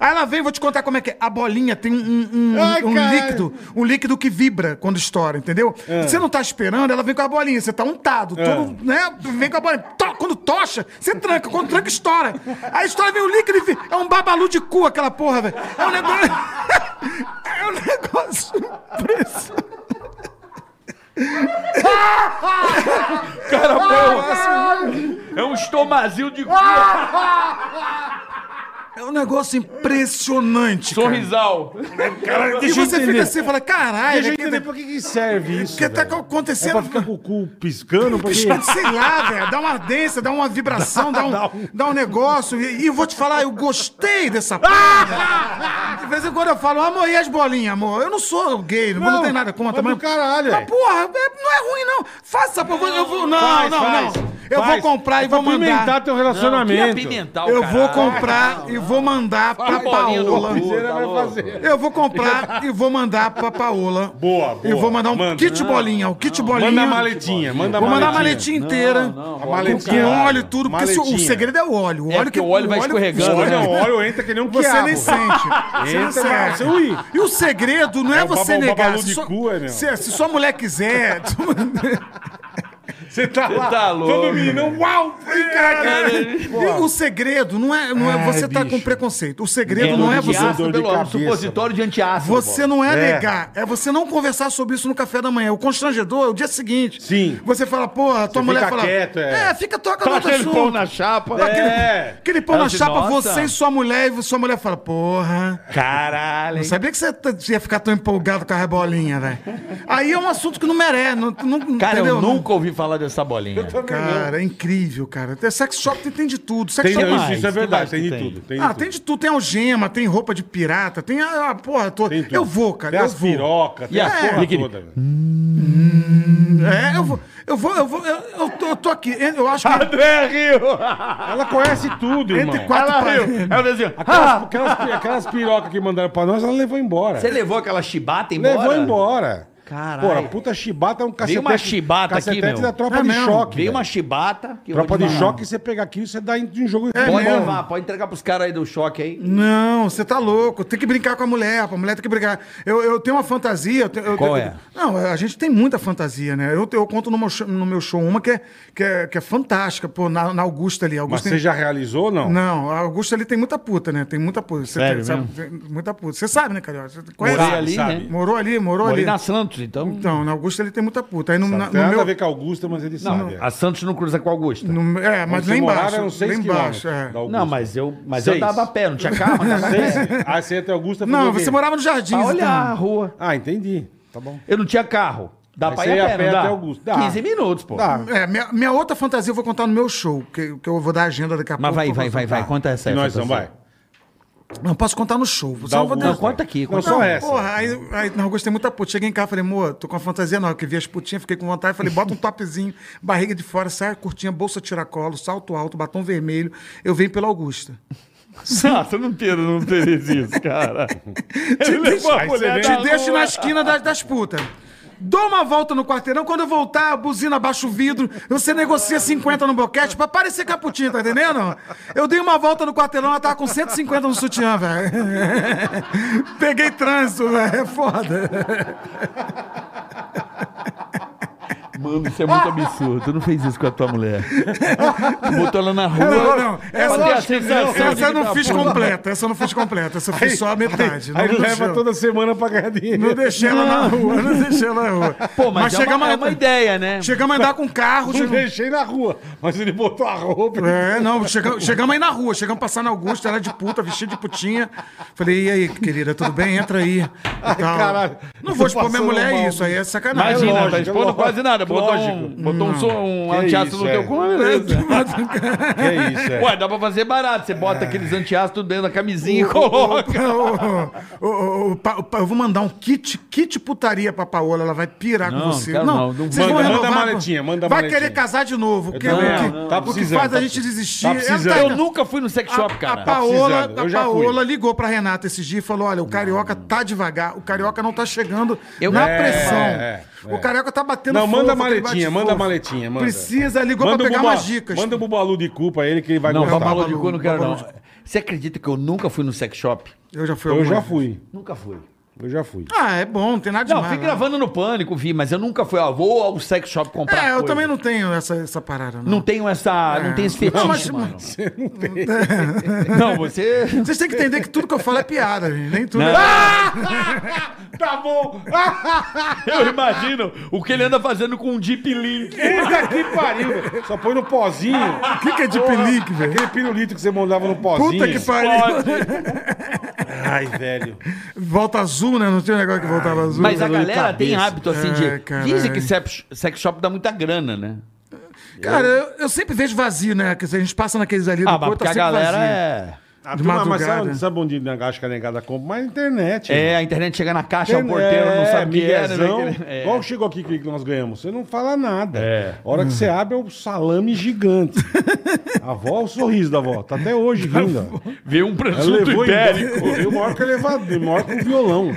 A: Aí ela vem, vou te contar como é que é. A bolinha tem um, um- um-
C: Ai,
A: um
C: caralho. É.
A: líquido, um líquido que vibra quando estoura, entendeu? Você não tá esperando, ela vem com a bolinha, você tá untado, tudo, né? Vem com a bolinha. To- quando tocha, você tranca, quando tranca, estoura. Aí estoura, vem o líquido e vi- é um babalu de cu aquela porra, velho. É um negócio. é um negócio impressionante.
D: Cara, pô, é um estomazil de
A: Ah!
D: cu,
A: É um negócio impressionante. cara.
D: sorrisal.
C: Cara,
A: E
C: deixa eu
A: você
C: entender.
A: fica assim, fala, caralho,
C: Deixa eu
A: né, que-
C: entender pra que, que serve isso.
A: Porque tá
C: velho.
A: acontecendo-
C: É pra ficar um com o cu piscando? Porque...
A: Sei lá, velho. Dá uma ardência, dá uma vibração, dá, um, dá,
C: Dá
A: um...
C: um-
A: negócio. E, e eu vou te falar, eu gostei dessa porra. De vez em quando eu falo, amor, e as bolinhas, amor? Eu não sou gay, não, vou- não
C: Não,
A: tenho nada contra,
C: mas
A: mas.
C: do caralho,
A: Mas,
C: é.
A: porra, é- não é ruim, não. Faça, essa porra. Eu vou. Não,
C: Faz,
A: não,
C: faz,
A: não. Eu
C: faz.
A: vou comprar e
C: É
A: vou
C: Pra
A: mandar.
C: apimentar teu
D: Não, que
C: relacionamento.
D: apimental,
A: Eu
D: caralho.
A: vou comprar e vou mandar pra
D: Faz bolinha no
A: Paola.
D: cu.
C: Piseira
D: Tá
C: vai
D: louco.
C: fazer.
A: Eu vou comprar e vou mandar pra Paola.
C: Boa, boa.
A: E vou mandar um
C: Manda.
A: kit bolinha, o kit bolinha.
C: Manda a maletinha, manda a
A: Vou mandar a
C: maletinha.
A: maletinha inteira.
D: não,
C: A
A: Com
C: maletinha.
A: óleo, tudo. Porque isso- o
C: Maletinha.
A: segredo é o óleo. O óleo
D: porque o óleo vai escorregando,
C: Olha,
A: escorrega.
C: o óleo entra que nem um
A: Você
C: quiabo.
A: nem sente. Você não
C: Entra, vai,
A: sente.
C: você ui.
A: E o segredo não é,
C: É o
A: você
C: baba- o
A: negar.
C: babalu
A: Se,
C: de
A: sua-
C: cu, é, meu.
A: se, se sua mulher quiser.
C: Você tá lá,
D: tá louco.
C: todo menino, uau! Ih, Caraca,
A: E o segredo não é. Não é
C: Ai,
A: você tá com
C: bicho.
A: preconceito. O segredo não
D: Dor
A: é
D: de
A: você.
C: ar.
D: ácido
C: dor de
D: pelo um
C: cabeça,
D: supositório de antiácido.
A: Você não é,
C: É.
A: negar, é você não conversar sobre isso no café da manhã. O constrangedor é o dia seguinte.
C: Sim.
A: Você fala, porra, tua
C: Você
A: mulher
C: fica
A: fala.
C: quieto, é.
A: fica toca no
D: Tá
A: outro assunto.
D: pão na chapa.
A: Aquele,
C: É.
A: aquele pão
D: Ela
A: na
D: diz,
A: chapa,
D: "Nossa."
A: você e sua mulher, e sua mulher fala, porra.
D: Caralho.
A: Não sabia que você t- ia ficar tão empolgado com a rebolinha, velho. Aí é um assunto que não merece. Não, não,
C: é
D: Cara,
A: entendeu?
D: eu nunca ouvi falar dessa bolinha.
A: Não- Cara, é incrível, cara. Tem sex shop tem, tem de tudo. Sex
C: Tem,
A: shop
C: não, isso,
D: mais?
C: isso é
D: Que mais
C: verdade,
D: que
C: tem de
D: tem?
C: tudo. Tem de
A: Ah,
C: tudo.
A: tem de tudo. Tem algema, tem roupa de pirata, tem a, a porra toda.
C: Tem tudo.
A: Eu vou, cara.
C: Tem
A: eu
C: as
A: vou.
C: pirocas, tem
D: E
C: a
D: a-
C: porra
D: Biquíni.
C: toda. velho.
A: É, eu vou, eu vou, eu vou, eu, eu tô, eu tô aqui. Eu acho que
D: André Rio!
C: Ela conhece tudo, irmão.
A: entre quatro
D: Ela riu.
A: paredes.
D: Aí eu dizia,
C: Aquelas, aquelas, pi- aquelas pirocas que mandaram pra nós, ela levou embora.
D: Você levou aquela chibata embora?
C: levou embora.
D: Caralho.
C: Porra, puta chibata é um cacetete.
D: uma chibata aqui,
C: cacetete
D: meu.
C: da tropa
A: É
C: de
A: mesmo.
C: choque.
D: Veio
C: velho.
D: uma chibata. É que eu vou
C: Tropa
D: te
C: de
D: falar.
C: choque, é você pega aqui e você dá em em um jogo. e
D: Pode
A: mesmo.
D: levar, pode entregar pros caras aí do choque aí.
A: Não, você tá louco. Tem que brincar com a mulher. A mulher tem que brincar. Eu, eu tenho uma fantasia. Eu tenho- eu
D: Qual
A: tenho-
D: é?
A: Não, a gente tem muita fantasia, né? Eu, eu conto no meu, show, no meu show uma que é, que é, que é fantástica, pô, na, na Augusta ali.
C: Mas
A: Augusta
C: você já realizou ou não?
A: Não, a Augusta ali tem muita puta, né? Tem muita puta. Você
D: Sério
A: tem, sabe, tem muita puta. Você sabe, né, Carioca? Você conhece?
D: Morei ali,
C: é sabe.
D: né?
A: Morou ali, morou
D: Morei
A: ali.
D: na Santos, então.
A: Então, na Augusta ele tem muita puta. Aí no, na-
C: Não
A: no
C: tem nada a
A: meu...
C: ver com a Augusta, mas ele sabe.
D: Ah, A Santos não cruza com a Augusta. Não,
A: no- é, mas lá embaixo.
C: Não sei
A: lá embaixo, é.
D: mas eu, mas
C: Seis.
D: eu dava pé, não tinha carro. mas dava
C: Seis?
D: pé.
C: Ah, você ia até Augusta fazer
A: Não,
C: o quê?
A: você morava no Jardim.
D: Pra olhar a rua.
C: Ah, entendi. Tá bom.
D: Eu não tinha carro. Dá
C: Mas
D: pra
C: você
D: ir a pé, não dá?
C: até Augusta. Dá.
D: 15 minutos, pô.
C: Dá.
A: É, minha, minha outra fantasia eu vou contar no meu show, que, que eu vou dar a agenda daqui a
D: Mas
A: pouco.
D: vai,
A: pra
D: vai, vai,
A: contar.
D: vai. Conta essa
C: tá. E
D: aí.
A: é
C: nós
D: essa
C: não vai.
A: Não, posso contar no show. Você
C: Dá
A: Então, não vou
C: alguma-
A: dar...
D: Não, conta aqui.
C: Não, é.
D: Conta
C: só
D: aqui.
C: essa.
A: Porra, aí, aí na Augusta tem muita puta. Cheguei em casa, falei, amor, tô com uma fantasia nova, que vi as putinhas, fiquei com vontade. Falei, bota um topzinho, barriga de fora, saia curtinha, bolsa tiracolo, salto alto, batom vermelho. Eu venho pela Augusta.
D: Ah, você não teria, não teria isso, cara.
A: Te,
D: levou a
A: deixo,
D: mulher
A: te
D: da
A: deixo
D: rua.
A: na esquina das, das putas. Dou uma volta no quarteirão, quando eu voltar, a buzina abaixa o vidro, você negocia 50 no boquete pra parecer caputinho, tá entendendo? Eu dei uma volta no quarteirão, ela tava com 150 no sutiã, velho. Peguei trânsito, velho, é foda.
D: Mano, isso é muito absurdo. Tu não fez isso com a tua mulher. Tu botou ela na rua.
A: Não, não, essa,
D: pra ter a
A: essa,
D: sensação de
A: eu não
D: que tá
A: fiz
D: pulando.
A: completa, essa eu não fiz completa, essa eu fiz só a metade.
C: Aí
A: não
C: leva
A: deixei-
C: toda semana pra ganhar dinheiro.
A: Não deixei ela na rua, não deixei ela na rua.
D: Pô, mas, é, uma,
A: a-
D: é uma ideia, né?
A: Chegamos a andar com carro,
C: Não
A: chegamos-
C: deixei na rua, mas ele botou a roupa.
A: É, não, chegamos, chegamos aí na rua, chegamos passar na Augusta, ela de puta, vestida de putinha. Falei, e aí, querida, tudo bem? Entra aí. e tal.
C: caralho.
A: Não vou
C: Isso
A: expor minha
C: passou
A: mulher
C: normal,
A: isso, aí é sacanagem.
D: Imagina,
C: lógico,
D: tá
C: é
D: expondo
C: lógico.
D: quase nada. botou um,
C: Lógico.
D: botou um, som- um
C: Que
D: antiácido
C: isso,
D: no teu
C: é.
D: cu, beleza.
C: Que é isso, é.
D: Ué, dá pra fazer barato. Você bota aqueles antiácidos dentro da camisinha e coloca.
A: Ô, ô, ô, ô, pa- pa- eu vou mandar um kit, kit putaria pra Paola, ela vai pirar
D: Não,
A: com você.
D: quero não,
A: Não,
D: não
A: vocês vão
C: manda, manda
A: renovar,
C: a
A: pô.
C: maletinha, manda a
A: Vai
C: maletinha.
A: querer casar de novo, o que,
C: também,
A: o que-
C: não, não, tá
A: o que
C: precisando,
A: faz
C: tá
A: a gente
C: precisando.
A: desistir. É,
C: Tá
A: Ela
C: precisando.
D: Eu nunca fui no sex shop,
A: a,
D: cara.
A: a Paola,
C: precisando, eu
A: Tá a
C: já fui.
A: Paola ligou pra Renata esses dias e falou: olha, o carioca tá devagar, o carioca não tá chegando
D: Eu-
A: na
D: É,
A: pressão.
C: é, é.
A: O carioca tá batendo
C: Não, manda a
A: fofo, aquele
C: maletinha,
A: bate
C: manda a
A: fofo.
C: maletinha, manda.
A: Precisa, ligou
C: Manda
A: pra
C: o
A: pegar
C: Buba-
A: umas dicas.
C: Manda o Bubalu de cu pra ele que ele vai
D: Não,
C: gostar.
D: babalô de cu eu não quero,
A: Babalu
D: não.
A: de
D: Você acredita que eu nunca fui no sex shop?
A: Eu já fui
C: Eu
A: algumas
C: já
A: vezes.
C: fui.
D: Nunca fui.
C: Eu já fui.
A: Ah, é bom, não tem nada
D: Não,
A: demais.
D: fui
A: né?
D: gravando no pânico, vi, mas eu nunca fui. Ó, vou ao sex shop
A: É,
D: comprar.
A: eu
D: coisa.
A: também não tenho essa, essa parada, não.
D: Não tenho essa. Não tenho esse fetiche,
A: mas-
D: mano.
C: Você não tem.
D: Não, você.
A: Vocês têm que entender que tudo que eu falo é piada, gente. Nem tudo.
D: Não.
A: é-
C: Tá bom.
D: Eu imagino o que ele anda fazendo com um deep link.
C: Puta que pariu. velho. Só põe no pozinho.
A: O que, que é de pelique, velho?
C: Aquele pirulito que você mandava no pozinho.
A: Puta que pariu.
C: Ai, velho.
A: Volta azul, né? Não tinha um negócio que voltava azul.
D: Mas a
C: dor de
D: galera tem
C: cabeça.
D: hábito assim de.
A: É, caralho.
D: Dizem que sex, sex shop dá muita grana, né?
A: Cara, eu, eu sempre vejo vazio, né? Que a gente passa naqueles ali
D: Ah,
A: do
D: mas porque
A: corpo, tá
D: a
A: sempre
D: galera
A: vazio.
D: é.
C: A
A: De
C: turma, mas
A: madrugada.
C: sabe, sabe onde acho que a negada compra? Mas na internet.
D: É,
C: irmão.
D: a internet chega na caixa,
A: É,
D: o um porteiro não sabe o que é,
C: miguezão.
D: né? Aquele- é.
C: Igual chegou aqui que nós ganhamos. Você não fala nada.
D: É.
C: A hora que você abre é um salame gigante. a avó, o sorriso da avó. Tá até hoje ainda.
D: Vê um
C: Ela
D: presunto
C: levou
D: ibérico.
C: ibérico. Veio maior que elevador, maior que um violão.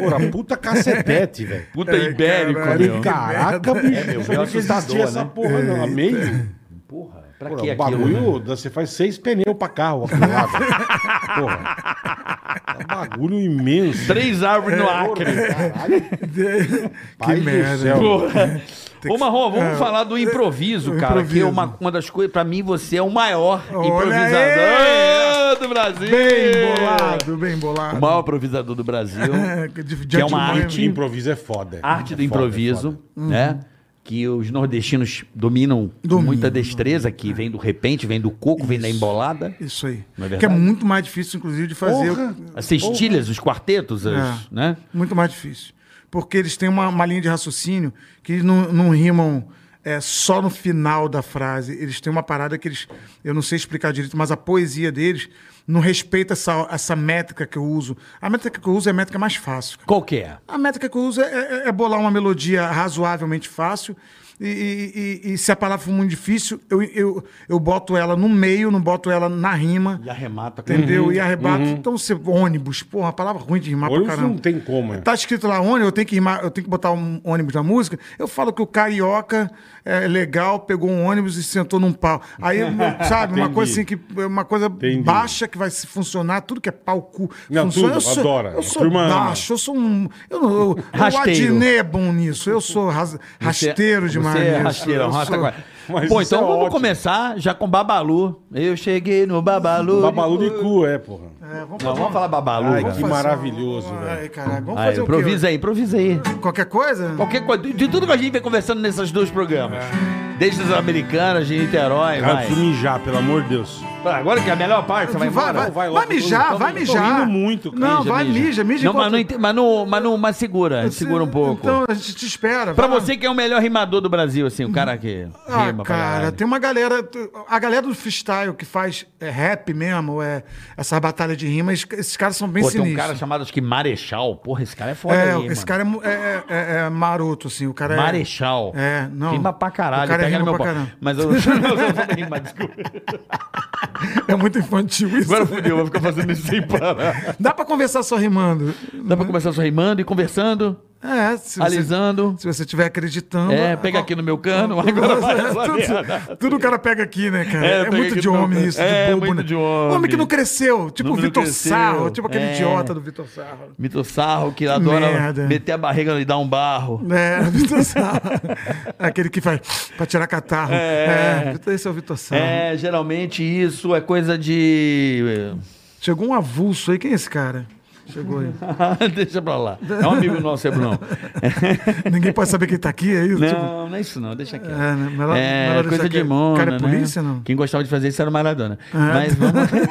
C: Porra, puta cacetete, velho.
D: Puta ibérico,
A: É, caralho.
D: meu. É,
C: Caraca, bicho.
D: meu,
C: eu
D: meio
C: não
D: assustador,
C: existia essa
D: né?
C: porra, não. A meio.
D: Porra, pra
C: Porra,
D: que
C: o
D: aquilo?
C: bagulho,
D: né?
C: dá- você faz seis pneus pra carro acumulado. Porra. É um bagulho imenso.
D: Três árvores
A: É,
D: no Acre.
C: Pai
A: que
C: do
A: merda.
C: céu.
D: Porra. Ô, Marrom, vamos falar do improviso, cara, que é
A: É. improviso.
D: uma, uma das coisas, pra mim, você é o maior
A: Olha
D: improvisador do Brasil.
A: Bem bolado, bem bolado.
D: O maior improvisador do Brasil.
A: É, de, de
D: Que é uma
A: antemão,
D: arte.
A: né?
C: Improviso é foda.
D: arte do
C: É foda, é
D: improviso,
C: foda.
D: né? Que os nordestinos dominam com
A: Uhum. Dominam,
D: muita destreza, que vem do repente, vem do coco, vem da embolada.
A: Isso aí.
D: Não é verdade?
A: que é muito mais difícil, inclusive, de fazer.
C: Porra.
D: As cestilhas, os quartetos, as-
A: É.
D: né?
A: Muito mais difícil. Porque eles têm uma, uma linha de raciocínio que eles não, não rimam é, só no final da frase. Eles têm uma parada que eles. Eu não sei explicar direito, mas a poesia deles não respeita essa, essa métrica que eu uso. A métrica que eu uso é a métrica mais fácil. cara.
D: Qual que é?
A: A métrica que eu uso é, é- é bolar uma melodia razoavelmente fácil. E, e- e- e se a palavra for muito difícil, eu, eu, eu boto ela no meio, não boto ela na rima.
D: E arremata com
A: Entendeu?
C: Uhum.
A: E arrebato. Então, você, ônibus, porra, uma palavra ruim de rimar
C: Ônibus
A: pra caramba.
C: não tem como, é.
A: Tá escrito lá ônibus, eu tenho que rimar, eu tenho que botar um ônibus na música. Eu falo que o carioca é legal, pegou um ônibus e sentou num pau. Aí, sabe, uma
C: Entendi.
A: coisa assim que é uma coisa
C: Entendi.
A: baixa que vai se funcionar, tudo que é pau cu.
C: Não,
A: funciona.
C: tudo,
A: eu sou,
C: adora.
A: Eu sou
C: Turma ama.
A: baixo, eu sou um. Eu, não- eu, eu
D: Rasteiro.
A: adinei é bom nisso. Eu sou ras-
D: Você- é
A: rasteiro demais.
D: Você é
A: nisso.
D: rasteirão,
A: Eu
D: rasta
A: sou-
D: quase.
C: Mas
D: Pô,
C: isso
D: então
C: é
D: vamos
C: ótimo.
D: começar já com Babalu. Eu cheguei no Babalu.
C: Babalu de cu, é, porra.
A: É, vamos
D: Não,
A: fazer-
D: vamos falar Babalu,
C: Ai,
D: cara.
C: que maravilhoso,
A: um- Ai,
C: velho.
A: caralho, vamos
D: Aí,
A: fazer o quê?
D: Ah, improvisa aí, improvisa aí.
A: Qualquer coisa?
D: Qualquer coisa, de- de tudo que a gente vem conversando nesses dois programas. Desde as americanas, de Niterói,
C: Cara, eu
D: vai.
C: preciso mijar, pelo amor de Deus.
D: Agora que é a melhor parte, você vai embora.
A: Vai, vai,
C: vai
A: vai,
C: logo,
A: mijar,
C: tô-
A: vai
C: tô
A: mijar.
C: rindo muito, cara.
A: Não, vai, mija, mija.
D: Não, mas,
A: enquanto-
D: não, ente- mas, não, mas, não, mas segura, segura um pouco.
A: Então, a gente te espera.
D: pra
A: vai lá.
D: você que é o melhor rimador do Brasil, assim, o cara que
A: Ah,
D: rima pra
A: cara,
D: caralho.
A: tem uma galera. tu- A galera do freestyle que faz é, rap mesmo, é, essa batalha de rimas, esses caras são bem
D: Pô, tem um
A: sinistros.
D: cara chamado, acho que Marechal. Porra, esse cara é foda
A: é,
D: aí,
A: esse
D: mano.
A: cara é mu- é, é- é maroto, assim. O cara é-
D: Marechal.
A: É, não.
D: Rima pra caralho,
A: O cara
D: pega no
A: rima
D: meu
A: pra
D: pau.
A: caramba.
D: Mas eu não vou rimar, desculpa.
A: É muito infantil isso.
D: Agora fudeu, eu vou ficar fazendo isso sem parar.
A: Dá pra conversar só rimando.
D: Dá pra começar só rimando e conversando,
A: É, se você,
D: alisando.
A: se você estiver acreditando.
D: É, pega aqui no meu cano, agora vai essa merda.
A: é tudo, assim. tudo o cara pega aqui, né, cara?
D: É,
A: É,
D: pega
A: muito
D: aqui
A: de
D: no-
A: homem isso,
D: É,
A: de bobo,
D: muito
A: né?
D: de homem.
A: que não cresceu, tipo
D: Não-
A: o
D: não
A: Vitor
D: cresceu.
A: Sarro, tipo aquele
D: É.
A: idiota do Vitor Sarro.
D: Mito Sarro, que adora
A: merda.
D: meter a barriga e dar um barro.
A: É, Vitor Sarro. É aquele que faz pra tirar catarro. É, Vitor- esse é o Vitor Sarro.
D: É, geralmente isso é coisa de.
A: Chegou um avulso aí, quem é esse cara? Chegou aí.
D: deixa pra lá. É um amigo nosso, é Bruno.
A: Ninguém pode saber quem tá aqui, é isso? Tipo,
D: Não, não é isso não, deixa aqui.
A: É, né? Melhor-
D: É,
A: melhor
D: coisa
A: deixar
D: de
A: quieto.
D: mona,
A: Cara, é polícia,
D: né?
A: não? É.
D: Quem gostava de fazer isso era o Maradona. Mas vamos...
A: Tipo,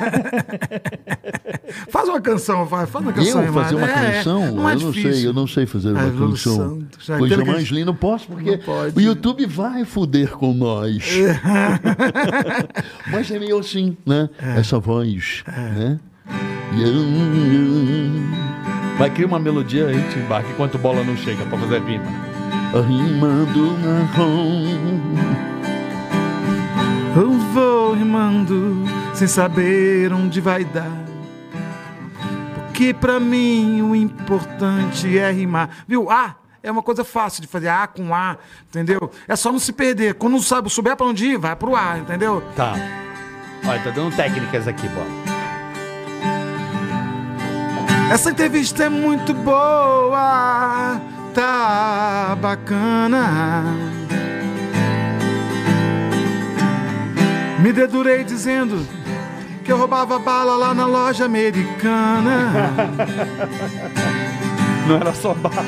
A: Faz uma canção, vai. Faz uma canção.
E: eu fazer
A: Imagem.
E: uma
A: É, é.
E: canção? eu não
A: difícil.
E: sei, eu não sei fazer uma
A: Ah, Lulu
E: canção.
A: Santos, já
E: Coisa
A: entendo que a
E: mais
A: gente-
E: linda, não posso, porque
A: Não pode.
E: o YouTube vai foder com nós. Mas é meio assim, né?
A: É.
E: Essa voz, né?
D: Vai criar uma melodia, a gente embarca enquanto bola não chega pra fazer rima.
E: Rimando marrom.
A: Eu vou rimando sem saber onde vai dar. Porque pra mim o importante é rimar. Viu? A é uma coisa fácil de fazer. A com A, entendeu? É só não se perder. Quando não sabe, souber pra onde ir, vai pro A, entendeu?
D: Tá. Olha, tá dando técnicas aqui, bola.
A: Essa entrevista é muito boa, tá bacana. Me dedurei dizendo que eu roubava bala lá na loja americana.
D: Não era só barra.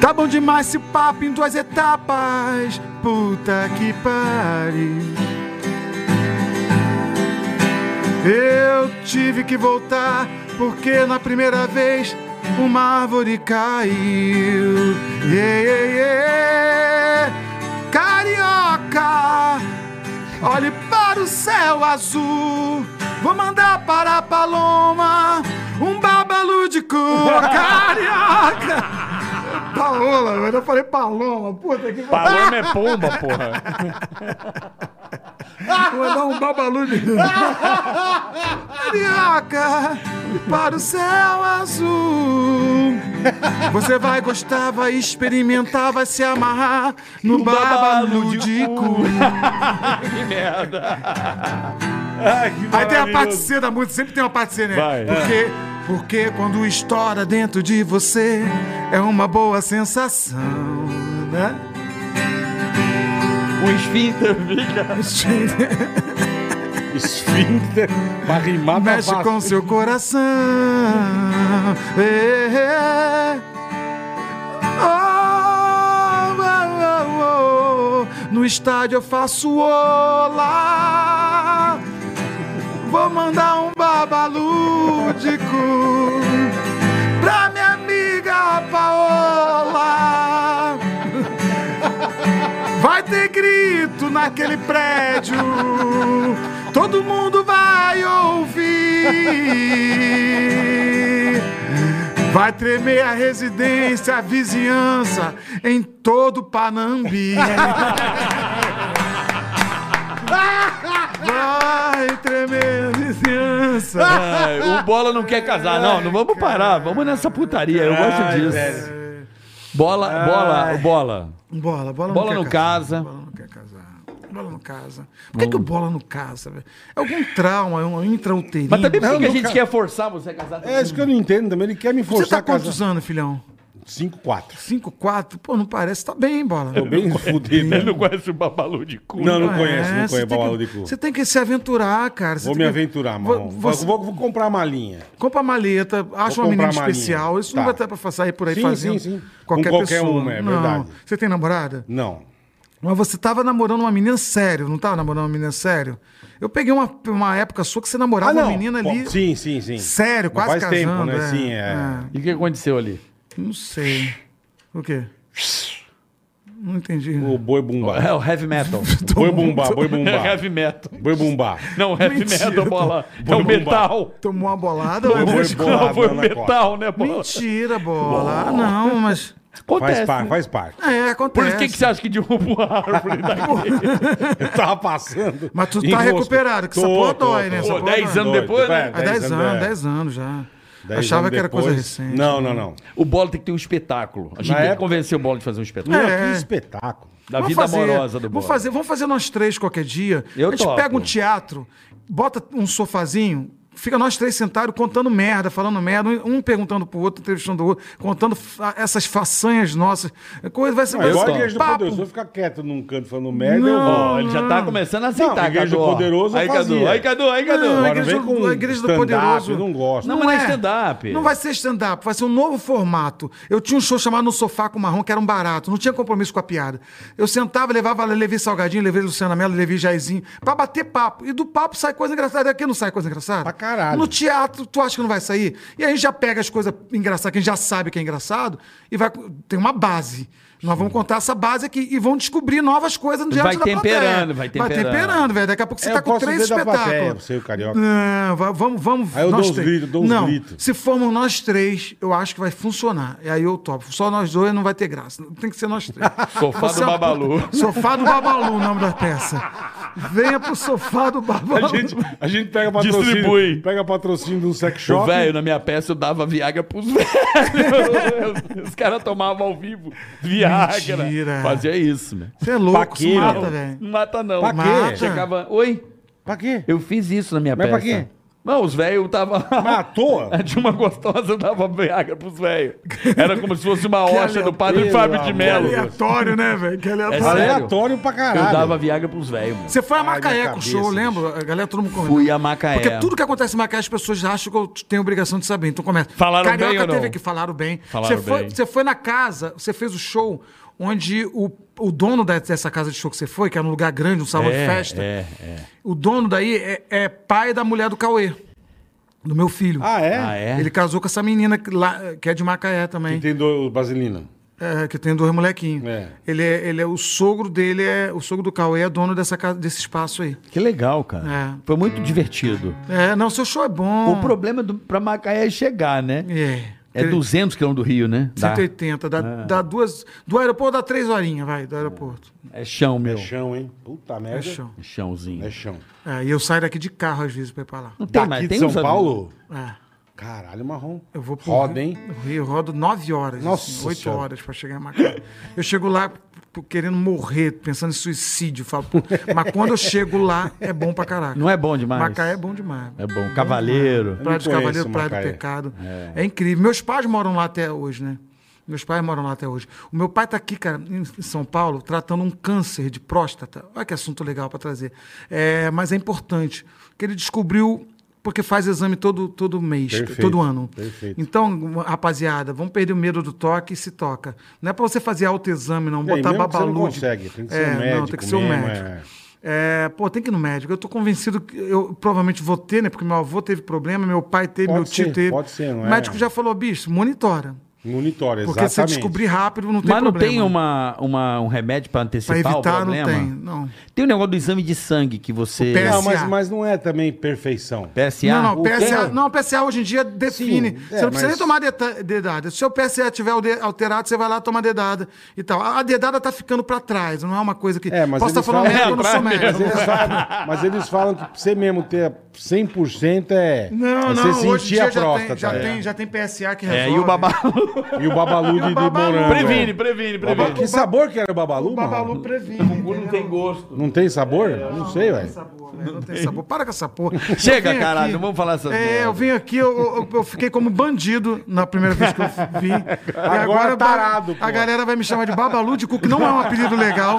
A: Tá bom demais esse papo em duas etapas, puta que pare. Eu tive que voltar porque na primeira vez uma árvore caiu. Yeah, yeah, yeah. Carioca, olhe para o céu azul. Vou mandar para a paloma um babalu de cor. Carioca. Paola, eu falei Paloma, puta que pariu.
D: Paloma é pomba, porra.
A: Vou dar um babalu de. Carioca, para o céu azul. Você vai gostar, vai experimentar, vai se amarrar no babalu de cu.
C: Ai, que
A: Aí tem a parte
C: maravilhoso.
A: C da música, sempre tem uma parte C, né?
D: Vai.
A: Porque, porque quando estoura dentro de você, é uma boa sensação, né?
D: O esfíncter fica.
C: Esfíncter. Pra rimar tá
A: Mexe
C: fácil.
A: com seu coração. É. Oh, oh, oh, oh. No estádio eu faço olá. Vou mandar um babalúdico pra minha amiga Paola. Vai ter grito naquele prédio. Todo mundo vai ouvir. Vai tremer a residência, a vizinhança em todo Panambi. Vai tremer a vizinhança.
D: Ai, o Bola não quer casar. Não, não vamos parar. Vamos nessa putaria. Eu gosto
C: Ai,
D: disso.
C: velho.
D: Bola, bola, bola.
A: Bola, bola,
D: Bola
A: não,
D: não
A: quer
D: casa.
A: Bola não quer casar. Bola não casa. Por que, que o bola não casa, velho? É algum trauma, é um intrauterino.
D: Mas também por
C: Não,
D: que que a
C: não
D: gente
C: ca-
D: quer forçar você a casar?
C: É isso que eu não entendo também. Ele quer me
A: Você
C: forçar
A: tá
C: a casar.
A: quantos anos, filhão?
C: 5, 4.
A: Cinco, quatro? Pô, não parece. Tá bem, bola.
C: Tô bem fudido. né?
D: não conhece o babalu de cu.
C: Não, não conheço, não
A: É, você
C: conheço
A: tem que-
C: Balalo de Cu.
A: Você tem que se aventurar, cara. Você
C: Vou
A: tem
C: me
A: que-
C: aventurar,
A: Vou-
C: Marrom. Vou,
A: você-
C: vou- vou comprar uma linha.
A: Compra a maleta, acha
C: Vou
A: uma
C: comprar
A: menina
C: a malinha.
A: especial. Isso não
C: Tá.
A: vai dar pra sair por aí
C: Sim,
A: fazendo
C: sim, sim.
A: qualquer
C: Com qualquer
A: pessoa.
C: uma, é
A: Não.
C: verdade.
A: Você tem namorada?
C: Não.
A: Mas você tava namorando uma menina sério, não tava namorando uma menina sério? Eu peguei uma, uma época sua que você namorava uma menina
C: Ah, Pô,
A: ali.
C: Sim, sim, sim.
A: Sério,
C: Mas
A: quase
C: faz
A: casando.
C: tempo, né?
A: é,
C: Sim, é.
D: E o que aconteceu ali?
A: é. Não sei. O quê? Não entendi.
C: O boi bumbá.
D: É o heavy metal.
C: Boi bumbá, boi
D: É
C: bumbá.
D: heavy metal.
C: Boi bumbá.
D: Não, heavy
A: Mentira,
D: metal,
A: tô-
D: bola. É
C: Foi
D: o
C: bombar.
D: metal.
A: Tomou uma bolada?
C: Foi
A: mas-
C: boi bolado
D: Não, foi o
C: na
D: metal, né, bola?
A: Mentira, bola. Ah, não, mas.
C: Faz
D: Acontece. né?
C: parte, faz parte.
A: É,
D: Por
A: acontece.
D: isso que, que você acha que derrubou a árvore daqui?
C: Eu tava passando.
A: Mas tu tá
C: em Rosca.
A: recuperado, que essa
C: Tô,
A: porra
C: tô,
A: dói,
C: tô.
A: né? Essa
D: Pô,
A: porra
D: 10
A: dói.
D: anos depois, né?
A: Há 10
C: é.
A: anos, 10 anos já. Achava que era coisa recente. né?
C: Não, não, não.
D: O Bola tem que ter um espetáculo. A gente
C: Na
D: tem que
C: época-
D: convencer o Bola de fazer um espetáculo.
C: Meu,
A: É.
C: que espetáculo.
D: Da
A: Vamos
D: vida
A: fazer,
D: amorosa do Bola.
A: Vamos fazer, vamos fazer nós três qualquer dia.
D: Eu
A: a gente
D: topo.
A: pega um teatro, bota um sofazinho, fica nós três sentados contando merda, falando merda, um perguntando pro outro, entrevistando o outro, contando fa- essas façanhas nossas. Coisa vai ser vai
C: Não, é
A: ser
C: igual
D: só.
C: a igreja do
A: papo.
C: poder. Se eu ficar quieto num canto falando merda, eu
A: Não.
C: vou.
D: Ó, ele já tá começando a aceitar,
C: Igreja do
D: ó.
C: um- Poderoso eu
D: Aí, Cadu,
C: fazia.
D: aí, Cadu, aí, Cadu.
A: Não,
C: Agora
A: a igreja
C: vem com
A: do- a igreja do
C: stand-up,
A: Poderoso.
C: eu não gosto.
D: Não, mas é stand-up.
A: Não vai ser stand-up, vai ser um novo formato. Eu tinha um show chamado No Sofá com Marrom, que era um barato, não tinha compromisso com a piada. Eu sentava, levava, levei Salgadinho, levei Luciana Mello, levei Jairzinho, pra bater papo. E do papo sai coisa engraçada. Daqui não sai coisa engraçada?
C: Pra caralho.
A: No teatro, tu acha que não vai sair? E aí a gente já pega as coisas engraçadas, que a gente já sabe que é engraçado, e vai. Tem uma base. Nós vamos contar essa base aqui e vão descobrir novas coisas no diante da plateia.
D: temperando, vai temperando.
A: Vai temperando, velho. Daqui a pouco você
C: É,
A: tá
C: eu
A: com
C: posso ver
A: três
C: da plateia,
A: espetáculos.
C: você e o carioca.
A: Não, Ah, va- vamos, vamos.
C: Aí eu
A: nós
C: dou uns
A: três.
C: gritos, dou uns
A: não,
C: gritos.
A: Se formos nós três, eu acho que vai funcionar. E aí eu topo. Só nós dois não vai ter graça. Tem que ser nós três.
D: Sofá
A: Você
D: do
A: é uma-
D: Babalu.
A: Sofá do Babalu, o nome da peça. Venha pro sofá do
C: A
A: Babalu.
C: gente, a gente pega patrocínio.
D: Distribui.
C: Pega patrocínio de um sex
D: O
C: shop.
D: velho, na minha peça, eu dava Viagra pros velhos. Os caras tomavam ao vivo Viagra.
A: Mentira.
D: Fazia isso, né?
A: Você é louco,
C: Paqueiro.
A: isso mata, velho.
D: Não mata, não.
C: Pra quê?
A: Mata.
D: Chegava. Oi?
C: Pra quê?
D: Eu fiz isso na minha
C: Mas pra
D: peça.
C: quê?
D: Não, os velhos tava.
C: Mas à toa?
D: A Dilma Gostosa dava Viagra pros velhos. Era como se fosse uma hoxa do
A: aleatório,
D: padre Fábio de
C: amor.
A: Que
D: Melo.
A: aleatório, né, velho? Que aleatório.
D: Sério?
C: Aleatório pra
D: Eu
C: caralho.
D: dava Viagra pros velhos, mano.
A: Você foi a
C: Ai,
A: Macaé
C: minha
A: com o
C: cabeça,
A: show, eu
C: bicho.
A: lembro? A galera todo mundo correndo.
D: Fui a Macaé.
A: Porque tudo que acontece em Macaé, as pessoas acham que eu tenho obrigação de saber. Então começa.
D: Falaram
A: Carioca
D: bem ou não?
A: teve aqui, falaram bem.
D: Falaram
A: você, foi,
D: bem.
A: você foi na casa, você fez o show onde o, o dono da- dessa casa de show que você foi, que era um lugar grande, um salão de
D: É,
A: festa,
D: é, é.
A: o dono daí é, é pai da mulher do Cauê, do meu filho.
C: Ah, é?
D: Ah, é?
A: Ele casou com essa menina que, lá, que é de Macaé também.
C: Tem do Basilina.
A: É, que tem dois molequinhos.
C: É.
A: Ele, é, ele é o sogro dele, é o sogro do Cauê é dono dessa casa, desse espaço aí.
D: Que legal, cara.
A: É.
D: Foi muito divertido.
A: É, não, seu show é bom.
D: O problema do, pra Macaé é chegar, né?
A: É.
D: É 200 km do Rio, né? Dá. Ah.
A: 180, dá, dá duas. Do aeroporto dá três horinhas, vai, do aeroporto.
D: É chão, meu.
C: É chão, hein? Puta merda.
A: É chão.
D: É chãozinho.
C: É chão.
A: É, e eu saio daqui de carro às vezes pra ir pra lá.
D: Não
C: Daqui
D: mais-
C: de São
D: uns avi-
C: Paulo?
A: É,
C: Caralho, marrom.
A: eu vou pro
C: Roda,
A: Rio-
C: hein?
A: o Rio, eu rodo nove horas,
C: Nossa
A: assim, oito
C: Senhora.
A: horas pra chegar em Macaé. Eu chego lá p- querendo morrer, pensando em suicídio. Falo, pô, mas quando eu chego lá, é bom pra caraca.
D: Não é bom demais?
A: Macaé é bom demais.
D: É bom. Cavaleiro.
A: Praia dos
C: conheço
A: Cavaleiros, Praia do
C: Macaé.
A: Pecado. É. incrível. Meus pais moram lá até hoje, né? Meus pais moram lá até hoje. O meu pai tá aqui, cara, em em São Paulo, tratando um câncer de próstata. Olha que assunto legal para trazer. É, mas é importante, porque ele descobriu, porque faz exame todo, todo mês,
C: Perfeito,
A: todo ano.
C: perfeito.
A: Então, rapaziada, vamos perder o medo do toque e se toca. Não é para você fazer autoexame, não,
C: É, e
A: botar
C: mesmo que você não
A: babalu. de-
C: consegue, tem que ser um
A: Não, tem
C: médico
A: que ser um
C: mesmo,
A: médico.
C: é.
A: É, pô, tem que ir no médico. Eu tô convencido que eu provavelmente vou ter, né? Porque meu avô teve problema, meu pai teve,
C: Pode
A: meu tio
C: ser,
A: teve.
C: pode ser, não é?
A: O médico já falou, bicho, monitora.
C: Monitora, exatamente.
A: Porque se você descobrir rápido, não tem
D: Mas não
A: problema.
D: tem uma, uma- um remédio pra antecipar
A: Pra
D: o
A: evitar, não
D: problema?
A: tem. Não.
D: Tem um negócio do exame de sangue que você...
A: O PS-
C: Não, mas,
A: PSA.
C: mas não é também perfeição.
D: PSA?
A: Não, não,
C: o
A: PSA,
C: cara-
A: não, PSA hoje em dia define.
C: Sim,
A: você
C: é,
A: não precisa
C: mas-
A: nem tomar deta- dedada. Se o seu PSA tiver alde- alterado, você vai lá tomar dedada e tal. A a dedada tá ficando pra trás, não é uma coisa que.
C: É, mas
A: Posso estar
C: eles
A: falando
C: falam-
A: merda, eu não
D: É, pra-
A: sou
C: Mas
A: médico.
C: eles, falam, mas eles falam que pra você mesmo ter 100% é,
A: Não,
C: é
A: não,
C: você
A: hoje em
C: sentir
A: dia
C: a
A: já,
C: próstata.
A: tem, já,
C: é.
A: tem, já tem PSA que
D: É,
A: resolve.
D: e o babá...
C: E o babalu
A: E o
C: de, de
A: babalu.
C: morango.
D: previne, previne,
C: Baba-
D: previne.
C: Que sabor que era o babalu,
A: O
C: mano?
A: babalu previne.
D: Não tem gosto.
C: Não tem sabor? não, sei,
A: Não tem
C: velho.
A: sabor, velho, não tem sabor. Para com essa porra.
D: Chega,
A: Eu vim
D: caralho,
A: aqui-
D: não vamos falar essas
A: É, eu
D: merdas.
A: vim aqui, eu, eu- eu fiquei como bandido na primeira vez que eu vim. E
C: Agora é tarado,
A: A
C: pô.
A: galera vai me chamar de Babalu de Cu, que não é um apelido legal.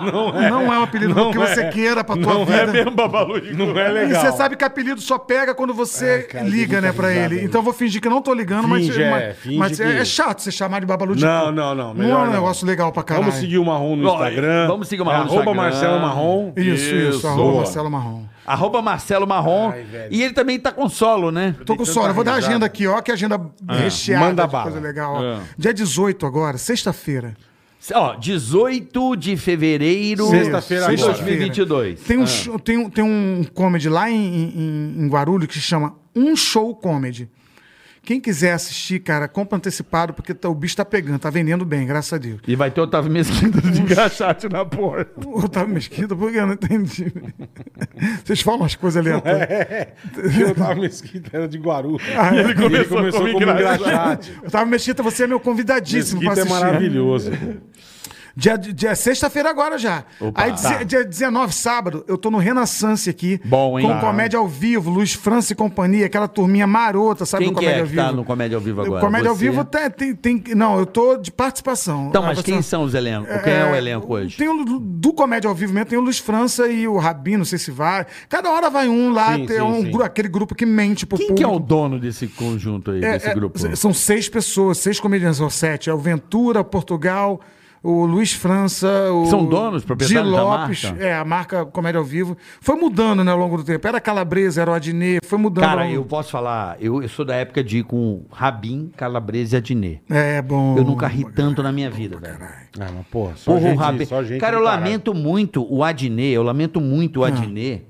A: Não é. um apelido
C: Não
A: que
C: é.
A: você queira pra tua
C: Não
A: vida.
C: é mesmo babalu de Não é
A: E
C: legal.
A: você sabe que apelido só pega quando você
C: É, cara, tem
A: liga, né,
C: muita
A: pra
C: risada
A: ele.
C: aí.
A: Então eu vou fingir que não tô ligando, mas-
C: Finge, é,
A: mas,
C: finge
A: mas é,
C: que-
A: é chato você chamar de Babalu de
C: Não,
A: Cu.
C: Tipo, não, não.
A: Não é
C: Melhor
A: um negócio legal pra caralho.
C: Vamos seguir o Marrom no
D: Ó,
C: Instagram.
D: vamos seguir o Marrom no
C: Arroba
D: Instagram.
C: Marcelo Marrom.
A: Isso, isso.
D: Isso.
A: arroba
C: Boa.
A: Marcelo Marrom.
D: Arroba Marcelo Marrom.
C: Ai, velho.
D: e ele também tá com solo, né?
A: Tô com
C: tanta
A: sono. Eu Vou dar a
C: risada.
A: agenda aqui, ó, que é agenda recheada
C: Manda
A: de
C: bala.
A: coisa legal. ó.
D: É.
A: Dia 18 agora, sexta-feira.
D: Ó, 18 de fevereiro
C: Sexta-feira É.
D: de
C: agora.
D: 2022.
A: Tem um, show- tem, um, tem um comedy lá em, em, em Guarulhos que se chama Um Show Comedy. Quem quiser assistir, cara, compra antecipado, porque tá- o bicho tá pegando, tá vendendo bem, graças a Deus.
D: E vai ter o Otávio Mesquita de engraxate na porta.
A: O Otávio Mesquita, por que eu não entendi? Vocês falam umas coisas aleatórias.
C: É. Eu tava mesquita, era de Guarulhos.
A: Ah, é.
C: Ele começou, como engraxate.
A: Otávio Mesquita, você é meu convidadíssimo
C: Mesquita é
A: pra assistir.
C: maravilhoso.
A: Dia, dia sexta-feira agora já.
D: Opa.
A: Aí
D: Tá.
A: dia, dia 19, sábado, eu tô no Renaissance aqui.
D: Bom, hein?
A: Com
D: Tá.
A: comédia ao vivo, Luiz França e companhia, aquela turminha marota, sabe?
D: Quem
A: do
D: que
A: comédia
D: é
A: ao
D: que
A: vivo.
D: tá no Comédia ao Vivo agora?
A: comédia ao
D: Você?
A: vivo tem, tem, tem- Não, eu tô de participação.
D: Então, mas
A: Participação.
D: quem são os elencos? Quem é o elenco hoje?
A: Tem o Lu- do Comédia ao Vivo mesmo, tem o Luiz França e o Rabino, não sei se vai. Cada hora vai um lá,
C: Sim,
A: tem
C: sim,
A: um
C: sim.
A: gru- aquele grupo que mente pro
D: Quem
A: um público.
D: que é o dono desse conjunto aí,
A: É,
D: desse
A: é,
D: grupo?
A: s- São seis pessoas, seis comediantes, ou sete. É o Ventura, Portugal, o Luiz França, o.
D: São donos, proprietários
A: Di
D: da
A: Lopes,
D: marca?
A: É, a marca Comédia ao Vivo. Foi mudando, né, ao longo do tempo. Era Calabresa, era o Adnet, foi mudando.
D: Cara,
A: ao
D: eu
A: longo-
D: posso falar, eu, eu sou da época de ir com Rabin, Calabresa e Adnet.
A: É bom.
D: Eu nunca ri tanto na minha vida, velho.
C: Ah, mas porra, só
D: Porra, o
C: gente,
D: Rabin.
C: só gente
D: Cara, eu
C: do caralho.
D: lamento muito o Adnet, eu lamento muito o Adnet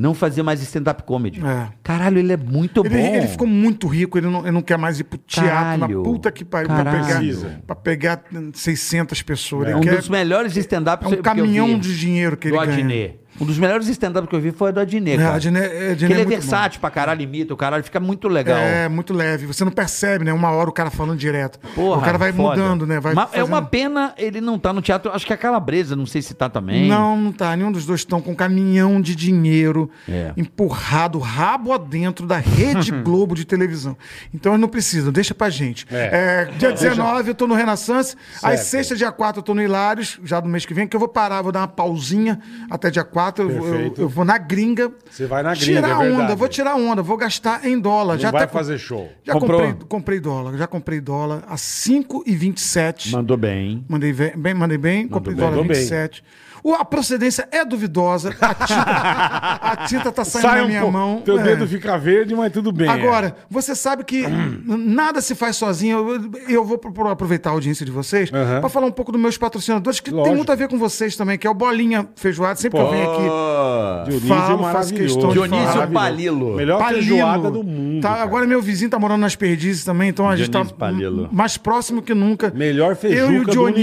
D: não fazer mais stand-up comedy.
A: Ah. É.
D: Caralho, ele é muito
A: Ele,
D: bom.
A: ele ficou muito rico, ele não, ele não quer mais ir pro teatro,
D: Caralho.
A: na puta que pariu,
D: Caralho.
A: pra pegar, pra pegar 600 pessoas.
D: É
A: Ele
D: um
A: quer-
D: dos melhores stand-up
A: é um caminhão de dinheiro que ele
D: do
A: ganha.
D: Adnet. Um dos melhores stand-up que eu vi foi o do Adnet,
A: É,
D: cara.
A: Adnet- Adnet
D: Porque ele
A: é
D: é,
A: muito bom.
D: versátil pra caralho, imita o caralho, fica muito legal.
A: É, muito leve. Você não percebe, né? Uma hora o cara falando direto.
D: Porra,
A: o cara vai
D: foda.
A: mudando, né? Vai
D: Mas É
A: fazendo-
D: uma pena ele não tá no teatro. Acho que a Calabresa, não sei se tá também.
A: Não, não tá. Nenhum dos dois estão com um caminhão de dinheiro
D: É.
A: empurrado rabo adentro da Rede Globo de televisão. Então eles não precisam, deixa pra gente.
C: É.
A: É, dia 19 eu tô no Renaissance, às
C: Certo.
A: sexta, dia 4, eu tô no Hilários, já do mês que vem, que eu vou parar, vou dar uma pausinha até dia 4. Eu, eu-
C: Perfeito.
A: eu vou na gringa.
C: Você vai na gringa,
A: Tirar
C: é verdade.
A: onda, vou tirar onda, vou gastar em dólar.
C: Não
A: já
C: vai
A: até com-
C: fazer show.
A: Já
D: Comprou?
A: comprei, comprei dólar, já comprei dólar a 5,27.
D: Mandou bem.
A: Mandei ve- bem, mandei bem, comprei
D: bem.
A: dólar
C: Mandou bem.
A: 27. O, a procedência é duvidosa. A tinta, a tinta tá saindo
C: Sai
A: da
C: um
A: minha
C: pouco.
A: mão.
C: Teu
A: É.
C: dedo Hum. fica verde, mas tudo bem.
A: Agora, você sabe que n- nada se faz sozinho. Eu, eu vou pro- pro- aproveitar a audiência de vocês
C: Aham.
A: pra para falar um pouco dos meus patrocinadores, que
C: Lógico.
A: tem muito a ver com vocês também, que é o Bolinha Feijoada. Sempre que eu venho aqui,
D: Pô.
C: Dionísio é
A: Falo, faço
C: maravilhoso.
A: questão de
D: Dionísio
C: Maravilhoso.
D: Palilo.
C: Melhor
A: Palilo.
C: feijoada do mundo.
A: Tá,
C: cara.
A: agora meu vizinho tá morando nas perdizes também, então a gente tá
D: Dionísio Palilo.
A: m- mais próximo que nunca.
C: Melhor
A: Eu e o
C: feijuca do universo.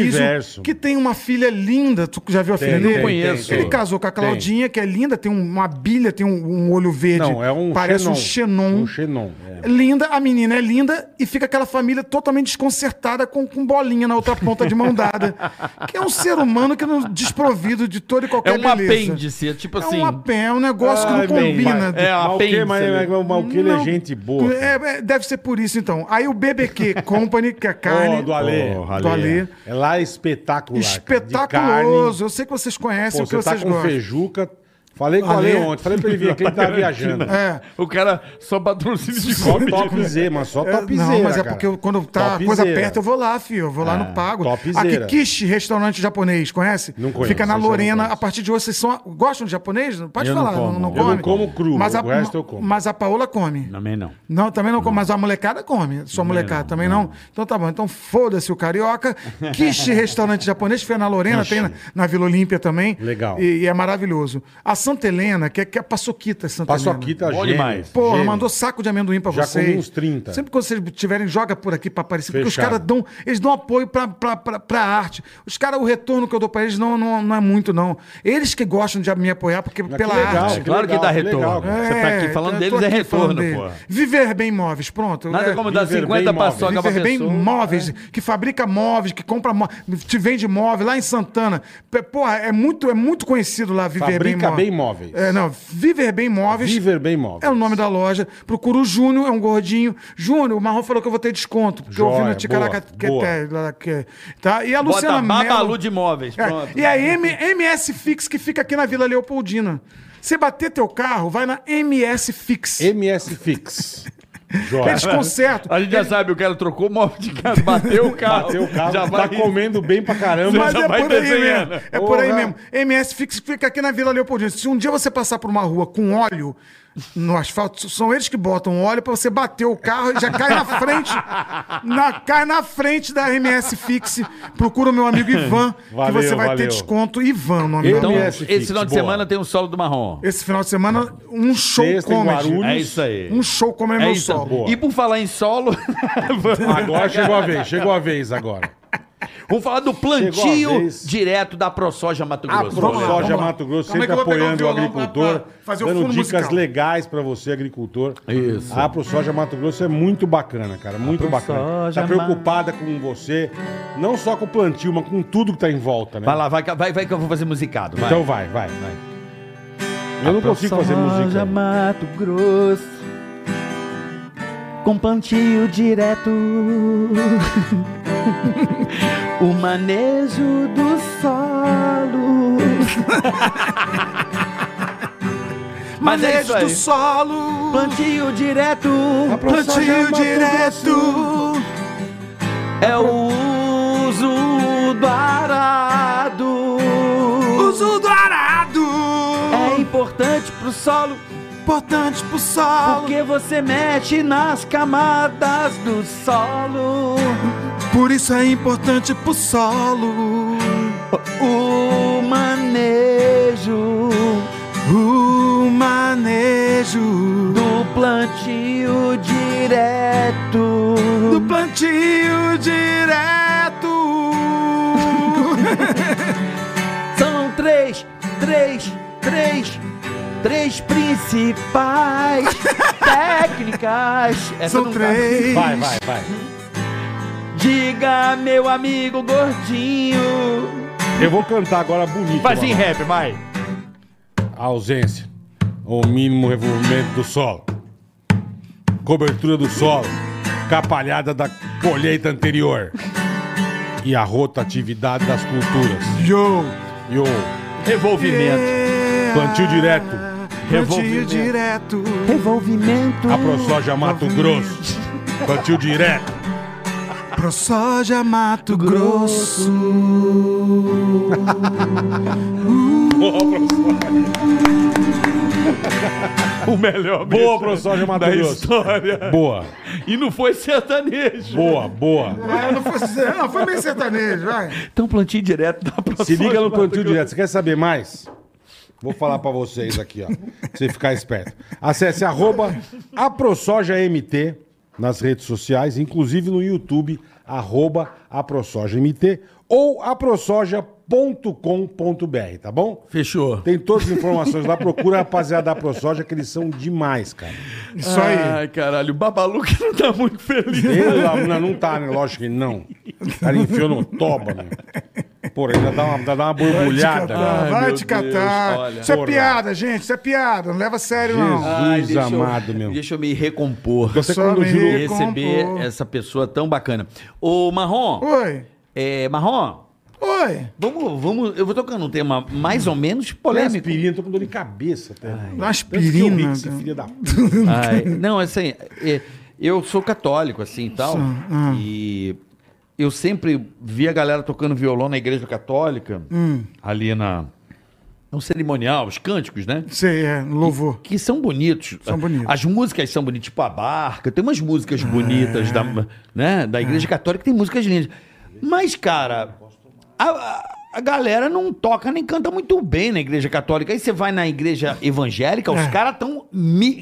A: Dionísio, que tem uma filha linda. Tu já viu a filha
C: não
A: dele?
D: conheço.
A: Ele casou com a Claudinha, que é linda, tem uma bilha, tem um, um olho verde.
C: Não, é um
A: Parece um xenon.
C: Um xenon. é.
A: Linda, a menina é linda e fica aquela família totalmente desconcertada com, com bolinha na outra ponta de mão dada. que é um ser humano que não desprovido de todo e
D: É
A: qualquer
D: um
A: beleza.
D: apêndice, é tipo
A: É
D: assim.
A: um apêndice, é um negócio
C: Ai,
A: que não
C: meu
A: combina.
C: pai.
D: É, a
C: Mas o que-
D: pinça,
C: mas-
D: né?
C: mas- mas o que ele é
A: Não.
C: gente boa. cara.
A: É, é, deve ser por isso, então. Aí o BBQ Company, que é carne.
C: Ó, do Alê.
A: Porra, do Alê.
C: É lá espetacular. cara, de carne.
A: Espetaculoso. Eu sei que vocês conhecem,
C: Pô,
A: o que
C: você tá
A: vocês
C: com
A: gostam.
C: feijuca. Falei com o Alê
A: Alê.
C: ontem. Falei pra ele vir aqui, ele tá viajando.
D: né?
A: É.
D: O cara só patrocina de
C: Só
D: cobre.
C: topzera, mas só
A: É,
C: topzera,
A: não, mas é
C: cara.
A: porque eu- quando tá a coisa
C: Topzera. É,
A: perto, eu vou lá, filho. Eu vou lá no Pago.
C: topzera.
A: A Kikishi, restaurante japonês, conhece?
C: Não conheço,
A: Fica na
C: esse eu não
A: Lorena.
C: conheço.
A: A partir de hoje, vocês são, gostam de japonês? Pode
D: Eu não
A: falar, não,
D: como.
A: não
D: Eu
A: come.
C: não como cru,
A: mas a,
C: o resto eu como.
A: Mas a Paola come.
D: Também não.
A: Não, também não, come, mas a molecada come. Sua molecada também não. Então tá bom. Então foda-se o carioca. Kishi Restaurante Japonês, que foi na Lorena, tem na, na Vila Olímpia também.
C: Legal.
A: E, e é maravilhoso. A Santa Helena, que é, que é a Paçoquita Santa
C: Passou
A: Helena.
C: aqui, tá
D: Bom
C: gênio.
D: demais.
A: Porra,
C: Gênio.
A: mandou saco de amendoim pra
C: Já
A: vocês.
C: comi uns 30.
A: Sempre que vocês tiverem, joga por aqui pra aparecer. Porque os
C: Fechado.
A: caras dão. Eles dão apoio pra, pra, pra, pra arte. Os caras, o retorno que eu dou pra eles não, não, não é muito, não. Eles que gostam de me apoiar, porque
C: Mas que
A: pela
C: legal,
A: arte.
C: que
D: É Claro que
C: É legal,
D: dá
C: que
D: retorno.
C: legal, cara.
D: Você tá aqui falando
A: eu
D: deles,
A: tô
D: é
A: aqui
D: retorno,
A: falando deles.
D: porra.
A: Viver bem móveis, pronto.
D: Nada
A: É,
D: como dar
C: Viver
D: 50
C: bem
D: paçoca pra
A: Viver bem
D: pessoa.
A: móveis,
C: é.
A: que fabrica móveis, que compra móveis, te vende móveis lá em Santana. P- Porra, é muito, é muito conhecido lá Viver
C: Fabrica Bem
A: Bem
C: Móveis.
A: É, não, Viver Bem Móveis.
C: Viver Bem Móveis.
A: É o nome da loja. Procura o Júnior, é um gordinho. Júnior, o Marrom falou que eu vou ter desconto, porque eu vi
C: Joia,
A: no
C: boa,
A: Ticaracateté. lá que- Tá? E a
D: Bota
A: Luciana
D: Babalu
A: Mello.
D: de imóveis.
A: É,
D: Pronto.
A: E a M- MS Fix, que fica aqui na Vila Leopoldina. Você bater teu carro, vai na MS Fix.
C: MS Fix. Joia.
A: Eles consertam.
D: A gente já sabe, o cara trocou o móvel de casa, bateu o carro.
C: Bateu o carro,
D: já
C: tá
D: vai...
C: comendo bem pra caramba.
A: Mas
D: já
A: é
D: vai
A: por aí
D: desenhando.
A: mesmo. É por aí
C: Porra.
A: mesmo. MS Fix fica aqui na Vila Leopoldina. Se um dia você passar por uma rua com óleo no asfalto, são eles que botam óleo pra você bater o carro e já cai na frente. na- cai na frente da MS Fix. Procura o meu amigo Ivan,
C: Valeu,
A: que você vai
C: valeu.
A: ter desconto. Ivan, o nome
D: Então,
A: dele.
C: MS
D: esse
C: Fix,
D: final de
C: boa.
D: semana tem um solo do marrom.
A: Esse final de semana, um show
C: Sexta em
A: comedy.
C: Guarulhos.
D: É isso aí.
A: Um show como é,
D: é
A: meu
D: isso.
A: sol.
C: Boa.
D: E por falar em solo,
C: Agora chegou a vez, chegou a vez agora.
D: vamos falar do
C: Chegou a
D: plantio
C: vez. Ah,
D: direto da ProSoja Mato
C: A
D: Grosso.
A: Vamos lá, vamos
C: ProSoja
A: lá.
C: Mato Grosso
A: Calma
C: sempre
A: aí que eu vou pegar um
C: apoiando o
A: violão pra-
C: agricultor,
A: pra fazer o
C: dando
A: fundo
C: dicas
A: musical.
C: legais pra você, agricultor.
D: Isso.
C: A ProSoja Mato Grosso é muito bacana,
A: Ah,
C: cara, muito bacana. Tá
D: ProSoja
C: preocupada com você, não só com o plantio, mas com tudo que tá em volta, né?
D: Vai lá, vai, que- vai, vai que eu vou fazer musicado. Vai.
C: Então vai, vai, vai. Eu não consigo fazer música.
D: Soja Mato Grosso com plantio direto. o manejo do solo. Mas é isso
A: Manejo
D: aí.
A: do solo.
D: Plantio direto.
A: é Plantio direto.
D: É o uso do arado
A: Uso do arado
D: é importante pro solo
A: importante pro solo.
D: porque você mexe nas camadas do solo.
A: Por isso é importante pro solo.
D: O manejo
A: O manejo
D: do plantio direto.
A: do plantio direto.
D: São três, três, três, três principais técnicas. Essa
A: São
D: não cabe.
A: três.
C: tá. Vai, vai, vai.
D: Diga, meu amigo gordinho.
C: Eu vou cantar agora bonito. né?
D: Faz
C: mano.
D: em rap, vai.
C: A ausência. O mínimo revolvimento do solo. Cobertura do solo. Capalhada da colheita anterior. E a rotatividade das culturas.
A: Yo.
C: E o
D: Revolvimento.
C: plantio direto.
A: Plantio
C: Revolvimento.
A: direto.
D: Revolvimento.
C: A ProSoja Mato Grosso. Plantio direto.
A: Pro soja Mato Grosso.
D: O
A: É.
D: melhor
C: Boa, ProSoja Mato Grosso.
D: história.
C: Boa,
D: E não foi sertanejo.
C: boa, boa.
A: Ah, não, foi, não, foi meio sertanejo, vai.
D: Então plantio direto da próxima.
C: Se liga no plantio direto. Você quer saber mais? Vou falar pra vocês aqui, ó. Pra você ficar esperto. Acesse arroba AproSojaMT nas redes sociais, inclusive no YouTube, arroba AproSojaMT ou aprosoja.com.br, tá bom?
D: Fechou.
C: Tem todas as informações lá. Procura a rapaziada da ProSoja, que eles são demais, cara.
A: Isso aí.
D: Ai, caralho, o Babalu que não tá muito feliz.
C: Ele não, não tá, né? Lógico que não. O cara enfiou no toba, né? Porra, ainda dá uma, ainda dá uma borbulhada. né?
A: Ah,
C: cara.
A: vai
D: meu
A: te
D: Deus,
A: catar.
D: olha.
A: isso é
C: Porra.
A: piada, gente. Isso é piada. Não leva a sério, não.
C: Jesus
D: deixa eu-
C: amado, meu.
D: Deixa eu me recompor.
C: Você
A: Só
C: quando
A: me
C: jurou-
D: E receber
A: recompor.
D: essa pessoa tão bacana. Ô, Marrom,
A: Oi.
D: é, Marrom,
A: Oi.
D: vamos, vamos. Eu vou tocando um tema mais ou menos
C: Olha
D: polêmico.
C: aspirina, tô com dor de cabeça até.
A: Dá
C: Tanto que eu
A: aspirina.
C: ri que esse filho da puta.
D: Ai, não, assim, é, eu sou católico, assim, e tal. E eu sempre vi a galera tocando violão na igreja católica, ali na... No cerimonial, os cânticos, né?
A: Sei, é, louvor.
D: Que são bonitos.
A: São bonitos.
D: As músicas são bonitas, tipo a barca. Tem umas músicas bonitas da,
A: É.
D: né, da igreja católica, tem músicas lindas. Mas, cara, a- a, a galera não toca nem canta muito bem na igreja católica. Aí você vai na igreja evangélica,
A: É.
D: os caras estão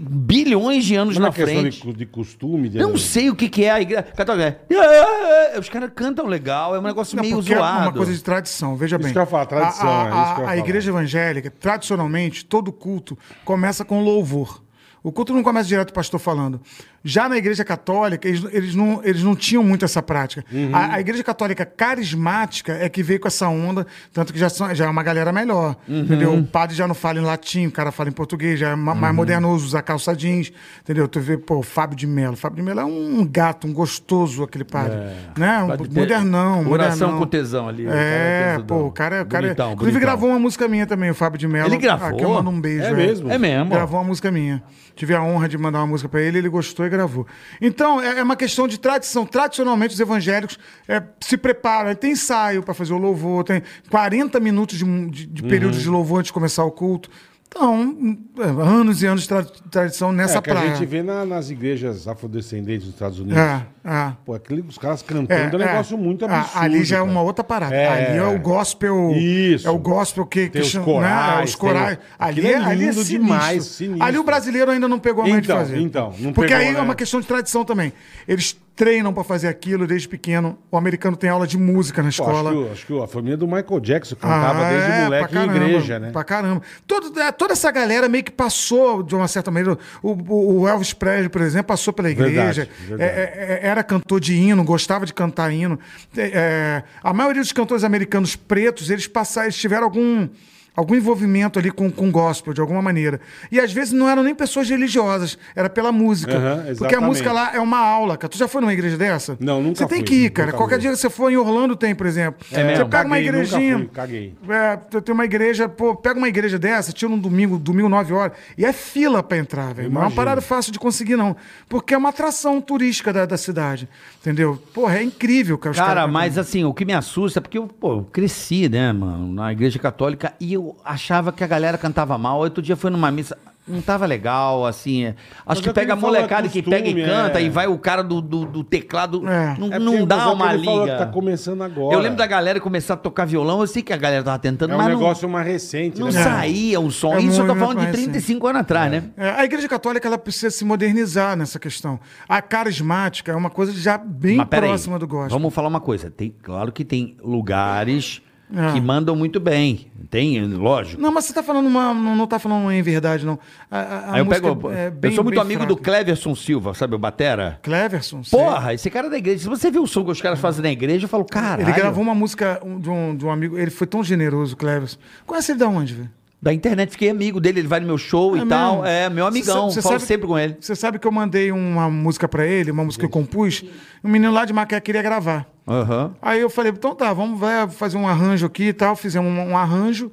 D: bilhões de anos
C: Mas não
D: na
C: é questão
D: frente.
C: de, né? de costume. De...
D: Não sei o que, que é a igreja católica. É, Os caras cantam legal, é um negócio
A: Não,
D: meio
A: porque é
D: zoado.
A: uma coisa de tradição, veja
C: Isso
A: bem.
C: que eu ia falar, tradição,
A: a,
C: é isso que eu
A: a,
C: ia
A: a
C: falar.
A: igreja evangélica, tradicionalmente, todo culto começa com louvor. O culto não começa direto o pastor falando. Já na igreja católica, eles, eles não, eles não tinham muito essa prática.
D: Uhum.
A: A, a igreja católica carismática é que veio com essa onda, tanto que já, são- já é uma galera melhor.
D: Uhum.
A: Entendeu? O padre já não fala em latim, o cara fala em português, já é ma-
D: Uhum.
A: mais modernoso, usa calça jeans. Entendeu? Tu vê, pô, o Fábio de Mello. O Fábio de Mello é um gato, um gostoso, aquele padre.
D: É.
A: Né? Um
D: Pode ter
A: modernão,
D: Coração
A: modernão.
D: com tesão ali. o cara
A: É,
D: tesudão.
A: pô, o cara, o cara
D: Bonitão,
A: inclusive
D: bonitão.
A: gravou uma música minha também, o Fábio de Mello.
D: Ele gravou?
A: Ah, que eu mando um beijo.
C: É mesmo?
D: É mesmo.
A: Gravou uma música minha. Tive a honra de mandar uma música pra ele, ele gostou e gravou. Então, é, é uma questão de tradição. Tradicionalmente, os evangélicos é, se preparam. Tem ensaio pra fazer o louvor, tem 40 minutos de, de- de período de louvor antes de começar o culto. Então, é, anos e anos de tra- tradição nessa
C: É que a
A: praia.
C: gente vê na- nas igrejas afrodescendentes dos Estados Unidos.
A: É, é.
C: Pô, aquele, os caras cantando é, um negócio muito
A: Ah,
C: absurdo.
A: Ali já é
C: cara.
A: uma outra parada.
C: É.
A: Ali é o gospel.
C: Isso.
A: É o gospel que. que
C: Tem os
A: chama-
C: corais,
A: né? Os
C: tem
A: corais.
C: o-
A: Ali,
C: Aquilo é
A: é, ali é
C: lindo
A: sinistro.
C: demais, sinistro.
A: Ali o brasileiro ainda não pegou a mãe
C: Então,
A: de fazer.
C: então, não
A: Porque
C: pegou,
A: aí
C: né?
A: é uma questão de tradição também. Eles treinam pra fazer aquilo desde pequeno. O americano tem aula de música na
C: Pô,
A: escola.
C: acho, que, acho que a família do Michael Jackson cantava
A: Ah,
C: desde
A: é,
C: moleque
A: pra
C: em
A: caramba,
C: igreja, né?
A: Pra caramba. Todo, é, toda essa galera meio que passou, de uma certa maneira. O, o- o Elvis Presley, por exemplo, passou pela igreja.
C: Verdade, verdade.
A: É, é, é, era cantor de hino, gostava de cantar hino. É, é, a maioria dos cantores americanos pretos, eles passaram, eles tiveram algum. algum envolvimento ali com, com gospel, de alguma maneira. E às vezes não eram nem pessoas religiosas, era pela música.
C: Aham,
A: porque a
C: exatamente.
A: música lá é uma aula, cara. Tu já foi numa igreja dessa?
C: Não, nunca
A: Você tem
C: fui,
A: que ir, cara.
C: nunca
A: Qualquer
C: fui. É,
A: dia que você for em Orlando tem, por exemplo.
D: É mesmo?
A: Você pega uma
C: Caguei, nunca
A: igrejinha.
C: fui, caguei.
A: É, tu tem uma igreja, pô, pega uma igreja dessa, tira um domingo, domingo 9 horas, e é fila pra entrar, velho. Não é uma
C: Imagino.
A: parada fácil de conseguir, não. Porque é uma atração turística da, da cidade. Entendeu? Porra, é incrível, cara. os
D: Cara,
A: caras-
D: mas assim, o que me assusta é porque eu, pô, eu cresci, né, mano, na igreja católica e eu achava que a galera cantava mal. Outro dia foi numa missa, não tava legal, assim. é. Acho
C: é
D: que
C: o que
D: pega a
C: ele falou, é
D: molecada que
C: costume,
D: pega e canta
C: é.
D: e vai o cara do, do, do teclado.
A: É.
D: Não,
C: É porque-
D: não
C: mas é
D: dá
C: o
D: uma
C: que ele falou que
D: liga.
C: tá começando agora.
D: Eu lembro da galera começar a tocar violão, eu sei que a galera tava tentando,
C: É um
D: mas
C: negócio mais recente,
D: não, não
C: né?
D: saía o som.
A: É
D: Isso eu tô
A: muito
D: falando de
A: mais, sim.
D: 35 anos atrás, né?
A: É, a Igreja Católica ela precisa se modernizar nessa questão. A carismática é uma coisa já bem
D: Mas peraí,
A: próxima do gospel.
D: Vamos falar uma coisa. Tem, claro que tem lugares
A: É.
D: que mandam muito bem. Tem, lógico.
A: Não, mas você tá falando uma. Não, não tá falando em verdade, não. A- a- a
D: Aí eu
A: música
D: pego.
A: é
D: eu sou muito amigo do
A: fraca.
D: Cleverson Silva, sabe, o Batera?
A: Cleverson. sei.
D: Porra, esse cara é da igreja. Se você viu o som que os caras fazem na igreja, eu falo, caralho.
A: Ele gravou uma música um- de um, de um amigo. Ele foi tão generoso, Cleverson. Conhece ele da onde, velho?
D: Da internet, fiquei amigo dele, ele vai no meu show e tal.
A: mesmo?
D: É, meu amigão,
A: Cê sa- cê
D: falo
A: sabe-
D: sempre com ele.
A: Você sabe que eu mandei uma música pra ele, uma música que eu compus. Um menino lá de Macaé queria gravar.
D: Aham.
A: Aí eu falei, então tá, vamos vai fazer um arranjo aqui e tal. Fizemos um, um arranjo.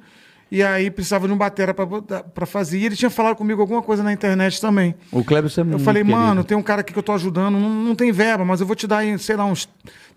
A: E aí precisava de um batera pra, botar- pra fazer. E ele tinha falado comigo alguma coisa na internet também.
D: O Cleverson é
A: Eu
D: muito
A: falei,
D: querido.
A: mano, tem um cara aqui que eu tô ajudando, não, não tem verba, mas eu vou te dar, aí, sei lá, uns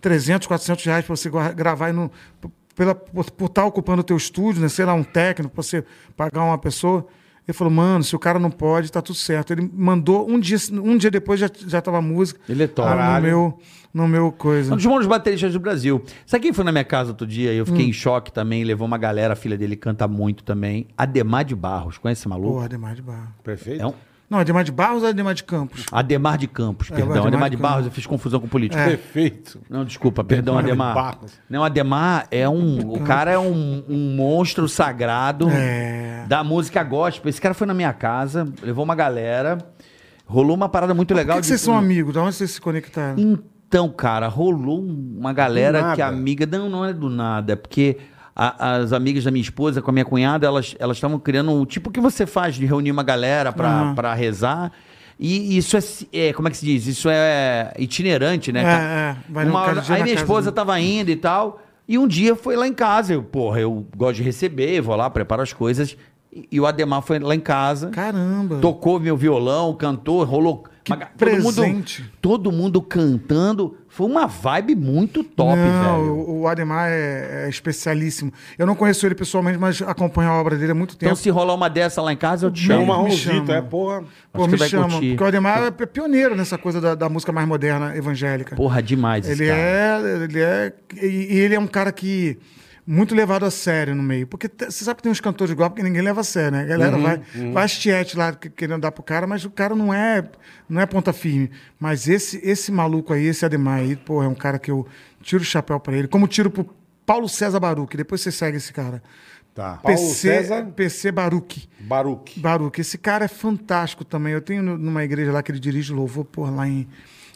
A: 300, 400 reais pra você guar- gravar e não, p- pela, por por estar ocupando o teu estúdio, né? Sei lá, um técnico, pra você pagar uma pessoa. Ele falou, mano, se o cara não pode, tá tudo certo. Ele mandou, um dia, um dia depois já, já tava a música.
D: Ele é top.
A: No meu, no meu
D: Um
A: coisa.
D: dos maiores bateristas do Brasil. Sabe quem foi na minha casa outro dia? Eu
A: Hum.
D: fiquei em choque também. Levou uma galera, a filha dele canta muito também. Ademar de Barros, conhece esse maluco?
A: Porra, Ademar de Barros.
C: Perfeito?
D: É um-
A: Não, Ademar de Barros ou Ademar de Campos?
D: Ademar de Campos, perdão. Ademar,
A: É, Ademar
D: de,
A: de Campos. É.
D: Barros, eu fiz confusão com o político.
C: Perfeito.
D: Não, desculpa, perdão,
C: Ademar
D: Ademar.
C: de Barros.
D: Não, Ademar é um. O cara é um, um monstro sagrado
A: É.
D: da música gospel. Esse cara foi na minha casa, levou uma galera, rolou uma parada muito
A: Por
D: legal.
A: que, que vocês
D: de- Hum. um
A: são amigos? De onde vocês se conectaram?
D: Então, cara, rolou um, uma galera
C: nada.
D: que é amiga. Não, não é do nada, é porque. a- as amigas da minha esposa com a minha cunhada, elas elas estavam criando um tipo que você faz de reunir uma galera pra,
A: Aham.
D: pra rezar. E isso é, ci- é, como é que se diz? Isso é itinerante, né?
A: É,
D: cara?
A: é, vai num
D: Uma
A: cada
D: hora-
A: dia
D: aí
A: na
D: minha
A: casa
D: esposa
A: do-
D: tava indo e tal. E um dia foi lá em casa. Eu, porra, eu gosto de receber, vou lá, preparo as coisas. E, e o Ademar foi lá em casa.
A: Caramba.
D: Tocou meu violão, cantou, rolou. Mas ga-
A: presente.
D: Mundo, todo mundo cantando. Foi uma vibe muito top,
A: não,
D: velho. Então,
A: o- O Ademar é, é especialíssimo. Eu não conheço ele pessoalmente, mas acompanho a obra dele há muito
D: Então,
A: tempo.
D: se rolar uma dessa lá em casa, eu te
C: Chama
D: chamo.
C: uma
A: me
C: Ronzito,
A: chama.
C: é porra.
A: Pô,
D: acho
A: me
D: que vai
A: chama,
D: curtir.
A: porque o Ademar é pioneiro nessa coisa da, da música mais moderna evangélica.
D: Porra, demais esse
A: ele
D: cara.
A: é, ele é, e e ele é um cara que muito levado a sério no meio, porque te- você sabe que tem uns cantores de golpe que ninguém leva a sério, né? A galera vai, vai astiete lá que- querendo dar pro cara, mas o cara não é, não é ponta firme. Mas esse, esse maluco aí, esse Ademar aí, pô, é um cara que eu tiro o chapéu pra ele, como tiro pro Paulo César Baruque, depois você segue esse cara.
C: Tá. Paulo
A: PC,
C: César
A: PC Baruque.
C: Baruque.
A: Baruque, esse cara é fantástico também. Eu tenho no- numa igreja lá que ele dirige louvor, por lá em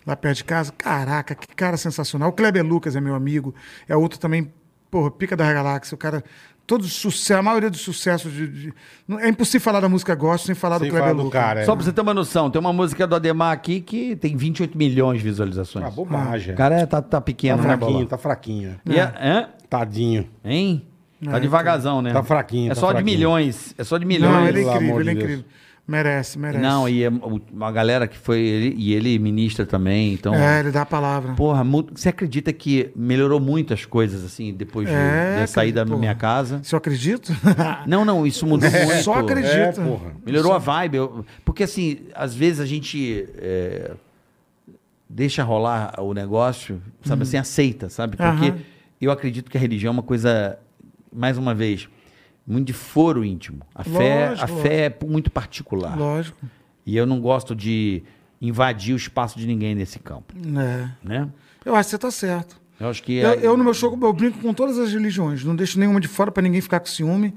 A: lá perto de casa. Caraca, que cara sensacional. O Kleber Lucas é meu amigo, é outro também, porra, pica da galáxia. O cara todo sucesso, a maioria dos sucessos de, de- não- é impossível falar da música gosto sem falar
C: Sem
A: do Kleber
C: falar do
A: Lucas.
C: cara. é.
D: Só pra você ter uma noção, tem uma música do Ademar aqui que tem 28 milhões de visualizações.
C: Ah, bobagem.
D: O cara é- tá, tá pequeno,
C: tá
D: né,
C: fraquinho,
D: Bola?
C: tá fraquinho.
A: É.
D: E a- hã?
C: Tadinho.
D: Hein? Tá devagarzão, né?
C: Tá fraquinho,
D: É
C: tá
D: só de
C: fraquinho.
D: milhões. É só de milhões.
A: Não, ele é
C: Pelo
A: incrível,
C: amor
A: ele é
C: de Deus.
A: incrível. Merece, merece.
D: Não, e é o- uma galera que foi. ele- e ele ministra também, então.
A: É, ele dá a palavra.
D: Porra, mu- você acredita que melhorou muito as coisas, assim, depois de,
A: É,
D: de eu sair da
A: acredito, porra.
D: minha casa?
A: Se eu acredito?
D: Não, não, isso mudou muito.
A: Só acredito.
C: É,
A: Acredita.
C: porra.
D: Melhorou a vibe. eu- porque, assim, às vezes a gente é, deixa rolar o negócio, sabe assim, aceita, sabe? Porque
A: Uhum. Aham.
D: eu acredito que a religião é uma coisa, mais uma vez, muito de foro íntimo. A fé, a
A: Lógico,
D: fé é muito particular.
A: Lógico.
D: E eu não gosto de invadir o espaço de ninguém nesse campo,
A: É.
D: né?
A: Eu acho que você tá certo.
D: Eu acho que... é
A: Eu, eu, no meu show, eu brinco com todas as religiões. Não deixo nenhuma de fora para ninguém ficar com ciúme.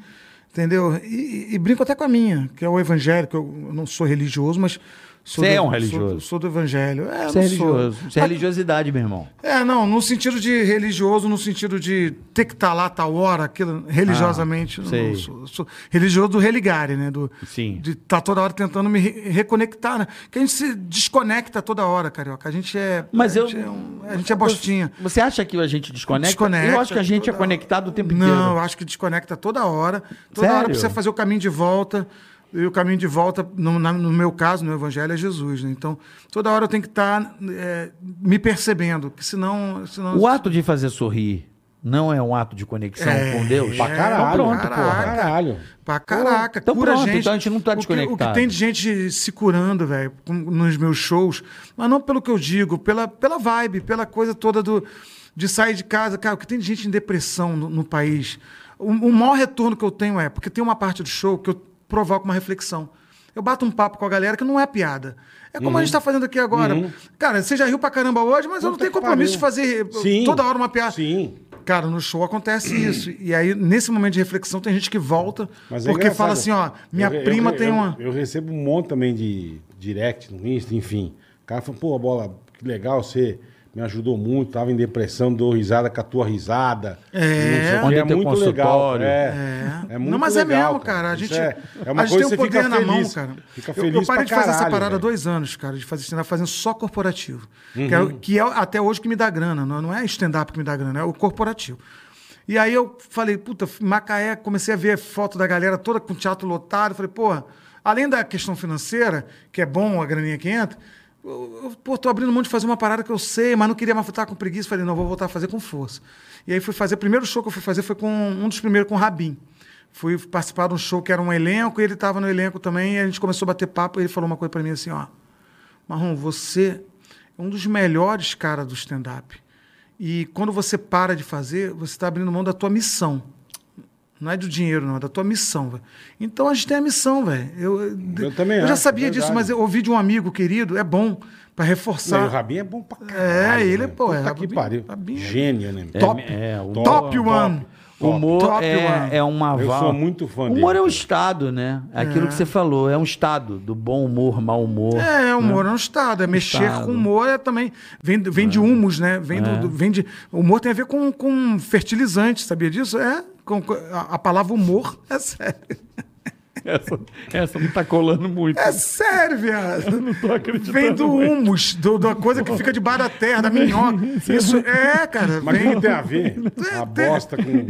A: Entendeu? E, e- e brinco até com a minha, que é o evangélico. Eu não sou religioso, mas sou
D: Você é um
A: sou-
D: religioso.
A: Sou, do evangelho. É,
D: Isso é
A: não sou.
D: religioso. Isso é religiosidade, meu irmão.
A: É, não, no sentido de religioso, no sentido de ter que estar lá tal hora, aquilo, religiosamente.
D: Ah,
A: não,
D: sei.
A: não sou, sou religioso do religare, né? Do,
D: Sim.
A: De estar toda hora tentando me re- reconectar, né? Porque a gente se desconecta toda hora, carioca. A gente é.
D: Mas
A: a
D: eu-
A: Gente é um- a gente é bostinha.
D: Você acha que a gente desconecta?
A: Desconecta
D: Eu acho que a gente é
A: toda hora.
D: conectado o tempo inteiro.
A: Não, eu acho que desconecta toda hora. Toda hora
D: Sério?
A: precisa fazer o caminho de volta. E o caminho de volta, no, na- no meu caso, no Evangelho, é Jesus. Né? Então, toda hora eu tenho que estar me percebendo, que senão. senão
D: O ato de fazer sorrir não é um ato de conexão
A: É,
D: com Deus?
C: Pra caralho.
D: Então pronto, porra.
A: Caraca.
C: Caralho.
A: Pra caraca,
D: Então
A: cura
D: pronto,
A: gente.
D: então a gente não tá
A: O que- O que,
D: desconectado.
A: tem de gente se curando, velho, com- nos meus shows, mas não pelo que eu digo, pela, pela vibe, pela coisa toda do, de sair de casa. Cara, o que tem de gente em depressão no, no país? O, o maior retorno que eu tenho é, porque tem uma parte do show que eu provoco uma reflexão. Eu bato um papo com a galera que não é piada. É
D: Uhum.
A: como a gente tá fazendo aqui agora. Cara, você já riu pra caramba hoje, mas eu não
C: Puta
A: tenho
C: que
A: compromisso de
C: pariu.
A: fazer eh,
C: Sim.
A: toda hora uma piada.
C: Sim.
A: Cara, no show acontece isso. E aí, nesse momento de reflexão, tem gente que volta
C: Mas é
A: porque
C: engraçado.
A: fala assim, ó, minha
C: Eu- eu-
A: prima
C: eu-
A: tem
C: eu-
A: uma...
C: Eu, recebo um monte também de direct no Insta, enfim. O cara fala, pô, bola, que legal, você me ajudou muito, tava em depressão, dou risada com a tua risada.
A: É.
C: não sei o quê,
D: Onde
C: é
D: tem
C: muito legal.
D: consultório.
C: É, é.
A: É.
C: muito
A: Não, mas é
C: legal,
A: mesmo, cara. A
C: Isso
A: gente,
C: é, é
A: a
C: uma coisa
A: gente tem
C: que
A: o
C: você
A: poder
C: fica
A: na
C: feliz.
A: mão, cara.
C: Fica
A: Eu-
C: feliz
A: eu,
C: pra
A: parei de fazer essa
C: caralho,
A: parada há
C: velho.
A: dois anos, cara, de fazer stand-up fazendo só corporativo.
C: Uhum.
A: Que, é, que é até hoje que me dá grana. Não, não é stand-up que me dá grana, é o corporativo. E aí eu falei, puta, Macaé, comecei a ver foto da galera toda com teatro lotado. Falei, porra, além da questão financeira, que é bom a graninha que entra, eu, eu, pô, tô abrindo mão de fazer uma parada que eu sei, mas não queria mais estar com preguiça. Falei, não, vou voltar a fazer com força. E aí fui fazer, o primeiro show que eu fui fazer foi com um dos primeiros com o Rabin. Fui participar de um show que era um elenco, e ele estava no elenco também, e a gente começou a bater papo, e ele falou uma coisa para mim assim, ó. Marrom, você é um dos melhores cara do stand-up. E quando você para de fazer, você está abrindo mão da tua missão. Não é do dinheiro, não, é da tua missão, velho. Então a gente tem a missão, velho. Eu,
C: Eu também
A: Eu já
C: acho,
A: sabia
C: é
A: disso,
C: verdade.
A: mas eu ouvi de um amigo querido, é bom para
C: Não, e o
A: reforçar.
C: Rabinho é bom pra caralho.
A: ele é,
C: né?
A: pô,
C: Puta
A: é,
C: que
A: Rabinho-
C: pariu.
A: Rabinho é-
C: Gênio, né?
A: Top.
D: É, o
A: top, one.
C: top.
D: Humor
A: Top
D: é,
A: one.
D: é uma
C: Eu
D: val-
C: sou muito fã
D: Humor
C: dele,
D: é um
C: cara.
D: estado, né? É Aquilo que você falou, é um estado do bom humor, mau humor.
A: É, o humor é um estado. É mexer
D: estado.
A: com humor é também. Vem, do- vem de humus, né? Vem, do- do- vem de. o Humor tem a ver com, com fertilizante, sabia disso? É. com- com- a, a palavra humor é sério.
F: Essa, essa não tá colando muito.
A: É sério, viado.
F: Não tô acreditando.
A: Vem do humus, do, da coisa que fica debaixo da terra, da minhoca. Isso é, cara.
C: Mas o
A: vem-
C: que que tem a ver? A bosta com.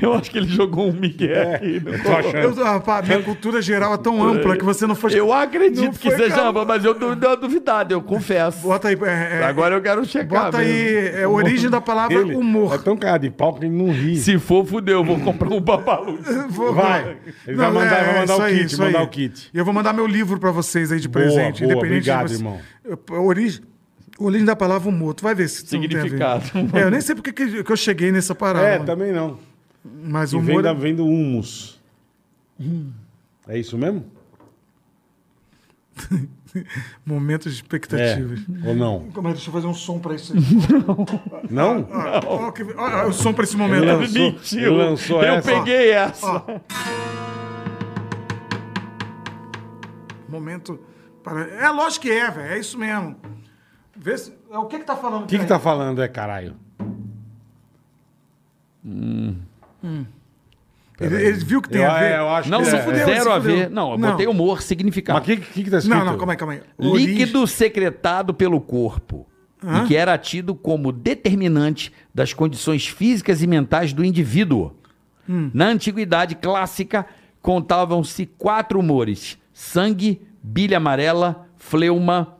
F: Eu acho que ele jogou um migué
A: É.
F: aqui. não
D: né?
C: Eu tô
F: colou.
C: achando.
A: Eu, rapaz, minha cultura geral é tão ampla que você não foi.
D: Eu acredito
A: Não
D: que
A: foi,
D: seja,
A: cara.
D: mas eu dou dou uma duvidada, eu confesso.
A: Bota aí. é, é,
D: Agora eu quero checar.
A: bota
D: mesmo.
A: aí. É, a origem da palavra
C: Ele é
A: humor.
C: tão cara de pau que ele não ri.
F: Se for, fudeu. Eu vou comprar um babalu.
A: Vou- é,
C: Vai. Ele vai mandar, vai mandar
A: isso
C: o
A: aí,
C: kit,
A: isso
C: mandar
A: aí.
C: o kit.
A: E eu vou mandar meu livro pra vocês aí de
C: Boa,
A: presente,
C: boa,
A: independente
C: obrigado,
A: de você.
C: irmão.
A: Eu- Origem, origem da palavra humor, tu vai ver se isso não tem a ver.
F: Significado.
A: É, eu nem sei porque que, que eu cheguei nessa parada.
C: É,
A: mano.
C: também não.
A: Mas
C: E vem,
A: humor.
C: da,
A: é-
C: vem do humus. É isso mesmo?
A: Momentos de
C: É.
A: expectativas.
C: Ou não?
A: Calma aí, Deixa eu fazer um som pra isso aí.
C: Não?
A: Ó, que- ó, ó, o som pra esse momento.
C: Ele é lançou, ele
F: Mentiu.
C: lançou
F: eu
C: essa.
F: peguei essa.
A: Momento. Para... É lógico que é, velho. É isso mesmo. Vê se... é, O que que tá falando?
C: O que, que tá falando, é caralho?
A: Ele, ele viu que tem
C: Eu-
A: a ver.
C: é, eu acho
F: Não,
C: que
A: se
F: é,
A: fudeu,
F: zero
A: se
F: a
A: fudeu.
F: ver. Não, eu
A: Não.
F: botei humor,
C: Mas
F: significado.
C: o que, que, que tá escrito?
A: Não, é não, calma aí, calma aí. Origem-
D: líquido secretado pelo corpo e que era tido como determinante das condições físicas e mentais do indivíduo.
C: Hum.
D: Na antiguidade clássica, contavam-se quatro humores: sangue, bile amarela, fleuma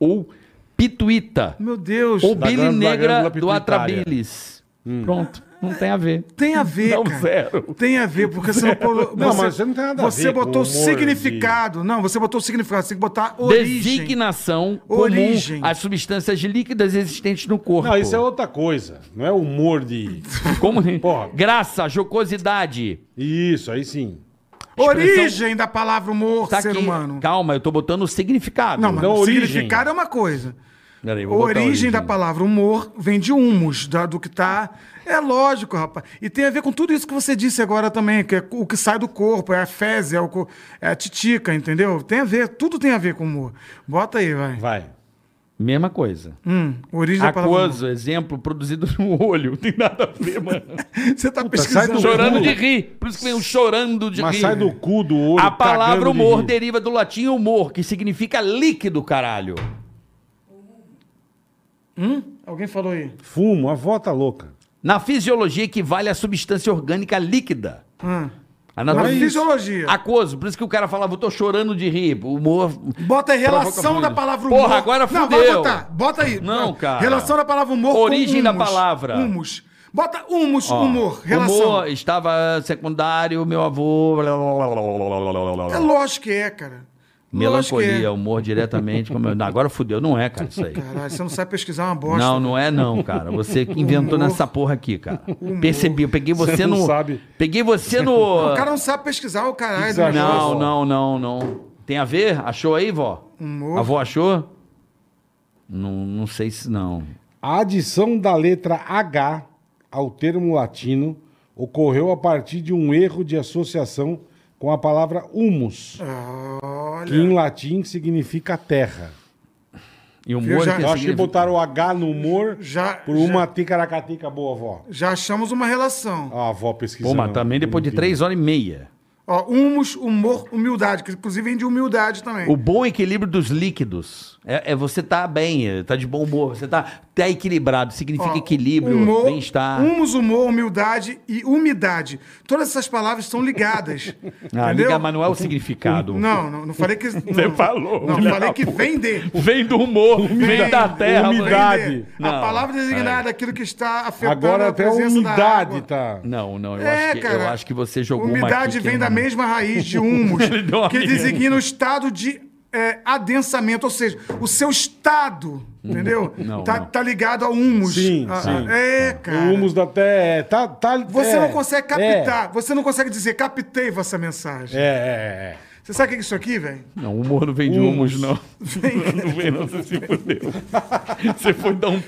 D: ou pituita,
A: Meu Deus.
D: ou
C: Da
D: bile
C: glândula-
D: negra
C: glândula
D: do
C: pituitária. Hum.
D: atrabilis.
F: Pronto. Não tem a ver.
A: Tem a ver,
F: Dá um
A: cara.
F: zero.
A: Tem a ver, porque você não pôs.
C: Não, mas você não tem nada a
A: Você
C: ver com
A: botou
C: humor
A: significado. Não, você botou significado. Você tem que botar origem.
D: Designação
A: Origem.
D: comum às substâncias líquidas existentes no corpo.
C: Não, isso é outra coisa. Não é humor de.
D: Como...
C: Porra.
D: Graça, jocosidade.
C: Isso, aí sim.
A: Origem da palavra humor,
D: Tá
A: ser
D: aqui.
A: humano.
D: Calma, eu tô botando o significado.
A: Não, mas
C: Então, origem.
A: significado é uma coisa.
G: Peraí,
A: A
G: vou botar a
A: origem,
G: origem.
A: da palavra humor vem de humus, da- do que tá. É lógico, rapaz. E tem a ver com tudo isso que você disse agora também, que é o que sai do corpo, é a fezes, é, o co- é a titica, entendeu? Tem a ver, tudo tem a ver com humor. Bota aí, vai.
C: Vai.
D: Mesma coisa.
A: Hum, origem da palavra. humor.
D: Aquoso, exemplo, produzido no olho. Não tem nada a ver, mano.
A: Você tá pesquisando.
C: do-
D: chorando
C: Olho.
D: de rir. Por isso que vem um chorando de
C: Mas
D: rir.
C: sai do cu do olho.
D: A palavra
C: cagando de
D: humor
C: rir.
D: deriva do latim humor, que significa líquido, caralho.
A: Alguém falou aí.
C: Fumo, a vó tá louca.
D: Na fisiologia equivale à substância orgânica líquida.
A: Hum.
D: A
A: Na
D: natureza-
A: fisiologia.
D: Aquoso, por isso que o cara falava, eu tô chorando de rir. O humor.
A: Bota aí relação
D: Provoca
A: da
D: muito.
A: palavra humor.
D: Porra, agora
A: Não, vai
D: fudeu.
A: botar. Bota aí.
D: Não, cara.
A: Relação da palavra humor
D: Origem
A: com
D: da
A: humus.
D: palavra.
A: Humus. Bota humus,
D: Ó,
A: humor, relação.
D: Humor estava secundário, meu avô. blá, blá, blá, blá, blá, blá, blá.
A: É lógico que é, cara. Lógico que
D: Melancolia,
A: é.
D: humor diretamente. Como... eu- Não, agora fudeu, não é, cara, isso aí.
A: Caralho, você não sabe pesquisar uma bosta.
D: Não, não é não, cara. Você que inventou
A: Humor.
D: nessa porra aqui, cara. Percebi, eu peguei você,
C: Você não
D: no.
C: sabe.
D: Peguei você no.
A: O cara não sabe pesquisar o caralho.
C: Pesquisar
A: né?
C: não.
D: Não, não, não, não. Tem a ver? Achou aí, vó?
A: Humor.
D: A vó achou? Não, não sei se não.
C: A adição da letra H ao termo latino ocorreu a partir de um erro de associação com a palavra humus, que
A: Olha.
C: em latim significa terra.
D: E o
A: Eu
D: humor
A: já-
D: que
C: Eu acho que
D: significa-
C: botaram o H no humor
A: Já-
C: por
A: já-
C: uma ticaracatica boa, avó.
A: Já achamos uma relação.
C: Ah, a avó pesquisando.
D: Pô, mas também depois de três horas e meia.
A: Ó, humus, humor, humildade, que inclusive vem de humildade também.
D: O bom equilíbrio dos líquidos. É, é você tá bem, é, tá de bom humor, você tá, tá equilibrado. Significa
A: Ó,
D: equilíbrio,
A: humor,
D: bem-estar.
A: Humus, humor, humildade e umidade. Todas essas palavras estão ligadas.
D: Ah,
A: entendeu?
D: liga, mas não é o significado.
A: Não, não, não falei que. Você
D: falou,
A: Não,
D: filha
A: falei
D: da
A: que
D: puta.
A: vem de.
D: Vem do humor, vem da terra.
A: vem de.
C: umidade.
A: A
D: Não,
A: palavra designada é aquilo que está afetando
C: Agora
A: a
C: até a
A: presença da água.
C: umidade tá.
D: Não, não, eu,
A: É,
D: acho que, eu
A: cara.
D: acho que você jogou uma aqui
A: Umidade
D: que
A: vem da
D: não-
A: mesma raiz de humus,
D: deu uma
A: que
D: riada.
A: designa o estado de é, adensamento, ou seja, o seu estado, entendeu?
D: Hum. não,
A: tá,
D: não.
A: tá ligado ao humus.
C: Sim,
A: Ah,
C: sim.
A: É,
C: O
A: cara.
C: humus da terra. Tá, tá,
A: Você
C: é,
A: não consegue captar, você não consegue dizer, captei vossa
C: É,
A: mensagem.
C: é, é. é.
A: Você sabe o que é isso aqui, velho?
D: Não, o humor não vem de
C: Humus.
D: humus, não. Não vem, não, você se fudeu. Você foi dar, um,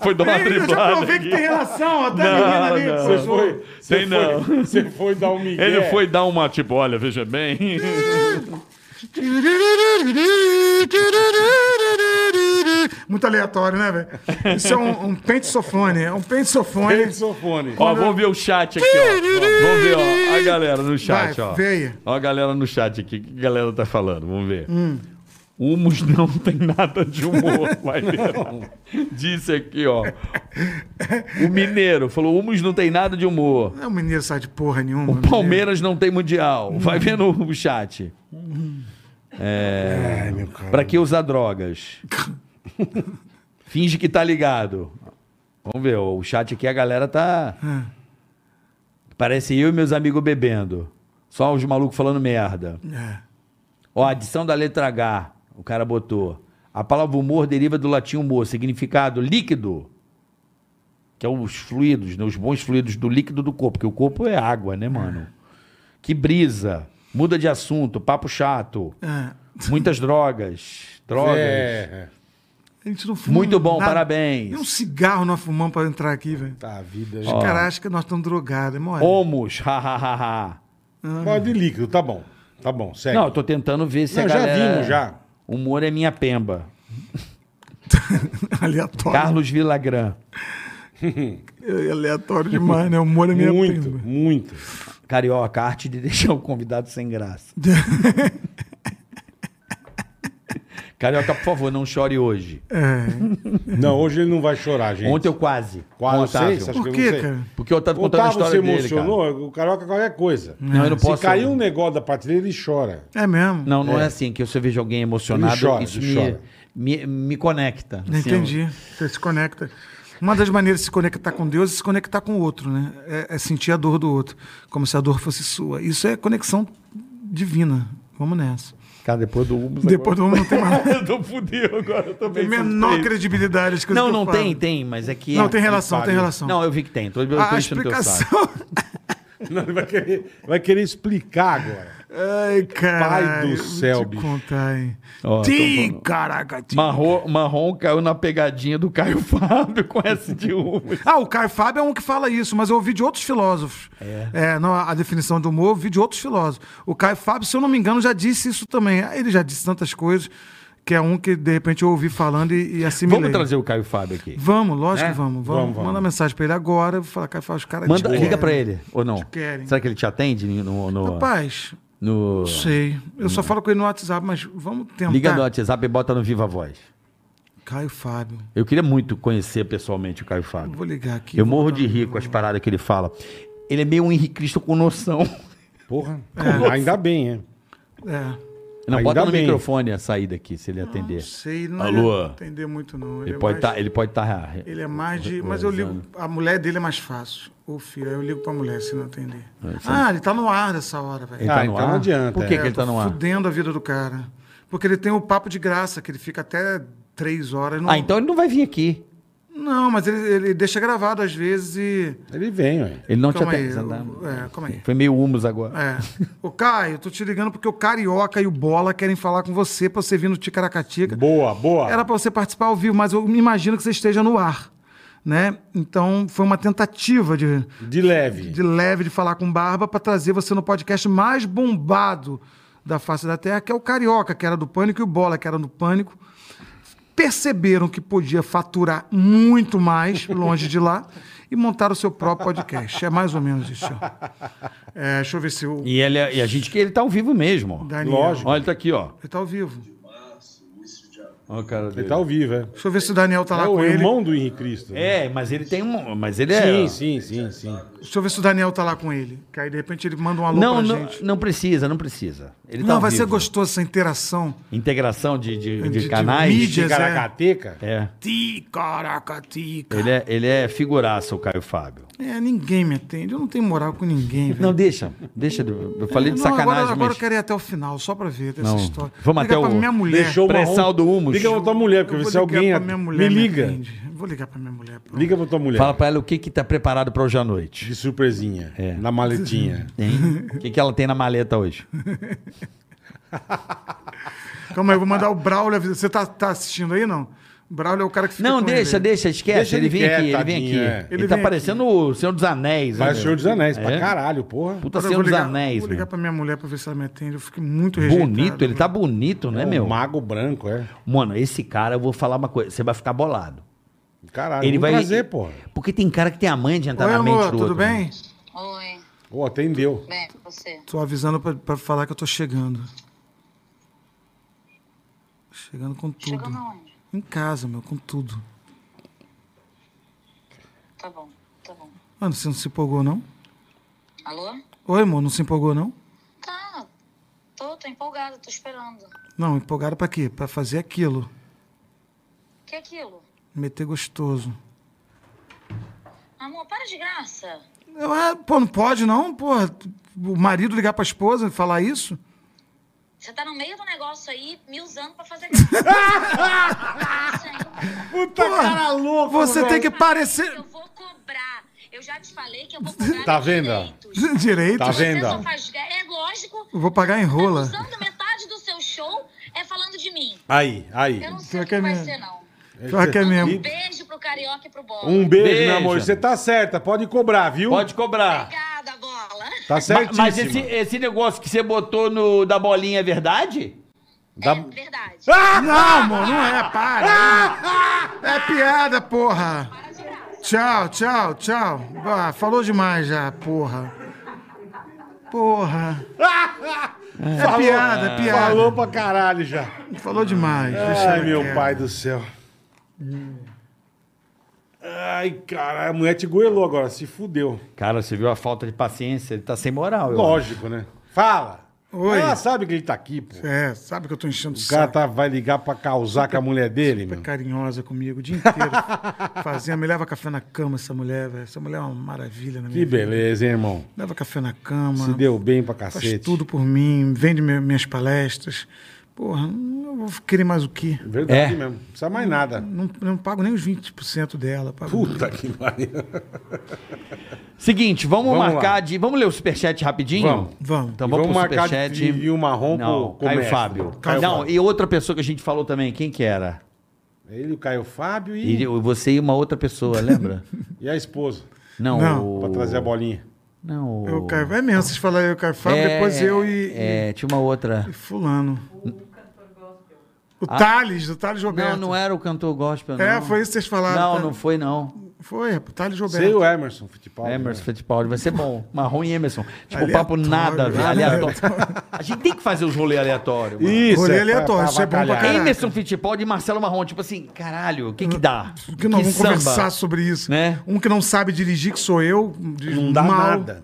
D: foi
C: Tá
D: dar uma
A: Eu já
D: driblada
A: provei
D: aqui.
A: que tem relação, até
D: Não,
A: menina ali.
D: não.
A: Você
C: Foi, você
D: Tem
C: foi-
D: não.
C: Você foi dar um migué.
D: Ele foi dar uma, tipo, olha, veja bem.
A: Muito aleatório, né, velho? Isso é um, um pentissofone, é um pentissofone.
C: Pensofone.
D: ó, vamos ver o chat aqui, ó. Vamos ver, ó, a galera no chat,
A: Vai,
D: ó.
A: vê aí.
D: Ó a galera no chat aqui, o que a galera tá falando, vamos ver. Humus não tem nada de humor, vai ver. Disse aqui, ó. O mineiro falou, humus não tem nada de humor.
A: Não, o mineiro sai de porra nenhuma. né?
D: O Palmeiras não tem mundial. Vai ver no chat. É,
C: Ai, meu cara.
D: Pra que usar drogas? Finge que tá ligado. Vamos ver, o chat aqui a galera tá.
A: É.
D: Parece eu e meus amigos bebendo. Só os malucos falando merda.
A: mineiro.
D: Ó, adição da letra H, o cara botou. A palavra humor deriva do latim humor, significado líquido, que é os fluidos, né? os bons fluidos do líquido do corpo, porque o corpo é água, né, mano? Que brisa, muda de assunto, papo chato,
A: É, é.
D: muitas drogas, drogas.
C: É,
A: A gente não fuma
D: Muito bom,
A: nada.
D: parabéns.
A: Nem um cigarro nós fumamos pra entrar aqui, velho.
C: tá, a vida.
A: Os caras acham que nós estamos drogados, é mole.
D: Homos, hahaha.
C: Pode de líquido, tá bom. Tá bom, segue.
D: Não, eu tô tentando ver se
C: Não,
D: a
C: já
D: galera...
C: vimos, já.
D: Humor é minha pemba.
A: É Aleatório.
D: Carlos Villagrã.
A: É Aleatório demais, né? O humor é minha
C: muito,
A: pimba.
C: muito.
D: Carioca, a arte de deixar o convidado sem graça. Carioca, por favor, não chore hoje.
A: É.
C: Não, hoje ele não vai chorar, gente.
D: Ontem eu quase.
C: Quase,
D: com o
C: eu sei,
D: Otávio.
C: você acha
A: Por
C: eu
A: quê,
C: não sei?
A: cara?
D: Porque eu tava
C: O
D: contando a
C: Otávio
D: história
C: se
D: dele, cara.
C: emocionou, o Carioca é qualquer coisa.
D: Não, eu não posso-
C: Se cair um negócio da prateleira, ele chora.
A: É mesmo?
D: Não, não é. assim, que se eu vejo alguém emocionado,
C: Ele chora,
D: isso
C: ele
D: me,
C: chora.
D: me, me conecta.
A: Não
D: assim,
A: entendi. Você se conecta. Uma das maneiras de se conectar com Deus é se conectar com o outro, né? É, é sentir a dor do outro, como se a dor fosse sua. Isso é conexão divina. Vamos nessa.
D: eu- Cara, depois do Humus...
A: Depois do não tem mais
D: Eu tô fudido agora, eu tô bem
A: menor
D: suspeito.
A: credibilidade. as coisas
D: Não,
A: que eu
D: não
A: falo.
D: tem, tem, mas é que...
A: Não, tem relação, tem relação.
D: Não, eu vi que tem. Tô, eu tô
A: a
D: enchendo teu saco.
A: explicação.
C: Não, ele vai querer, vai querer explicar agora.
A: Ai, caralho.
C: do
A: vou
C: céu,
A: te
C: bicho.
A: contar, hein?
D: Ó,
A: Ti, caraca, ti.
D: Marrom, Marrom caiu na pegadinha do Caio Fábio com essa de humor.
A: Ah, o Caio Fábio é um que fala isso, mas eu ouvi de outros filósofos. É. não, a definição de humor, eu ouvi de outros filósofos. O Caio Fábio, se eu não me engano, já disse isso também. Ah, Ele já disse tantas coisas, que é um que, de repente, eu ouvi falando e, e assimilei.
D: Vamos trazer o Caio Fábio aqui.
A: Vamos, lógico
D: Né?
A: que vamos. Vamos,
C: Vamos, vamos.
A: Manda mensagem pra ele agora. Vou falar, Caio Fábio, os é caras
D: Manda,
A: te
D: liga
A: querem.
D: pra ele, ou não?
A: querem.
D: Será que ele te atende no... no,
A: Rapaz,
D: no-
A: não sei. Eu só falo com ele no WhatsApp, mas vamos tentar.
D: Liga no WhatsApp e bota no Viva Voz.
A: Caio Fábio.
D: Eu queria muito conhecer pessoalmente o Caio Fábio.
A: Vou ligar aqui.
D: Eu morro de rir com as paradas que ele fala. Ele é meio um Henrique Cristo com noção.
C: Porra. Ainda bem, é.
A: É,
D: Não,
C: Ainda
D: bota no
C: bem.
D: microfone a saída aqui, se ele atender.
A: sei, não
D: Alô?
A: ia entender muito, não.
D: Ele
A: é
D: pode
A: mais-
D: tá, ele pode estar.
A: Ele é mais de. Mas eu ligo. A mulher dele é mais fácil. O filho, aí eu ligo pra mulher se não atender.
D: É,
A: Ah, ele tá no ar nessa hora, velho.
C: Ah, então não adianta,
D: Por que,
C: é.
D: que ele tá
A: tô
D: no ar?
A: Fudendo a vida do cara. Porque ele tem o papo de graça, que ele fica até três horas. Não,
D: Ah, então ele não vai vir aqui.
A: Não, mas ele, ele deixa gravado às vezes e.
C: Ele vem, ué.
D: Ele não
A: calma
D: te
A: aí.
D: atende.
A: o- É, calma aí.
D: Foi meio humus agora.
A: É. Ô, Caio, tô te ligando porque o Carioca e o Bola querem falar com você pra você vir no Ticaracatica.
C: Boa, boa.
A: Era pra você participar ao vivo, mas eu me imagino que você esteja no ar. Né? Então, foi uma tentativa de,
C: De leve.
A: de leve de falar com Barba para trazer você no podcast mais bombado da face da Terra, que é o Carioca, que era do Pânico, e o Bola, que era do Pânico. Perceberam que podia faturar muito mais longe de lá e montaram o seu próprio podcast. É mais ou menos isso. ó. É, deixa eu ver se o
D: E, ele, é- e a gente que ele tá ao vivo mesmo. ó.
A: Daniel.
C: Lógico.
D: Olha, ele tá aqui, ó.
A: Ele tá ao vivo.
D: Olha o cara
C: Ele
D: dele.
C: tá ao vivo, é.
A: Deixa eu ver se o Daniel tá lá
C: É
A: com
C: o
A: ele.
C: irmão do Henrique Cristo. né?
D: É, mas ele tem um. Mas ele
C: Sim,
D: é.
C: sim, sim, sim.
A: Deixa eu ver se o Daniel tá lá com ele. Que aí de repente ele manda um alô
D: Não,
A: pra
D: não,
A: gente.
D: não precisa, não precisa. Ele tá
A: não,
D: ao
A: vai ser
D: vivo.
A: gostoso essa interação.
D: Integração de, de- de
A: De- de
D: canais.
A: mídia. Dias, é.
C: Caracateca?
D: É.
A: Ticaracatica.
D: Ele é, ele é figuraça, o Caio Fábio.
A: É, ninguém me atende. Eu não tenho moral com ninguém, velho.
D: Não, deixa. Deixa. do- Eu falei de
A: Não, agora-
D: sacanagem,
A: Agora,
D: mas.
A: eu quero ir até o final, só pra ver dessa
D: Não.
A: história.
D: Vamos
A: Ligar
D: até
A: pra
D: o-
A: minha mulher.
C: Deixou o
D: Pressão
C: marrom.
D: do humus.
C: Liga pra tua mulher, porque
A: Eu vou
C: se alguém.
A: ligar pra minha mulher,
C: me
A: me
C: liga.
A: atende. Vou ligar pra minha mulher. pronto.
C: liga pra tua mulher.
D: Fala É. pra ela o que que tá preparado pra hoje à noite.
C: De surpresinha. Na maletinha.
D: Hein? O que, que ela tem na maleta hoje?
A: Calma aí, eu vou mandar o Braulio. avisar. Você tá, tá assistindo aí, não? O Braulio é o cara que fica
D: Não,
A: com
D: deixa,
A: ele.
D: deixa, esquece.
C: Deixa
D: ele,
C: ele
D: vem
C: quieto,
D: aqui, ele vem
C: tadinho,
D: aqui.
C: é.
D: Ele,
A: Ele
D: tá
A: vem
D: parecendo o Senhor dos Anéis. né,
C: Parece o
D: meu?
C: Senhor dos Anéis, pra
D: É.
C: caralho, porra.
D: Puta
A: Agora eu
D: Senhor
A: vou
D: dos
A: ligar-
D: Anéis,
A: Vou ligar
D: meu.
A: pra minha mulher pra ver se ela me atende. Eu fiquei muito rejeitado.
D: Bonito, ele
A: velho.
D: tá bonito, né,
C: É
D: meu?
C: um mago branco, é.
D: Mano, esse cara, eu vou falar uma coisa. Você vai ficar bolado.
C: Caralho,
D: Ele
C: ele
D: vai.
C: vai trazer, porra.
D: Porque tem cara que tem a mãe de entrar
A: Oi,
D: na mente
A: amor,
D: do
A: tudo
D: outro. né?
A: bem?
H: Oi,
C: Ô, atendeu.
H: bem, você.
A: Tô avisando pra, pra falar que eu tô chegando. Chegando com tudo.
H: Chegando aonde?
A: Em casa, meu, com tudo.
H: Tá bom, tá bom.
A: Mano, Ah, você não se empolgou, não?
H: Alô?
A: Oi, amor, não se empolgou, não?
H: Tá, tô, tô empolgada, tô esperando.
A: Não, empolgado pra quê? Pra fazer aquilo.
H: Que aquilo?
A: Meter gostoso.
H: Amor, para de graça.
A: Eu, ah, pô, não pode não, porra. O marido ligar pra esposa e falar isso?
H: Você tá no meio do negócio aí, me usando pra fazer graça. Isso aí,
C: Puta cara louco,
A: Você tem que
H: Eu
A: parecer.
H: vou cobrar. Eu já te falei que eu vou cobrar
C: Tá
H: meus
C: vendo?
H: direitos.
A: Direito.
C: Tá
H: Você
C: vendo?
H: só faz... gra- É lógico.
A: Eu vou pagar em
H: Tá
A: rola.
H: usando metade do seu show é falando de mim.
C: Aí, aí.
H: Eu não sei
A: Pior
H: o
A: que é
H: que vai
A: mesmo.
H: ser, não.
A: Pior que é
H: Um
A: mesmo.
H: beijo pro Carioca e pro Bola.
C: Um beijo, meu
D: Beijo.
C: amor. Você tá certa, pode cobrar, viu?
D: Pode cobrar.
H: Obrigada, Bola.
C: Tá
D: Ma-
C: certíssima.
D: Mas esse, esse negócio que você botou no da bolinha é verdade?
C: Dá-
H: É verdade.
A: Não, amor, não é. Para. É piada, porra. Tchau, tchau, tchau. Ah, falou demais já, porra. Porra. É piada, é piada.
C: Falou pra caralho já.
A: Falou demais. deixa
C: Ai,
A: ela
C: meu
A: quieta.
C: pai do céu. Ai, cara, a mulher te goelou agora, se fudeu.
D: Cara, você viu a falta de paciência? Ele tá sem moral. eu
C: Lógico, né? Fala.
A: Oi.
C: Ela sabe que ele tá aqui, pô.
A: É, sabe que eu tô enchendo o
C: O cara
A: saco. Tá
C: tá, vai ligar pra causar com a mulher dele, meu.
A: carinhosa comigo o dia inteiro. Fazia, me leva café na cama essa mulher, velho. Essa mulher é uma maravilha na
C: Que
A: minha vida.
C: beleza, hein, irmão?
A: Leva café na cama.
C: Se deu bem pra
A: Faz
C: cacete.
A: tudo por mim, vende mi- minhas palestras, Porra, não vou querer mais o quê?
C: É
D: É.
C: Verdade mesmo. Não precisa mais nada.
A: Não, não pago nem os 20% dela. Pago
C: Puta que pariu.
D: Seguinte, vamos,
C: Vamos
D: marcar
C: lá.
D: de. Vamos ler o superchat rapidinho?
C: Vamos.
A: Vamos.
D: Então
C: E
D: vamos,
C: vamos
D: pro
C: marcar
D: superchat.
C: de- de uma rompa
D: Não,
C: com o
D: um Caio
C: mestre.
D: Fábio.
C: Caio
D: não,
C: Fábio.
D: e outra pessoa que a gente falou também, quem que era?
C: Ele, o Caio Fábio
D: E
C: e,
D: eu- você e uma outra pessoa, lembra?
C: e a esposa.
D: Não,
A: Não.
D: o...
C: Pra trazer a bolinha.
D: Não, o...
A: Eu, Caio, é mesmo, vocês falaram eu, Caio Fábio,
D: É,
A: depois eu e,
D: É, tinha uma outra.
A: e fulano. O Thales, o Thales Roberto.
D: Não, não é. era o cantor gospel, não.
A: É, foi isso que vocês falaram.
D: Não,
A: tá?
D: não foi, não.
A: Foi, é, o Thales Roberto.
C: Sei o Emerson Fittipaldi. né?
D: Emerson Fittipaldi, vai ser bom. Marrom e Emerson. Tipo,
A: Aleatório,
D: papo nada, velho, aleatório.
A: aleatório.
D: A gente tem que fazer os rolês aleatórios, mano.
C: Isso,
A: Rolê
C: é
A: aleatório, isso é bom pra
C: avacalhar.
A: caralho.
D: Emerson Fittipaldi e Marcelo Marrom. Tipo assim, caralho, o que que dá?
A: O Um que nós vamos
D: samba?
A: conversar sobre isso?
D: Né?
A: Um que não sabe dirigir, que sou eu, de
C: Não dá
A: mal,
C: nada.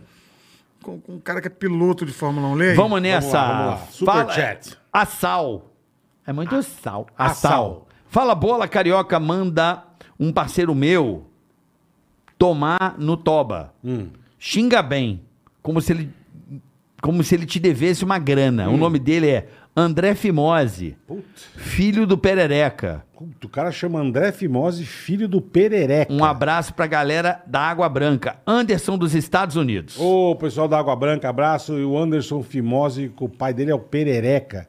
A: Com, com um cara que é piloto de Fórmula 1, leia.
D: Vamos nessa.
C: Vamos lá, vamos lá. Super
D: Fala-
C: chat.
D: A sal. É muito sal. A
C: Assal.
D: sal. Fala bola carioca, manda um parceiro meu tomar no toba.
C: Hum.
D: Xinga bem, como se ele como se ele te devesse uma
C: Hum.
D: grana. O nome dele é André Fimose,
C: Putz,
D: filho do Perereca.
C: putz, o cara chama André Fimose, filho do Perereca.
D: Um abraço pra galera da Água Branca, Anderson dos Estados Unidos.
C: Ô, pessoal da Água Branca, abraço. E o Anderson Fimose, que o pai dele é o Perereca.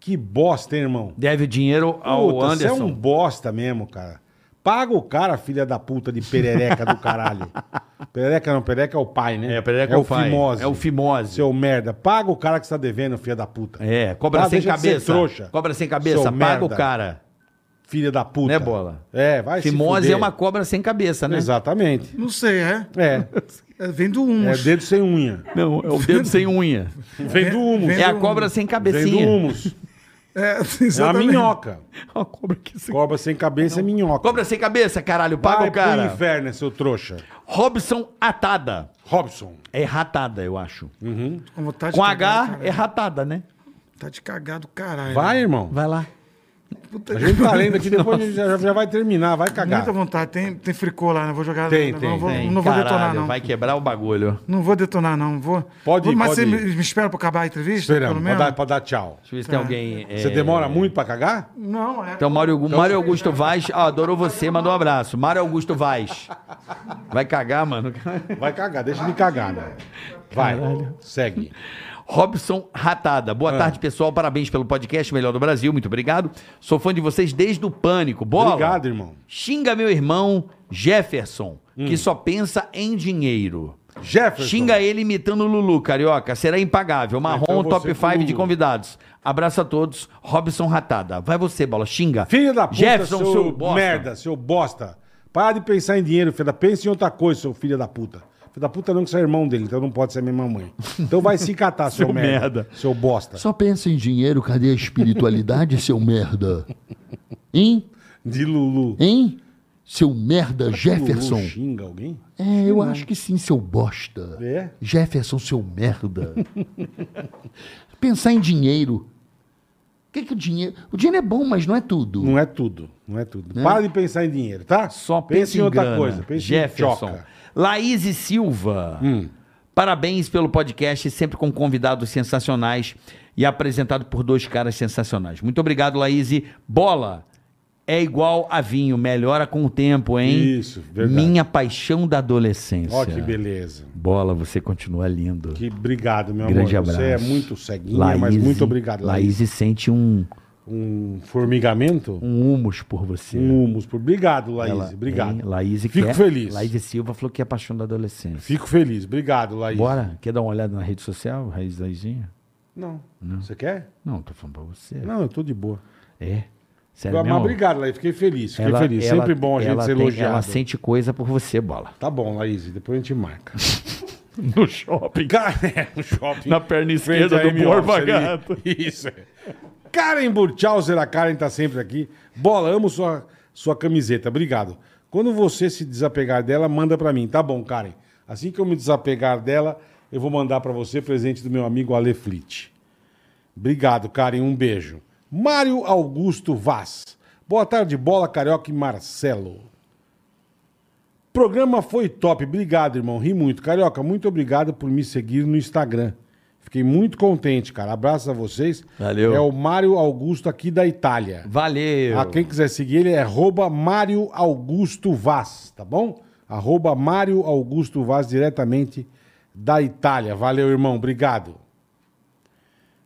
C: Que bosta, hein, irmão?
D: Deve dinheiro ao
C: Puta, você
D: Ah, Anderson.
C: é um bosta mesmo, cara. Paga o cara, filha da puta de perereca do caralho. perereca não, perereca é o pai, né?
D: É, Perereca é o pai.
C: Fimose.
D: É o Fimose.
C: Seu merda. Paga o cara que você tá devendo, filha da puta.
D: É, cobra
C: Tá?
D: sem
C: Deixa de ser
D: cabeça.
C: trouxa.
D: Cobra sem cabeça,
C: Seu
D: paga o
C: merda.
D: cara.
C: Filha da puta.
D: Né, Bola?
C: É, vai
D: Fimose
C: se
D: é uma cobra sem cabeça, né?
C: Exatamente.
A: Não sei, é?
C: É.
A: É, Vem do 1.
C: É dedo sem unha.
D: Não, é o dedo sem unha.
C: Vem do humus.
D: É a cobra sem
C: um- Vem do um-
D: cabecinha. É
C: humus.
A: É,
C: É uma
A: exatamente.
C: minhoca.
D: Uma cobra que sem...
C: Cobra sem cabeça é minhoca.
D: Cobra sem cabeça, caralho, paga
C: Vai
D: o cara.
C: pro inferno, seu trouxa.
D: Robson Atada.
C: Robson.
D: É ratada, eu acho.
A: Com, vontade
D: Com
A: de cagar do
D: H
A: caralho.
D: é ratada, né?
A: Tá de cagado, caralho.
C: Vai, irmão.
D: Vai lá.
A: Puta
C: A
A: que
C: gente tá
A: pariu.
C: lendo aqui, depois a gente já, já vai terminar, vai cagar.
A: Muita vontade. Tem, tem fricô lá, né? Vou jogar.
C: Tem,
A: não,
C: tem,
A: vou,
C: tem.
A: não vou
D: Caralho,
A: detonar, não.
D: Vai quebrar o bagulho.
A: Não vou detonar, não. Vou...
C: Pode
A: vou
C: ir,
A: Mas
C: pode
A: você me,
C: ir.
A: me espera pra acabar a entrevista?
C: Esperamos,
A: pelo
C: pra
A: menos?
C: dar, pra dar tchau.
D: Deixa eu ver
A: Ah.
D: se tem alguém. é,
C: Você demora muito pra cagar?
A: Não, é.
D: Então, Mário, Augu- Mário Augusto Vaz. Ah, adorou você, mandou um abraço. Mário Augusto Vaz. Vai cagar, mano.
C: Vai cagar, deixa de cagar, né? Vai, segue.
D: Robson Ratada. Boa
C: Ah.
D: tarde, pessoal. Parabéns pelo podcast Melhor do Brasil. Muito obrigado. Sou fã de vocês desde o Pânico. Bola.
C: Obrigado, irmão. Hum.
D: Xinga meu irmão Jefferson, que só pensa em dinheiro.
C: Jefferson.
D: Xinga ele imitando o Lulu, carioca. Será impagável. Marrom,
C: Então você
D: top
C: com
D: 5 de
C: Lulu.
D: convidados. Abraço a todos. Robson Ratada. Vai você, bola. Xinga.
C: Filho da puta,
D: Jefferson,
C: seu,
D: seu bosta.
C: merda, seu bosta. Para de pensar em dinheiro, filha da... Pensa em outra coisa, seu filho da puta. Filho da puta não que você é irmão dele, então não pode ser minha mamãe. Então vai se catar, seu,
D: Seu
C: merda.
D: merda.
C: Seu bosta.
I: Só pensa em dinheiro, cadê a espiritualidade, seu merda? Hein?
C: De Lulu.
I: Hein? Seu merda, Jefferson.
C: Lulu xinga alguém?
I: É, eu acho que sim, seu bosta.
C: É?
I: Jefferson, seu merda. Pensar em dinheiro. O que, que o dinheiro. O dinheiro é bom, mas não é tudo.
C: Não é tudo, não é tudo. Para de pensar em dinheiro, tá?
D: Né? Só pensa em outra coisa.
C: pensa em Hum.
D: Jefferson.
C: choca.
D: Laís Silva. Parabéns pelo podcast, sempre com convidados sensacionais e apresentado por dois caras sensacionais. Muito obrigado, Laís. Bola é igual a vinho, melhora com o tempo, hein?
C: Isso, verdade.
D: Minha paixão da adolescência.
C: Ó que beleza.
D: Bola, você continua lindo.
C: Que obrigado, meu
D: Grande
C: amor. Você é
D: abraço.
C: muito ceguinha, mas muito obrigado.
D: Laís sente um,
C: Um formigamento?
D: um humus por você.
C: Um humus. por- Obrigado, Laís.
D: Ela- hein?
C: Obrigado.
D: Laís
C: Fico
D: quer-
C: feliz.
D: Laís Silva falou que é paixão da adolescência.
C: Fico feliz. Obrigado, Laís.
D: Bora? Quer dar uma olhada na rede social, Raiz Laizinha?
C: Não. Você quer?
D: Não, tô falando pra você.
C: Não, eu tô de boa.
D: É. Sério
C: Mas
D: mesmo?
C: obrigado, Laís. Fiquei feliz. Fiquei
D: Ela-
C: feliz.
D: ela-
C: Sempre bom a gente
D: ela
C: ser
D: tem-
C: elogiado.
D: Ela sente coisa por você, bola.
C: Tá bom, Laís. Depois a gente marca.
D: No shopping.
C: Cara, é, no shopping.
D: Na perna
C: Frente
D: esquerda
C: a
D: do
C: Amy
D: Borba
C: Office ali.
D: Gato.
C: Isso. é. Karen Burchauser, a Karen tá sempre aqui. Bola, amo sua, sua camiseta. Obrigado. Quando você se desapegar dela, manda pra mim. Tá bom, Karen. Assim que eu me desapegar dela, eu vou mandar pra você presente do meu amigo Ale Flit. Obrigado, Karen. Um beijo. Mário Augusto Vaz. Boa tarde, Bola, Carioca e Marcelo. Programa foi top. Obrigado, irmão. Ri muito. Carioca, muito obrigado por me seguir no Instagram. Fiquei muito contente, cara. Abraço a vocês.
D: Valeu.
C: É o Mário Augusto aqui da Itália.
D: Valeu.
C: Ah, quem quiser seguir ele é arroba Mário Augusto Vaz, tá bom? Arroba Mário Augusto Vaz, diretamente da Itália. Valeu, irmão. Obrigado.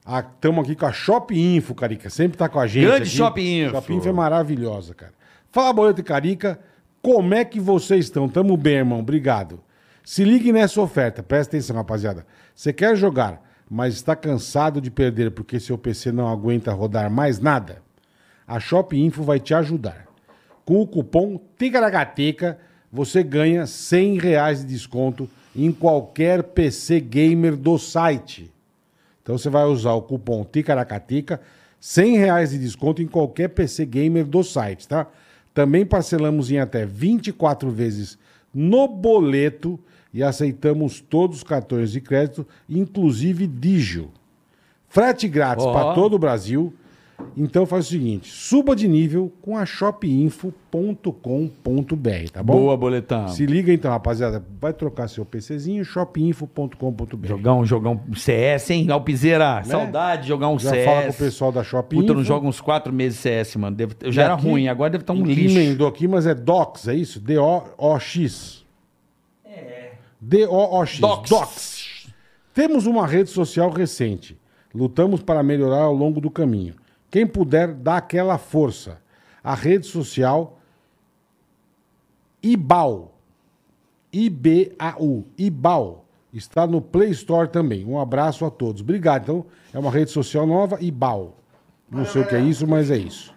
C: Estamos Ah, aqui com a Shop Info, Carica. Sempre tá com a gente.
D: Grande
C: aqui.
D: Shop Info.
C: Shop Info é maravilhosa, cara. Fala, Boleto e Carica. Como é que vocês estão? Tamo bem, irmão. Obrigado. Se ligue nessa oferta. Presta atenção, rapaziada. Você quer jogar, mas está cansado de perder porque seu PC não aguenta rodar mais nada? A Shop Info vai te ajudar. Com o cupom TICARACATECA, você ganha R$ 100 reais de desconto em qualquer PC gamer do site. Então você vai usar o cupom TICARACATICA, R$ 100 reais de desconto em qualquer PC gamer do site, tá? Também parcelamos em até 24 vezes no boleto e aceitamos todos os cartões de crédito, inclusive Digio. Frete grátis
D: Ó.
C: para todo o Brasil. Então faz o seguinte, suba de nível com a shopinfo.com.br, tá bom?
D: Boa, boletão.
C: Se liga então, rapaziada. Vai trocar seu PCzinho, shopinfo.com.br.
D: Jogar um, jogar um CS, hein? Alpizeira, saudade de jogar um
C: Né? Já
D: CS.
C: fala com o pessoal da Shop
D: Puta, eu não
C: Info.
D: jogo uns quatro meses CS, mano. Devo- eu já
C: E
D: era
C: aqui-
D: ruim, agora deve estar um
C: E que
D: lixo.
C: emendou aqui, mas é DOX, é isso? D-O-O-X. É. D-O-O-X.
D: Docs.
C: Temos uma rede social recente. Lutamos para melhorar ao longo do caminho. Quem puder, dá aquela força. A rede social IBAU. IBAU. IBAU. Está no Play Store também. Um abraço a todos. Obrigado. Então, é uma rede social nova, IBAU. Não sei o que é isso, mas é isso.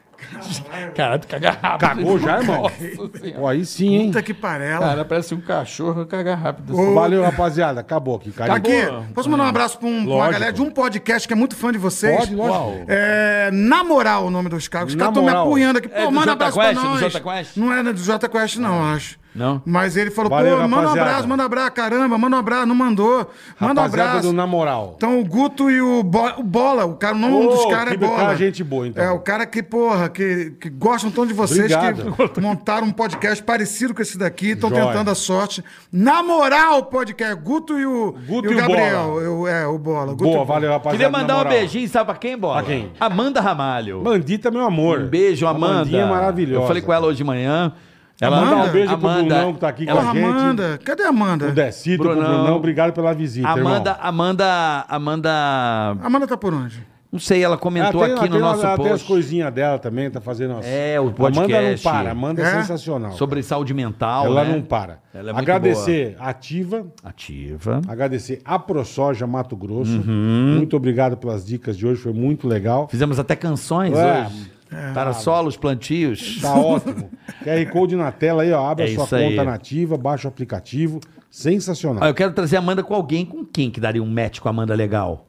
D: Cara, tu caga rápido.
C: Cagou já, irmão?
D: Nossa senhora.
C: Ó, aí sim, hein?
A: Puta que parela.
D: Cara, parece um cachorro caga rápido.
C: Valeu, rapaziada. Acabou aqui, cara.
A: Aqui, posso mandar um abraço pra, um- pra uma
C: Lógico.
A: galera de um podcast que é muito fã de vocês.
C: Pode, lógico.
A: É, na moral, o nome dos caras. Os
C: Na
A: caras estão me
C: Moral.
A: apunhando aqui. Pô,
D: É do
A: manda
D: Jota
A: um abraço
D: Quest,
A: pra
D: do
A: nós.
D: Jota Quest?
A: Não era do Jota Quest, não, acho.
D: Não?
A: Mas ele falou,
C: Ah. Valeu,
A: pô, manda um
C: rapaziada.
A: abraço, manda um abraço, caramba, manda um abraço, não mandou. Manda um
C: Rapaziada
A: abraço.
C: do Na Moral.
A: Então o Guto e o, Bo- o Bola, o cara, o nome
C: Ô,
A: dos caras
C: que
A: é Bola.
C: cara gente boa, então.
A: É, o cara que, porra, que, que gostam tanto de vocês,
C: Obrigado.
A: que montaram um podcast parecido com esse daqui, estão
C: Joia.
A: tentando a sorte. Na moral, o podcast, Guto e o,
C: Guto
A: e
C: e
A: o
C: o
A: Gabriel.
C: Bola.
A: Eu- é, o Bola. Guto e o
C: Boa,
A: Bola.
C: valeu, rapaziada.
D: Queria mandar
C: Na
D: um
C: moral.
D: beijinho, sabe pra quem, Bola?
C: Pra quem?
D: Amanda Ramalho.
C: Mandita, meu amor.
D: Um beijo, Amanda.
C: Amandinha é maravilhosa.
D: Eu falei com ela hoje de manhã. Ela
A: Amanda?
C: Mandar um beijo pro Brunão que tá aqui
A: Porra,
C: com a gente.
A: Amanda. Cadê a Amanda?
C: O Decito, pro
D: Brunão.
C: Brunão. Obrigado pela visita,
D: é Amanda,
C: irmão.
D: Amanda, Amanda,
A: Amanda tá por onde?
D: não sei, ela comentou
C: Ela Ah, tem-
D: aqui
C: ela
D: no
C: tem-
D: nosso
C: ela tem as
D: post
C: coisinhas dela também, tá fazendo as...
D: É, o
C: Amanda não
D: podcast.
C: para, Amanda é,
A: É?
C: sensacional.
D: sobre saúde mental,
C: Ela
D: né?
C: não para.
D: Ela é muito
C: Agradecer Ativa,
D: Ativa.
C: agradecer a ProSoja Mato Grosso.
D: Uhum.
C: Muito obrigado pelas dicas de hoje, foi muito legal.
D: Fizemos até canções
C: É.
D: hoje. Para solos, plantios.
C: Tá ótimo. QR Code na tela aí, ó. Abre
D: É
C: a sua
D: isso
C: conta
D: aí.
C: nativa, baixa o aplicativo.
D: Ah,
C: Sensacional.
D: eu quero trazer a Amanda com alguém. Com quem que daria um match com a Amanda legal?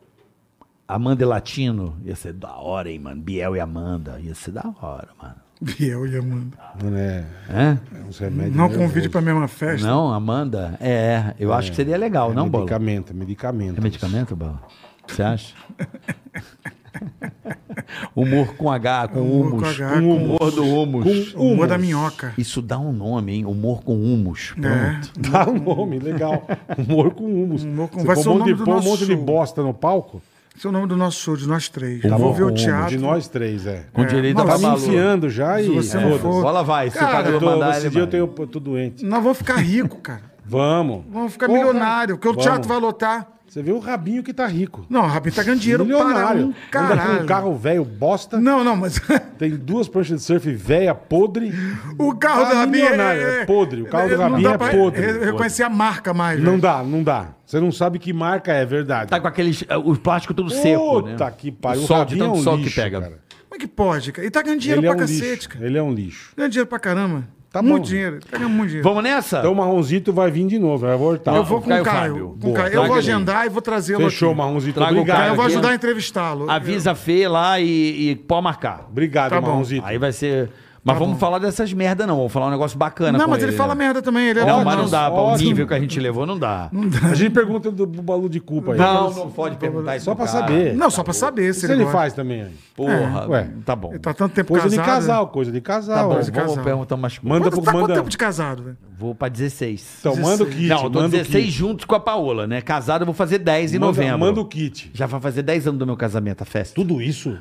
D: Amanda e Latino. Ia ser da hora, hein, mano? Biel e Amanda. Ia ser da hora, mano.
A: Biel e Amanda.
C: É,
D: Hã?
C: é uns remédios né?
A: Não
C: nervosos.
A: convide pra mesma festa.
D: Não, Amanda? É, eu acho que seria legal,
C: É
D: não, Bola?
C: medicamento, medicamento.
D: É medicamento, Bola? Você acha? humor com H, com
A: Humor
D: humus.
A: com H,
D: Um
A: com
D: humor do humus.
A: O humor da minhoca.
D: Isso dá um nome, hein? Humor com humus.
A: É.
D: Pronto.
C: Dá o nome, Tá um legal. Humor com humus.
A: Humor com-
C: Você
A: vai
C: põe
A: ser
C: um
A: o
C: monte,
A: nome
C: de,
A: do
C: põe um
A: nosso
C: monte de
A: show.
C: bosta no palco.
A: Esse é o nome do nosso show, de nós três.
C: Tá
A: Vou
C: bom,
A: ver
C: com
A: o
C: humus.
A: teatro.
C: De nós três, é.
D: Com direito
A: Tá
D: a
C: Tá me
D: babalô.
C: enfiando já e...
A: Se você não
C: foda-se.
A: for-
D: Bola vai, se o
C: Cara,
D: padre
C: eu
D: mandar
C: tô,
D: ele
C: esse dia eu
D: vai.
C: tenho, eu tô doente.
A: Nós vamos ficar ricos, cara.
C: Vamos.
A: Vamos ficar
C: Porra.
A: milionário, porque o
C: Vamos.
A: teatro vai lotar.
C: Você vê o rabinho que tá rico.
A: Não, o Rabin tá ganhando dinheiro
C: Milionário.
A: para um
C: Anda com
A: caralho.
C: um carro velho bosta.
A: Não, não, mas
C: Tem duas pranchas de surf velha, podre.
A: o carro
C: Ah,
A: do Rabin
C: milionário, é podre. O carro do
A: não
C: Rabin
A: dá
C: é
A: pra
C: podre.
A: re- reconhecer a marca mais.
C: Não
A: velho.
C: dá, não dá. Você não sabe que marca é, é verdade.
D: Tá com aqueles. eh, O plástico tudo seco. né?
C: Puta que pariu.
D: O
C: O
D: sol de
C: Rabinho é
D: tanto
C: um
D: sol
C: lixo,
D: que pega.
C: cara.
A: Como é que pode, cara? E tá ganhando dinheiro
C: Ele é um
A: pra cacete,
C: lixo.
A: cara.
C: Ele é um lixo.
A: Ganhando dinheiro pra caramba.
C: Tá
A: muito
C: bom.
A: dinheiro. Tá ganhando muito dinheiro.
D: Vamos nessa?
C: Então o Marronzito vai vir de novo, vai voltar.
A: eu vou
D: o
A: com
D: Caio
A: o Caio.
D: Fábio.
A: com o
C: Boa,
A: Caio. Eu
C: traga
A: vou
C: ele.
A: agendar e vou trazê-lo aqui.
C: Fechou, Marronzito.
D: Traga o
C: obrigado.
A: Caio, eu vou
D: aqui.
A: ajudar a entrevistá-lo.
D: Avisa a Fê lá e, e pode marcar.
C: Obrigado,
A: Tá bom.
C: Marronzito.
D: Aí vai ser. Mas
C: Tá
D: vamos falar dessas merda não, vamos falar um negócio bacana
A: Não,
D: com né?
A: mas ele fala merda também. Ele é
D: Não,
A: ótimo.
D: mas não dá, para o
C: ótimo.
D: nível que a gente levou não dá.
C: A gente pergunta do, do Balu de Culpa aí.
D: Não, não pode perguntar isso.
C: Só
D: pro
C: pra
D: cara.
C: saber.
A: Não, só pra saber se
C: Isso
A: ele,
C: ele
A: gosta.
C: faz também. aí.
D: Porra,
C: Ué.
D: tá bom.
A: Ele tá tanto tempo
C: Coisa de
A: casado. né?
C: casal, coisa de casal.
D: Tá bom,
C: ué.
A: de
D: vamos
A: casal.
D: perguntar umas coisas.
C: é Manda
A: Quanto,
C: pro
A: tá quanto
C: manda.
A: tempo de casado? velho?
D: Vou pra 16.
C: Então, manda o kit.
D: não, eu tô
C: manda o
D: 16
C: kit.
D: juntos com a Paola, né? Casado eu vou fazer 10 em
C: Manda-
D: novembro.
C: Manda o kit.
D: Já vai fazer 10 anos do meu casamento, a festa.
C: Tudo isso?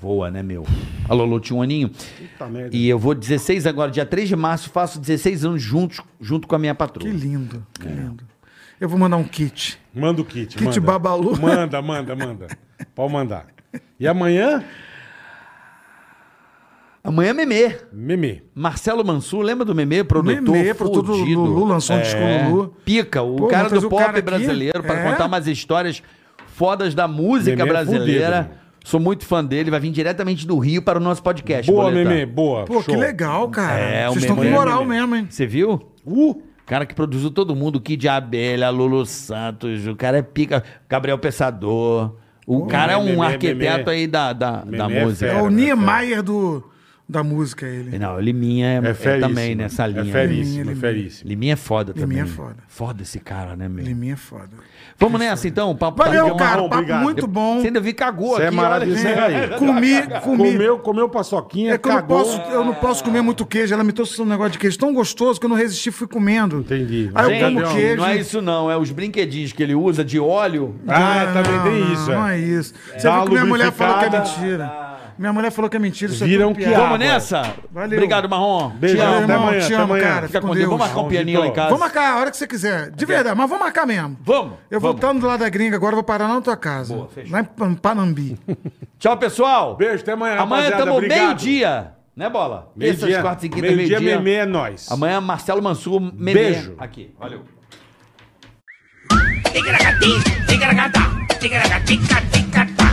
D: Voa, né, meu? A Lolo tinha um aninho.
C: Puta merda.
D: E eu vou 16 agora, dia 3 de março, faço 16 anos juntos, junto com a minha patroa.
A: Que lindo, que lindo. Eu vou mandar um kit.
C: Manda o kit.
A: Kit
C: manda.
A: Babalu.
C: Manda, manda, manda. Pode mandar. E amanhã,
D: Amanhã é Memê.
C: meme.
D: Marcelo Mansur, lembra do Memê? Produtor
A: Memê, produtor do
D: fudido. É.
A: Lulu, lançou um disco Lulu.
D: Pica, o
A: Pô,
D: cara
A: mas
D: do
A: o
D: pop
A: cara aqui-
D: brasileiro, pra
A: é.
D: contar umas histórias fodas da música
C: Memê é
D: brasileira.
C: fudido, né?
D: Sou muito fã dele, vai vir diretamente do Rio para o nosso podcast.
C: Boa,
D: Boletar.
C: meme, boa.
A: Pô,
C: Show.
A: que legal, cara.
D: É, o
A: Vocês estão com
D: Memê,
A: moral
C: Memê.
A: mesmo, hein?
D: Você viu?
C: Uh,
D: Cara que produziu todo mundo, Kid Abelha, Lulu Santos, o cara é pica, Gabriel Pensador. O cara é um
C: Memê,
D: arquiteto
C: Memê.
D: aí da, da, da
C: Memê é
D: música.
A: É
C: Era,
A: o
C: né,
A: Niemeyer do, da música, ele.
D: Não, o Liminha é,
C: é
D: é
C: feríssimo.
D: também nessa linha.
C: É feríssimo,
A: Liminha,
C: é
A: liminha.
C: feríssimo.
D: Liminha é foda também.
A: Liminha é foda.
D: Foda esse cara, né, meu?
A: Ele me é foda.
D: Vamos nessa então, o papo
A: Valeu,
D: bom.
A: cara.
C: bom,
A: papo
C: obrigado.
A: muito bom.
D: Você ainda vi cagou
C: Você é
D: aqui, olha.
C: maravilhoso. Isso aí.
A: Comi, comi.
C: Comeu, comeu paçoquinha,
A: É que eu não,
C: cagou.
A: posso, eu não posso comer muito queijo. Ela me trouxe um negócio de queijo tão gostoso que eu não resisti fui comendo.
C: Entendi.
A: Aí
C: Gente,
A: eu como
C: não,
A: um
C: né?
A: queijo.
D: Não é isso não, é os brinquedinhos que ele usa de óleo.
C: Ah, também tem
A: Não,
C: isso.
A: Não
C: é.
A: é isso. Você
C: Dá
A: viu
C: uma
A: que minha mulher falou que é
C: lubrificada.
A: mentira. Minha mulher falou que é mentira. Isso
C: Viram
A: é tudo
C: que
A: piada.
C: há.
D: Vamos
C: Agora.
D: nessa?
A: Valeu.
D: Obrigado, Marrom.
C: Beijo,
D: Te amo.
C: até
A: irmão,
C: amanhã,
A: te
C: até
A: amo,
C: amanhã.
A: cara.
D: Fica
A: com
D: com Deus. Vamos
A: Deus.
D: marcar um pianinho lá em casa.
A: Vamos marcar a hora que você quiser. De verdade, mas vamos marcar mesmo.
D: Vamos,
A: Eu
D: vamos.
C: tá-
A: voltando lá da gringa, agora eu vou parar lá na tua casa. lá em Pan- Panambi.
D: Tchau, pessoal.
C: Beijo, até amanhã,
D: Amanhã
C: rapaziada.
D: estamos
C: Obrigado.
D: meio-dia. Né, Bola? Terças,
C: Meio-dia.
D: quartas e quinta,
C: Meio-dia,
D: meio-dia.
C: meme é nóis.
D: Amanhã, Marcelo Mansur, Memê.
C: Beijo.
D: Aqui, valeu.
B: Ticaracati, ticaracata, ticaracati, ticaracata.